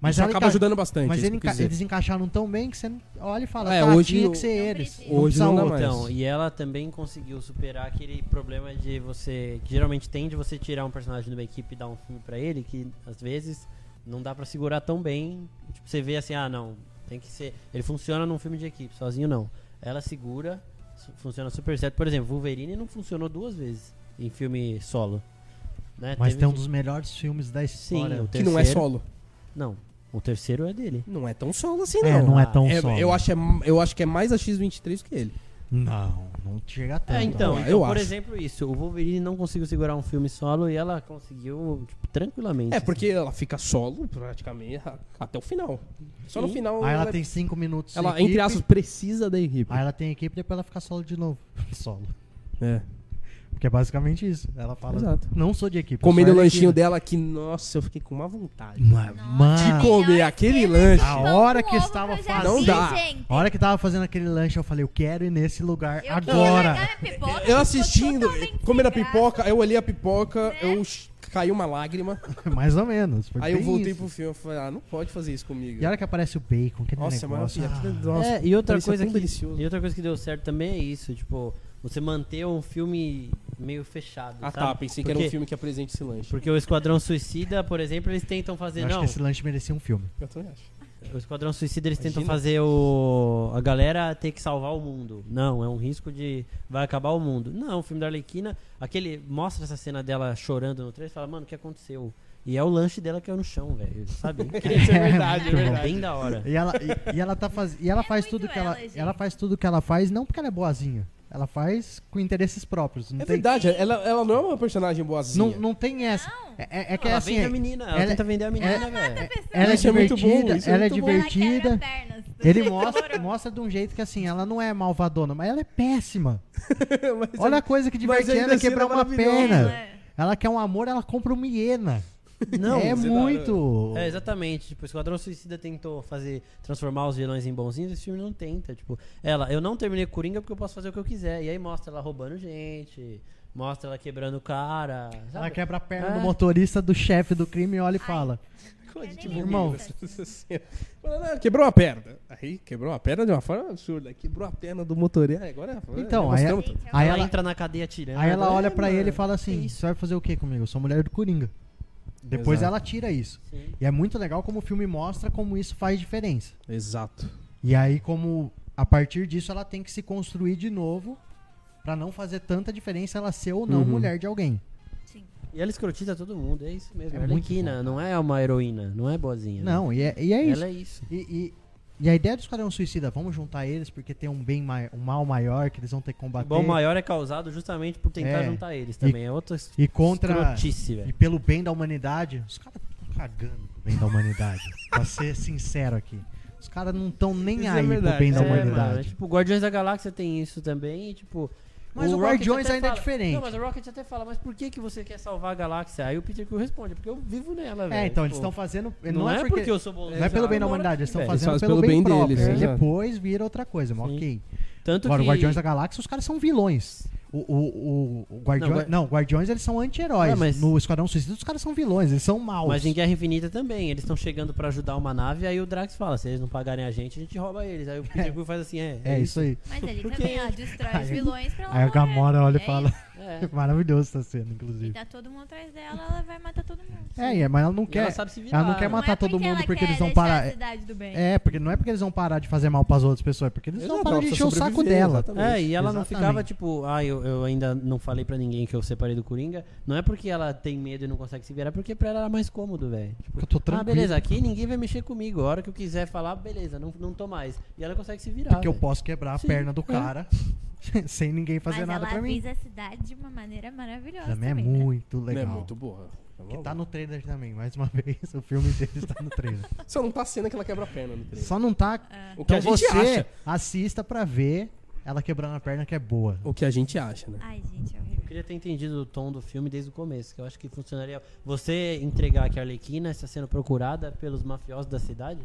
Speaker 1: Mas
Speaker 2: isso
Speaker 1: ela
Speaker 2: acaba
Speaker 1: enca-
Speaker 2: ajudando bastante.
Speaker 1: Mas
Speaker 2: isso
Speaker 1: ele
Speaker 2: que
Speaker 1: enca-
Speaker 2: eu quis dizer.
Speaker 1: eles encaixaram tão bem que você olha e fala,
Speaker 2: É,
Speaker 1: tá,
Speaker 2: hoje
Speaker 1: tinha
Speaker 2: o-
Speaker 1: que ser
Speaker 3: Não
Speaker 1: eles.
Speaker 3: precisa.
Speaker 2: Hoje
Speaker 1: precisa
Speaker 2: não dá
Speaker 1: outra.
Speaker 2: mais.
Speaker 4: Então, e ela também conseguiu superar aquele problema de você. que geralmente tem de você tirar um personagem de uma equipe e dar um filme pra ele, que às vezes não dá pra segurar tão bem. Tipo, você vê assim, ah, não, tem que ser. Ele funciona num filme de equipe, sozinho não. Ela segura, su- funciona super certo. Por exemplo, Wolverine não funcionou duas vezes em filme solo. Né?
Speaker 1: Mas
Speaker 4: Teve
Speaker 1: tem um
Speaker 4: que-
Speaker 1: dos melhores filmes da
Speaker 4: Sim,
Speaker 1: história.
Speaker 4: o
Speaker 2: Que não é
Speaker 4: terceiro-
Speaker 2: solo.
Speaker 4: Não, o terceiro é dele.
Speaker 2: Não é tão solo assim, não.
Speaker 1: É, não é
Speaker 4: ah,
Speaker 1: tão
Speaker 2: É,
Speaker 1: solo.
Speaker 2: eu, acho, é- eu acho que é mais a X23 que ele.
Speaker 1: Não, não chega tanto.
Speaker 4: É, então,
Speaker 2: eu
Speaker 4: então, por
Speaker 2: acho.
Speaker 4: exemplo, isso. O Wolverine não conseguiu segurar um filme solo e ela conseguiu, tipo, tranquilamente.
Speaker 2: É, porque ela fica solo praticamente a- até o final. Só no
Speaker 4: Sim.
Speaker 2: final. é
Speaker 1: Aí ela tem cinco minutos. de
Speaker 2: ela,
Speaker 1: equipe,
Speaker 2: entre aspas, precisa da equipe.
Speaker 1: Aí ela tem equipe e depois ela fica solo de novo. <laughs> solo.
Speaker 2: É.
Speaker 1: Porque é basicamente isso. Ela fala,
Speaker 2: Exato.
Speaker 1: não sou de equipe. eu
Speaker 2: Comendo o
Speaker 1: sou
Speaker 2: lanchinho
Speaker 1: arlequina."
Speaker 2: dela que, nossa, eu fiquei com uma vontade.
Speaker 1: Mas,
Speaker 2: De
Speaker 1: Mano,
Speaker 2: comer
Speaker 3: Melhor
Speaker 2: aquele
Speaker 3: cena
Speaker 2: lanche.
Speaker 3: de pão
Speaker 1: A hora
Speaker 3: com
Speaker 1: que
Speaker 3: ovo
Speaker 1: estava
Speaker 3: eu já
Speaker 1: fazendo-
Speaker 2: Não
Speaker 3: vi,
Speaker 2: dá.
Speaker 3: gente.
Speaker 1: a hora que tava fazendo aquele lanche, eu falei, eu quero ir nesse lugar
Speaker 3: Eu queria
Speaker 1: agora. <laughs>
Speaker 3: largar minha pipoca,
Speaker 2: Eu
Speaker 3: tô
Speaker 2: assistindo,
Speaker 3: totalmente Né?
Speaker 2: comendo a
Speaker 3: sem graça.
Speaker 2: pipoca, eu olhei a pipoca, eu ch- caiu uma lágrima.
Speaker 1: Mais ou menos. foi
Speaker 2: Aí eu
Speaker 1: bem
Speaker 2: voltei
Speaker 1: isso.
Speaker 2: pro filme e falei, ah, não pode fazer isso comigo.
Speaker 1: E a hora que aparece o bacon, aquele
Speaker 2: Nossa, é
Speaker 1: negócio.
Speaker 2: maravilha.
Speaker 1: ah.
Speaker 2: Aquilo- nossa,
Speaker 4: É, e outra
Speaker 2: parecia
Speaker 4: coisa
Speaker 2: tão
Speaker 4: que
Speaker 2: delicioso.
Speaker 4: e outra coisa que deu certo também é isso, tipo, você manter um filme meio fechado,
Speaker 2: Ah
Speaker 4: sabe?
Speaker 2: tá, pensei que
Speaker 4: porque,
Speaker 2: era um filme que apresente esse lanche.
Speaker 4: Porque o Esquadrão Suicida, por exemplo, eles tentam fazer
Speaker 1: Eu acho
Speaker 4: não.
Speaker 1: que esse lanche merecia um filme.
Speaker 2: Eu também acho.
Speaker 4: O Esquadrão Suicida eles tentam
Speaker 2: Imagina.
Speaker 4: fazer o a galera ter que salvar o mundo. Não, é um risco de vai acabar o mundo. Não, o filme da Arlequina, aquele mostra essa cena dela chorando no trailer, e fala: "Mano, o que aconteceu?" E é o lanche dela que é no chão, velho,
Speaker 1: <laughs>
Speaker 4: sabe?
Speaker 2: <laughs> Isso é verdade, é
Speaker 4: É
Speaker 2: verdade.
Speaker 4: bem da hora.
Speaker 1: E ela, e, e ela tá faz, e ela faz tudo
Speaker 3: muito
Speaker 1: que ela,
Speaker 3: ela, gente.
Speaker 1: ela faz tudo que ela faz não porque ela é boazinha. Ela faz com interesses próprios. Não
Speaker 2: É
Speaker 1: tem,
Speaker 2: verdade, ela, ela não é uma personagem boazinha.
Speaker 1: não, não tem essa.
Speaker 3: Não.
Speaker 1: É, é- é que é
Speaker 4: ela
Speaker 1: assim.
Speaker 4: vende
Speaker 1: é-
Speaker 4: a menina, ela,
Speaker 1: ela-
Speaker 4: tenta vender a menina,
Speaker 1: ela-
Speaker 4: velho.
Speaker 1: Ela é
Speaker 2: Isso é muito
Speaker 1: divertida,
Speaker 2: bom, isso é
Speaker 1: ela é
Speaker 2: muito bom.
Speaker 3: Ela quebra
Speaker 1: divertida.
Speaker 3: pernas.
Speaker 1: Ele mostra, mostra de um jeito que assim, ela não é malvadona, mas ela é péssima.
Speaker 2: <laughs> Mas
Speaker 1: Olha a coisa que
Speaker 2: mas
Speaker 1: divertida
Speaker 2: ainda
Speaker 1: é
Speaker 2: assim
Speaker 1: quebrar
Speaker 2: ela é
Speaker 1: uma
Speaker 2: maravilhosa.
Speaker 1: perna.
Speaker 3: É.
Speaker 1: Ela quer um amor, ela compra uma hiena.
Speaker 2: <laughs>
Speaker 4: Não,
Speaker 1: é
Speaker 2: você dá-
Speaker 1: muito.
Speaker 4: É, exatamente. Tipo, o Esquadrão Suicida tentou fazer, transformar os vilões em bonzinhos, esse filme não tenta. Tipo, ela, eu não terminei Coringa porque eu posso fazer o que eu quiser. E aí mostra ela roubando gente, mostra ela quebrando o cara. sabe?
Speaker 1: Ela quebra a perna
Speaker 4: É.
Speaker 1: do motorista do chefe do crime e olha e fala.
Speaker 2: Ah. Coisa
Speaker 3: nem
Speaker 2: de
Speaker 3: lembro
Speaker 2: irmão.
Speaker 1: disso.
Speaker 2: Nossa Senhora. Mas, né, Quebrou a perna. Aí quebrou a perna de uma forma absurda. Quebrou a perna do motorista. Agora é-
Speaker 1: Então,
Speaker 2: é
Speaker 1: aí,
Speaker 2: negócio tanto.
Speaker 1: aí
Speaker 4: ela,
Speaker 1: ela,
Speaker 4: entra na cadeia tirando.
Speaker 1: aí ela olha
Speaker 2: É,
Speaker 1: pra
Speaker 2: mano.
Speaker 1: ele e fala assim:
Speaker 2: Isso.
Speaker 1: Você vai fazer o que comigo? Eu sou mulher do Coringa. Depois
Speaker 2: Exato.
Speaker 1: ela tira isso.
Speaker 4: Sim.
Speaker 1: E é muito legal como o filme mostra como isso faz diferença.
Speaker 2: Exato.
Speaker 1: E aí, como a partir disso ela tem que se construir de novo pra não fazer tanta diferença ela ser ou não
Speaker 2: Uhum.
Speaker 1: mulher de alguém.
Speaker 4: E ela escrotiza todo mundo, é isso mesmo.
Speaker 1: É
Speaker 4: É
Speaker 1: muito
Speaker 4: Arlequina, não é uma heroína, não é boazinha. né?
Speaker 1: Não, e é, e é isso.
Speaker 4: Ela é isso.
Speaker 1: E, e- e a ideia do Esquadrão Suicida, vamos juntar eles porque tem um bem mai- um mal maior que eles vão ter que
Speaker 4: O
Speaker 1: combater.
Speaker 4: bom maior é causado justamente por tentar
Speaker 1: É.
Speaker 4: juntar eles também. é outra
Speaker 1: e contra
Speaker 4: escrotice,
Speaker 1: e
Speaker 4: velho.
Speaker 1: pelo bem da humanidade, os caras estão cagando pro bem da humanidade. <laughs> pra ser sincero aqui. Os caras não estão nem
Speaker 2: Isso é
Speaker 1: aí
Speaker 2: verdade,
Speaker 1: pro bem da
Speaker 2: isso é
Speaker 1: humanidade.
Speaker 4: mano, é tipo, Guardiões da Galáxia tem isso também, e, tipo.
Speaker 1: Mas o
Speaker 4: Rocket
Speaker 1: Guardiões
Speaker 4: até
Speaker 1: ainda é
Speaker 4: fala-
Speaker 1: diferente.
Speaker 4: Não, mas o Rocket até fala, mas por que, que você quer salvar a galáxia? Aí o Peter Quill responde, porque eu vivo nela, velho.
Speaker 1: É, então,
Speaker 4: Tipo,
Speaker 1: eles estão fazendo.
Speaker 4: Não, é porque, eu sou bonzinho.
Speaker 1: Não é pelo bem da
Speaker 4: eu moro
Speaker 1: humanidade, eles
Speaker 4: aqui,
Speaker 1: estão
Speaker 4: velho.
Speaker 1: fazendo
Speaker 2: Eles fazem
Speaker 1: pelo, bem, próprio.
Speaker 2: deles,
Speaker 1: Aí
Speaker 2: exato.
Speaker 1: depois vira outra coisa, mas
Speaker 4: Sim.
Speaker 1: ok.
Speaker 4: Tanto
Speaker 1: Agora,
Speaker 4: que...
Speaker 1: o Guardiões da Galáxia, os caras são vilões. O, o, o, o Guardiões.
Speaker 4: Não,
Speaker 1: Não,
Speaker 4: Guar-
Speaker 1: Guardiões eles são anti-heróis.
Speaker 4: É, mas-
Speaker 1: No Esquadrão Suicida, os caras são vilões, eles são maus.
Speaker 4: Mas em Guerra Infinita também, eles estão chegando pra ajudar uma nave, aí o Drax fala, se eles não pagarem a gente, a gente rouba eles. Aí o Peter Quill faz assim, é,
Speaker 1: É isso aí.
Speaker 3: Mas ele também, ela destrói os vilões pra ela
Speaker 1: Aí a
Speaker 3: morrer.
Speaker 1: Gamora olha e
Speaker 3: É
Speaker 1: fala:
Speaker 4: isso.
Speaker 1: <laughs>
Speaker 4: É.
Speaker 1: Maravilhoso essa cena,
Speaker 3: E
Speaker 1: inclusive.
Speaker 3: tá todo mundo atrás dela, ela vai matar todo mundo.
Speaker 1: É, e é, mas ela não
Speaker 4: E ela
Speaker 1: quer.
Speaker 4: sabe se virar.
Speaker 1: Ela não quer
Speaker 4: né?
Speaker 3: Não
Speaker 1: matar
Speaker 3: é
Speaker 1: todo mundo
Speaker 3: ela
Speaker 1: porque
Speaker 3: quer
Speaker 1: eles vão
Speaker 3: deixar
Speaker 1: parar-
Speaker 3: A cidade do bem.
Speaker 1: É, porque não é porque eles vão parar de fazer mal pras outras pessoas, é porque eles
Speaker 2: Exato,
Speaker 1: vão parar
Speaker 2: ela
Speaker 1: de encher
Speaker 2: precisa
Speaker 1: o saco
Speaker 2: sobreviver,
Speaker 1: dela.
Speaker 2: exatamente.
Speaker 4: É, e ela não
Speaker 1: Exatamente.
Speaker 4: ficava tipo, ah, eu, eu ainda não falei pra ninguém que eu separei do Coringa. Não é porque ela tem medo e não consegue se virar, é porque pra ela era mais cômodo, velho. Tipo,
Speaker 1: Eu tô tranquilo.
Speaker 4: ah, beleza, aqui ninguém vai mexer comigo. A hora que eu quiser falar, beleza, não, não tô mais. E ela consegue se virar.
Speaker 1: Porque eu
Speaker 4: velho.
Speaker 1: posso quebrar a
Speaker 4: Sim,
Speaker 1: perna do
Speaker 4: é.
Speaker 1: cara <laughs> sem ninguém fazer
Speaker 3: Mas
Speaker 1: nada
Speaker 3: ela
Speaker 1: pra mim.
Speaker 3: avisa a cidade de uma maneira maravilhosa.
Speaker 1: Também é
Speaker 3: né?
Speaker 1: muito
Speaker 2: Não
Speaker 1: legal.
Speaker 2: É muito boa.
Speaker 1: Que tá no trailer também, mais uma <laughs> vez. O filme dele está no trailer.
Speaker 2: Só não tá a cena que ela quebra a perna no trailer.
Speaker 1: Só não tá.
Speaker 3: Ah.
Speaker 2: O que
Speaker 1: Então
Speaker 2: a
Speaker 1: você
Speaker 2: gente acha.
Speaker 1: assista pra ver ela quebrando a perna que é boa.
Speaker 4: tá
Speaker 2: O que a gente acha, né?
Speaker 3: Ai, gente, é horrível.
Speaker 4: Eu queria ter entendido o tom do filme desde o começo, que eu acho que funcionaria. Você entregar que a Arlequina está sendo procurada pelos mafiosos da cidade,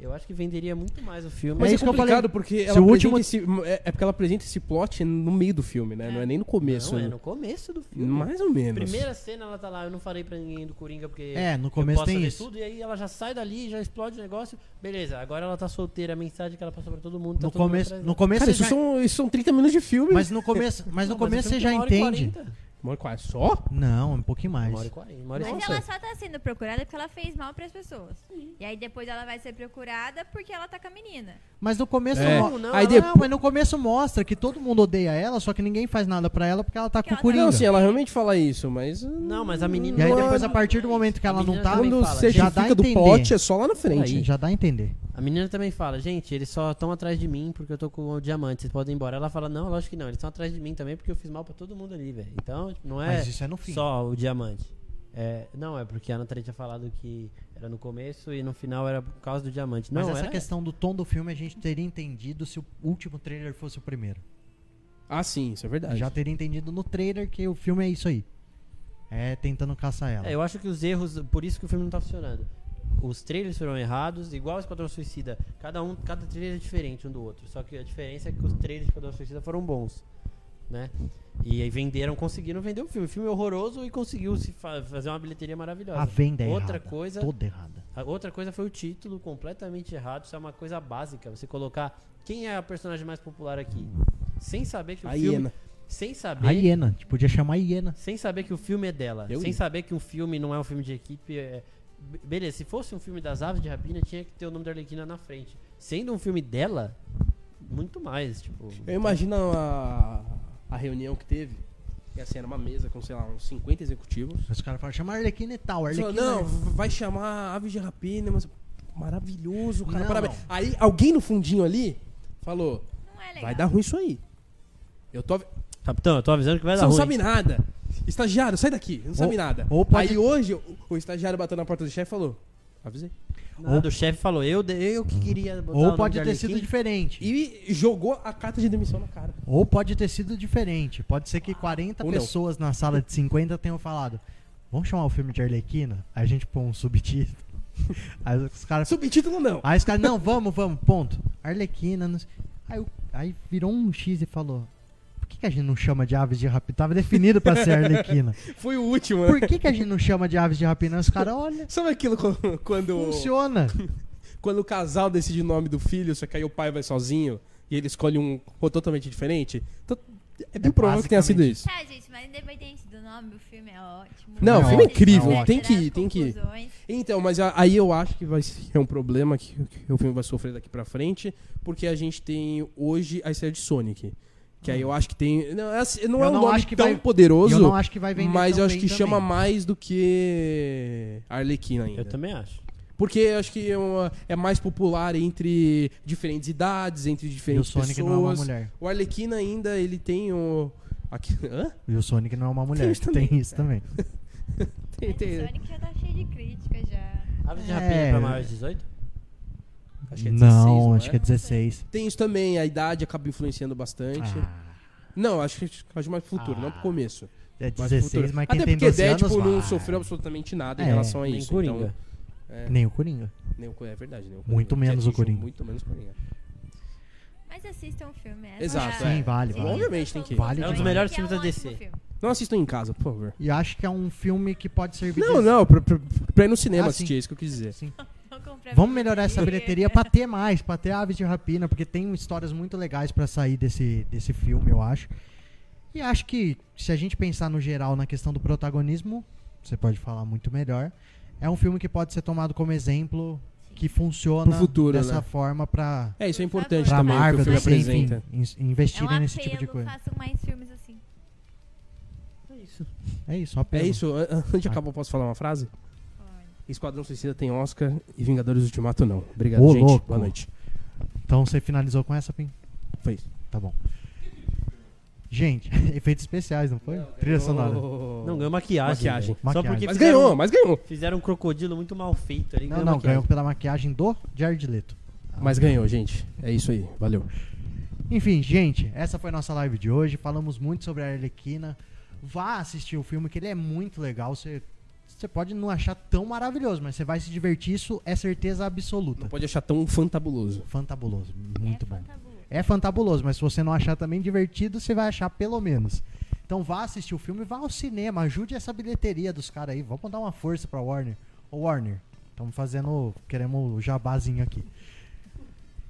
Speaker 4: eu acho que venderia muito mais o filme.
Speaker 1: Mas
Speaker 2: Mas
Speaker 1: é
Speaker 2: é,
Speaker 1: isso que eu
Speaker 2: complicado
Speaker 1: falei.
Speaker 2: porque
Speaker 1: Se
Speaker 2: ela
Speaker 1: o
Speaker 2: apresenta
Speaker 1: último-
Speaker 2: esse- é, é porque ela apresenta esse plot no meio do filme, né? Não é nem no começo.
Speaker 4: Não, é
Speaker 2: né?
Speaker 4: no começo do filme.
Speaker 2: Mais ou menos.
Speaker 4: Primeira cena ela tá lá, eu não falei pra ninguém do Coringa porque
Speaker 1: É, no
Speaker 4: eu
Speaker 1: começo
Speaker 4: posso
Speaker 1: tem
Speaker 4: fazer
Speaker 1: isso.
Speaker 4: tudo e aí ela já sai dali, já explode o negócio. Beleza, agora ela tá solteira, a mensagem que ela passou pra todo mundo, tá
Speaker 1: No
Speaker 4: todo mundo
Speaker 1: começo,
Speaker 4: atrás
Speaker 1: no
Speaker 4: dela.
Speaker 1: começo
Speaker 2: Cara,
Speaker 1: você
Speaker 2: isso,
Speaker 1: já-
Speaker 2: são, isso são 30 minutos de filme.
Speaker 1: mas no começo, mas no
Speaker 4: Não,
Speaker 1: começo
Speaker 4: o filme
Speaker 1: você já
Speaker 4: tem uma hora e
Speaker 1: entende.
Speaker 4: 40.
Speaker 2: Uma hora e quarenta. Só?
Speaker 1: Não, um pouquinho mais.
Speaker 4: Uma hora e 40, uma hora e
Speaker 3: Mas
Speaker 2: Nossa.
Speaker 3: ela só tá sendo procurada porque ela fez mal pras pessoas. E aí depois ela vai ser procurada porque ela tá com a menina.
Speaker 1: Mas no começo,
Speaker 2: É.
Speaker 1: mo-
Speaker 4: Não,
Speaker 2: Aí
Speaker 1: não,
Speaker 2: depois-
Speaker 1: mas no começo mostra que todo mundo odeia ela, só que ninguém faz nada pra ela porque ela tá com
Speaker 3: Porque
Speaker 1: o
Speaker 3: ela tá-
Speaker 1: Coringa.
Speaker 2: Não, assim, ela realmente fala isso, mas.
Speaker 4: Não, mas a menina
Speaker 1: E aí
Speaker 4: não-
Speaker 1: depois, a partir do momento que
Speaker 4: é um A
Speaker 1: ela não
Speaker 4: menina
Speaker 1: tá,
Speaker 4: também
Speaker 2: Quando
Speaker 4: fala,
Speaker 2: você
Speaker 4: né?
Speaker 1: Já
Speaker 2: já
Speaker 1: dá a
Speaker 2: fica do
Speaker 1: entender.
Speaker 2: plot, é só lá na frente.
Speaker 1: já dá a entender.
Speaker 4: A menina também fala, gente, eles só estão atrás de mim porque eu tô com o diamante, vocês podem ir embora. Ela fala, não, lógico que não, eles estão atrás de mim também porque eu fiz mal pra todo mundo ali, velho. Então, tipo, não é,
Speaker 1: Mas isso é no fim.
Speaker 4: só o diamante. É, não, é porque a Natalia tinha falado que era no começo e no final era por causa do diamante. Não, é.
Speaker 1: Mas essa
Speaker 4: era-
Speaker 1: questão do tom do filme a gente teria entendido se o último trailer fosse o primeiro.
Speaker 2: Ah, sim, isso é verdade.
Speaker 1: Já teria entendido no trailer que o filme é isso aí. É tentando caçar ela.
Speaker 4: É, eu acho que os erros, por isso que o filme não tá funcionando. Os trailers foram errados, igual o Esquadrão Suicida. Cada um, cada trailer é diferente um do outro. Só que a diferença é que os trailers do Esquadrão Suicida foram bons, né? E aí venderam, conseguiram vender o filme. O filme é horroroso e conseguiu se fa- fazer uma bilheteria maravilhosa.
Speaker 1: A venda é
Speaker 4: Outra
Speaker 1: errada,
Speaker 4: coisa,
Speaker 1: Toda errada.
Speaker 4: a outra coisa foi o título completamente errado. Isso é uma coisa básica. Você colocar quem é a personagem mais popular aqui, sem saber que o
Speaker 2: A
Speaker 4: filme,
Speaker 2: hiena.
Speaker 4: sem saber
Speaker 1: A hiena. A gente podia chamar a hiena.
Speaker 4: sem saber que o filme é dela.
Speaker 2: Eu
Speaker 4: sem
Speaker 2: ia.
Speaker 4: saber que um filme não é um filme de equipe. é- Be- Beleza, se fosse um filme das aves de rapina, tinha que ter o nome da Arlequina na frente. Sendo um filme dela, muito mais, tipo.
Speaker 2: Eu imagino a, a reunião que teve. Que assim, era uma mesa com, sei lá, uns 50 executivos.
Speaker 1: Os caras falam, chama a Arlequina e tal.
Speaker 2: Falou,
Speaker 1: Arlequina. é
Speaker 2: não, vai chamar Aves de Rapina, mas maravilhoso, cara,
Speaker 1: Não,
Speaker 2: parabéns.
Speaker 1: não.
Speaker 2: Aí alguém no fundinho ali falou,
Speaker 3: Não é legal.
Speaker 2: vai dar ruim isso aí. Eu tô... avi-
Speaker 4: Capitão, eu tô avisando que vai
Speaker 2: Você
Speaker 4: dar
Speaker 2: não
Speaker 4: ruim.
Speaker 2: sabe nada. Estagiário, sai daqui, não sabe nada.
Speaker 1: ou pode-
Speaker 2: Aí hoje o, o estagiário bateu na porta do chefe e falou, avisei.
Speaker 4: Nada, O chefe falou, eu, de- eu que queria botar o
Speaker 1: Ou
Speaker 4: nome
Speaker 1: pode
Speaker 4: de
Speaker 1: ter sido
Speaker 4: Arlequina.
Speaker 1: diferente.
Speaker 2: E jogou a carta de demissão na cara.
Speaker 1: Ou pode ter sido diferente. Pode ser
Speaker 4: Ah,
Speaker 1: que 40
Speaker 2: Ou não.
Speaker 1: pessoas na sala de 50 tenham falado. Vamos chamar o filme de Arlequina? Aí a gente põe um subtítulo. <laughs> Aí os caras
Speaker 2: Subtítulo não.
Speaker 1: Aí os caras, não, vamos, vamos, ponto. Arlequina. Não... sei- Aí, o- aí virou um X e falou: Por que, que a gente não chama de aves de rapina? Tava definido pra ser
Speaker 2: <laughs>
Speaker 1: Arlequina.
Speaker 2: Foi o último,
Speaker 1: Por
Speaker 2: né?
Speaker 1: que, que a gente não chama de aves de rapina? Aí Os caras, olha,
Speaker 2: Sabe aquilo quando, quando,
Speaker 1: funciona.
Speaker 2: quando o casal decide o nome do filho, só que aí o pai vai sozinho e ele escolhe um rol totalmente diferente? Então, é bem
Speaker 1: É
Speaker 2: provável que tenha sido
Speaker 1: basicamente
Speaker 2: isso.
Speaker 3: Tá, gente, mas independente do nome, o filme é ótimo.
Speaker 2: Não,
Speaker 1: o
Speaker 3: Vocês
Speaker 1: filme é
Speaker 2: incrível,
Speaker 3: vão
Speaker 2: tem
Speaker 3: tirar
Speaker 2: que
Speaker 3: as
Speaker 2: ir, tem que ir.
Speaker 3: conclusões.
Speaker 2: Então, mas a- aí eu acho que vai ser um problema que, que o filme vai sofrer daqui pra frente, porque a gente tem hoje a série de Sonic. Que aí eu acho que tem. Não, é assim, não
Speaker 1: Eu
Speaker 2: é um
Speaker 1: não
Speaker 2: nome
Speaker 1: acho que
Speaker 2: tão
Speaker 1: vai-
Speaker 2: poderoso,
Speaker 1: eu não acho que vai vender
Speaker 2: mas eu
Speaker 1: tão
Speaker 2: acho que
Speaker 1: bem
Speaker 2: chama
Speaker 1: também.
Speaker 2: mais do que a Arlequina ainda.
Speaker 4: Eu também acho.
Speaker 2: Porque eu acho que é, uma- é mais popular entre diferentes idades, entre
Speaker 1: E o
Speaker 2: diferentes
Speaker 1: Sonic
Speaker 2: pessoas.
Speaker 1: não é uma mulher.
Speaker 2: O Arlequina ainda, ele tem o... Aqui, hã?
Speaker 1: E o Sonic não é uma mulher.
Speaker 2: isso
Speaker 1: Tem,
Speaker 2: também, É.
Speaker 1: isso também.
Speaker 2: <laughs> Tem,
Speaker 3: Mas o
Speaker 2: tem...
Speaker 3: Sonic já tá cheio de crítica já.
Speaker 4: Aves de
Speaker 1: É.
Speaker 4: rapina é pra maiores de 18?
Speaker 2: Acho que é 16,
Speaker 1: não, acho
Speaker 2: é?
Speaker 1: que é 16.
Speaker 2: Tem isso também, a idade acaba influenciando bastante.
Speaker 1: Ah,
Speaker 2: Não, acho que acho mais pro futuro,
Speaker 1: Ah.
Speaker 2: não pro começo.
Speaker 1: é
Speaker 2: Mais
Speaker 1: 16,
Speaker 2: futuro.
Speaker 1: mas quem
Speaker 2: Até
Speaker 1: tem
Speaker 2: porque
Speaker 1: 12 anos ah,
Speaker 2: Deadpool não
Speaker 1: vai.
Speaker 2: sofreu absolutamente nada em
Speaker 1: É,
Speaker 2: relação a
Speaker 4: Nem
Speaker 2: isso.
Speaker 4: Coringa.
Speaker 2: Então, é,
Speaker 1: Nem o Coringa.
Speaker 2: nem o- é verdade, nem o
Speaker 1: Muito
Speaker 2: Coringa.
Speaker 1: menos o
Speaker 2: Atingiu
Speaker 1: Coringa.
Speaker 2: Muito menos o Coringa.
Speaker 3: Mas assistam o filme. É
Speaker 2: Exato,
Speaker 1: Sim, vale,
Speaker 3: Sim,
Speaker 1: vale.
Speaker 2: Obviamente tem que ir.
Speaker 1: Vale
Speaker 4: É um dos
Speaker 1: demais.
Speaker 4: melhores
Speaker 3: Que é um
Speaker 4: filmes da
Speaker 3: ótimo
Speaker 4: DC.
Speaker 3: filme.
Speaker 2: Não assistam em casa, por favor.
Speaker 1: E acho que é um filme que pode servir
Speaker 2: Não,
Speaker 1: de...
Speaker 2: não, pra, pra- pra ir no cinema
Speaker 1: Ah, sim.
Speaker 2: assistir, é isso que eu quis dizer.
Speaker 1: Sim.
Speaker 3: Vou comprar É
Speaker 1: Vamos melhorar essa bilheteria
Speaker 3: um
Speaker 1: pra ter mais, pra ter aves de rapina, porque tem histórias muito legais pra sair desse, desse filme, eu acho. E acho que, se a gente pensar no geral na questão do protagonismo, você pode falar muito melhor. É um filme que pode ser tomado como exemplo, que funciona
Speaker 2: Pro futuro,
Speaker 1: dessa
Speaker 2: né?
Speaker 1: forma pra,
Speaker 2: É, isso é
Speaker 3: Por
Speaker 2: importante
Speaker 3: favor.
Speaker 1: pra
Speaker 2: também,
Speaker 1: Marvel,
Speaker 2: que o
Speaker 1: DC,
Speaker 2: filme
Speaker 1: enfim,
Speaker 2: apresenta.
Speaker 1: in-
Speaker 3: É um
Speaker 1: investirem
Speaker 3: apelo,
Speaker 1: nesse tipo de coisa.
Speaker 3: façam mais filmes assim.
Speaker 1: É isso,
Speaker 2: É
Speaker 1: apelo.
Speaker 2: isso, an- antes
Speaker 1: Ah.
Speaker 2: de acabar, eu posso falar uma frase?
Speaker 3: Olha.
Speaker 2: Esquadrão Suicida tem Oscar e Vingadores Ultimato não. Obrigado,
Speaker 1: Ô,
Speaker 2: gente.
Speaker 1: louco.
Speaker 2: Boa noite.
Speaker 1: Então você finalizou com essa, Pim?
Speaker 2: Foi isso.
Speaker 1: Tá bom. Gente, <laughs> efeitos especiais, não foi? Trilha sonora.
Speaker 4: Não, ganhou maquiagem.
Speaker 2: Maquiagem.
Speaker 4: velho. Só
Speaker 1: Maquiagem.
Speaker 4: porque
Speaker 2: Mas
Speaker 4: fizeram-
Speaker 2: ganhou, mas ganhou.
Speaker 4: Fizeram um crocodilo muito mal feito ali.
Speaker 1: Não, não, ganhou pela maquiagem do Jared Leto.
Speaker 2: Mas ganhou, gente. É isso aí. Valeu.
Speaker 1: Enfim, gente, essa foi nossa live de hoje. Falamos muito sobre a Arlequina. Vá assistir o filme, que ele é muito legal. Você, você pode não achar tão maravilhoso, mas você vai se divertir. Isso é certeza absoluta.
Speaker 2: Não pode achar tão fantabuloso.
Speaker 1: Fantabuloso, muito
Speaker 3: é
Speaker 1: bom.
Speaker 3: fantabuloso.
Speaker 1: É fantabuloso, mas se você não achar também divertido, você vai achar pelo menos. Então vá assistir o filme, vá ao cinema, ajude essa bilheteria dos caras aí. Vamos dar uma força pra Warner. Ô Warner, estamos fazendo. Queremos o jabazinho aqui.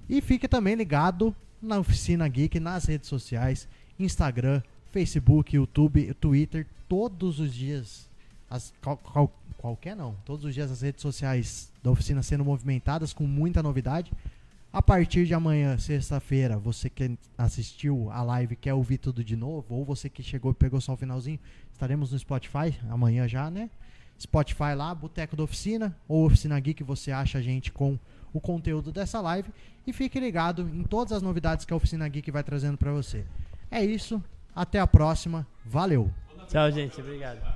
Speaker 1: E fique também ligado na Oficina Geek, nas redes sociais, Instagram, Facebook, YouTube, Twitter, todos os dias. As, qual- qual- qualquer não. Todos os dias as redes sociais da oficina sendo movimentadas com muita novidade. A partir de amanhã, sexta-feira, você que assistiu a live quer ouvir tudo de novo, ou você que chegou e pegou só o finalzinho, estaremos no Spotify amanhã já, né? Spotify lá, Boteco da Oficina ou Oficina Geek, você acha a gente com o conteúdo dessa live. E fique ligado em todas as novidades que a Oficina Geek vai trazendo pra você. É isso, até a próxima, valeu!
Speaker 4: Tchau, gente. Obrigado.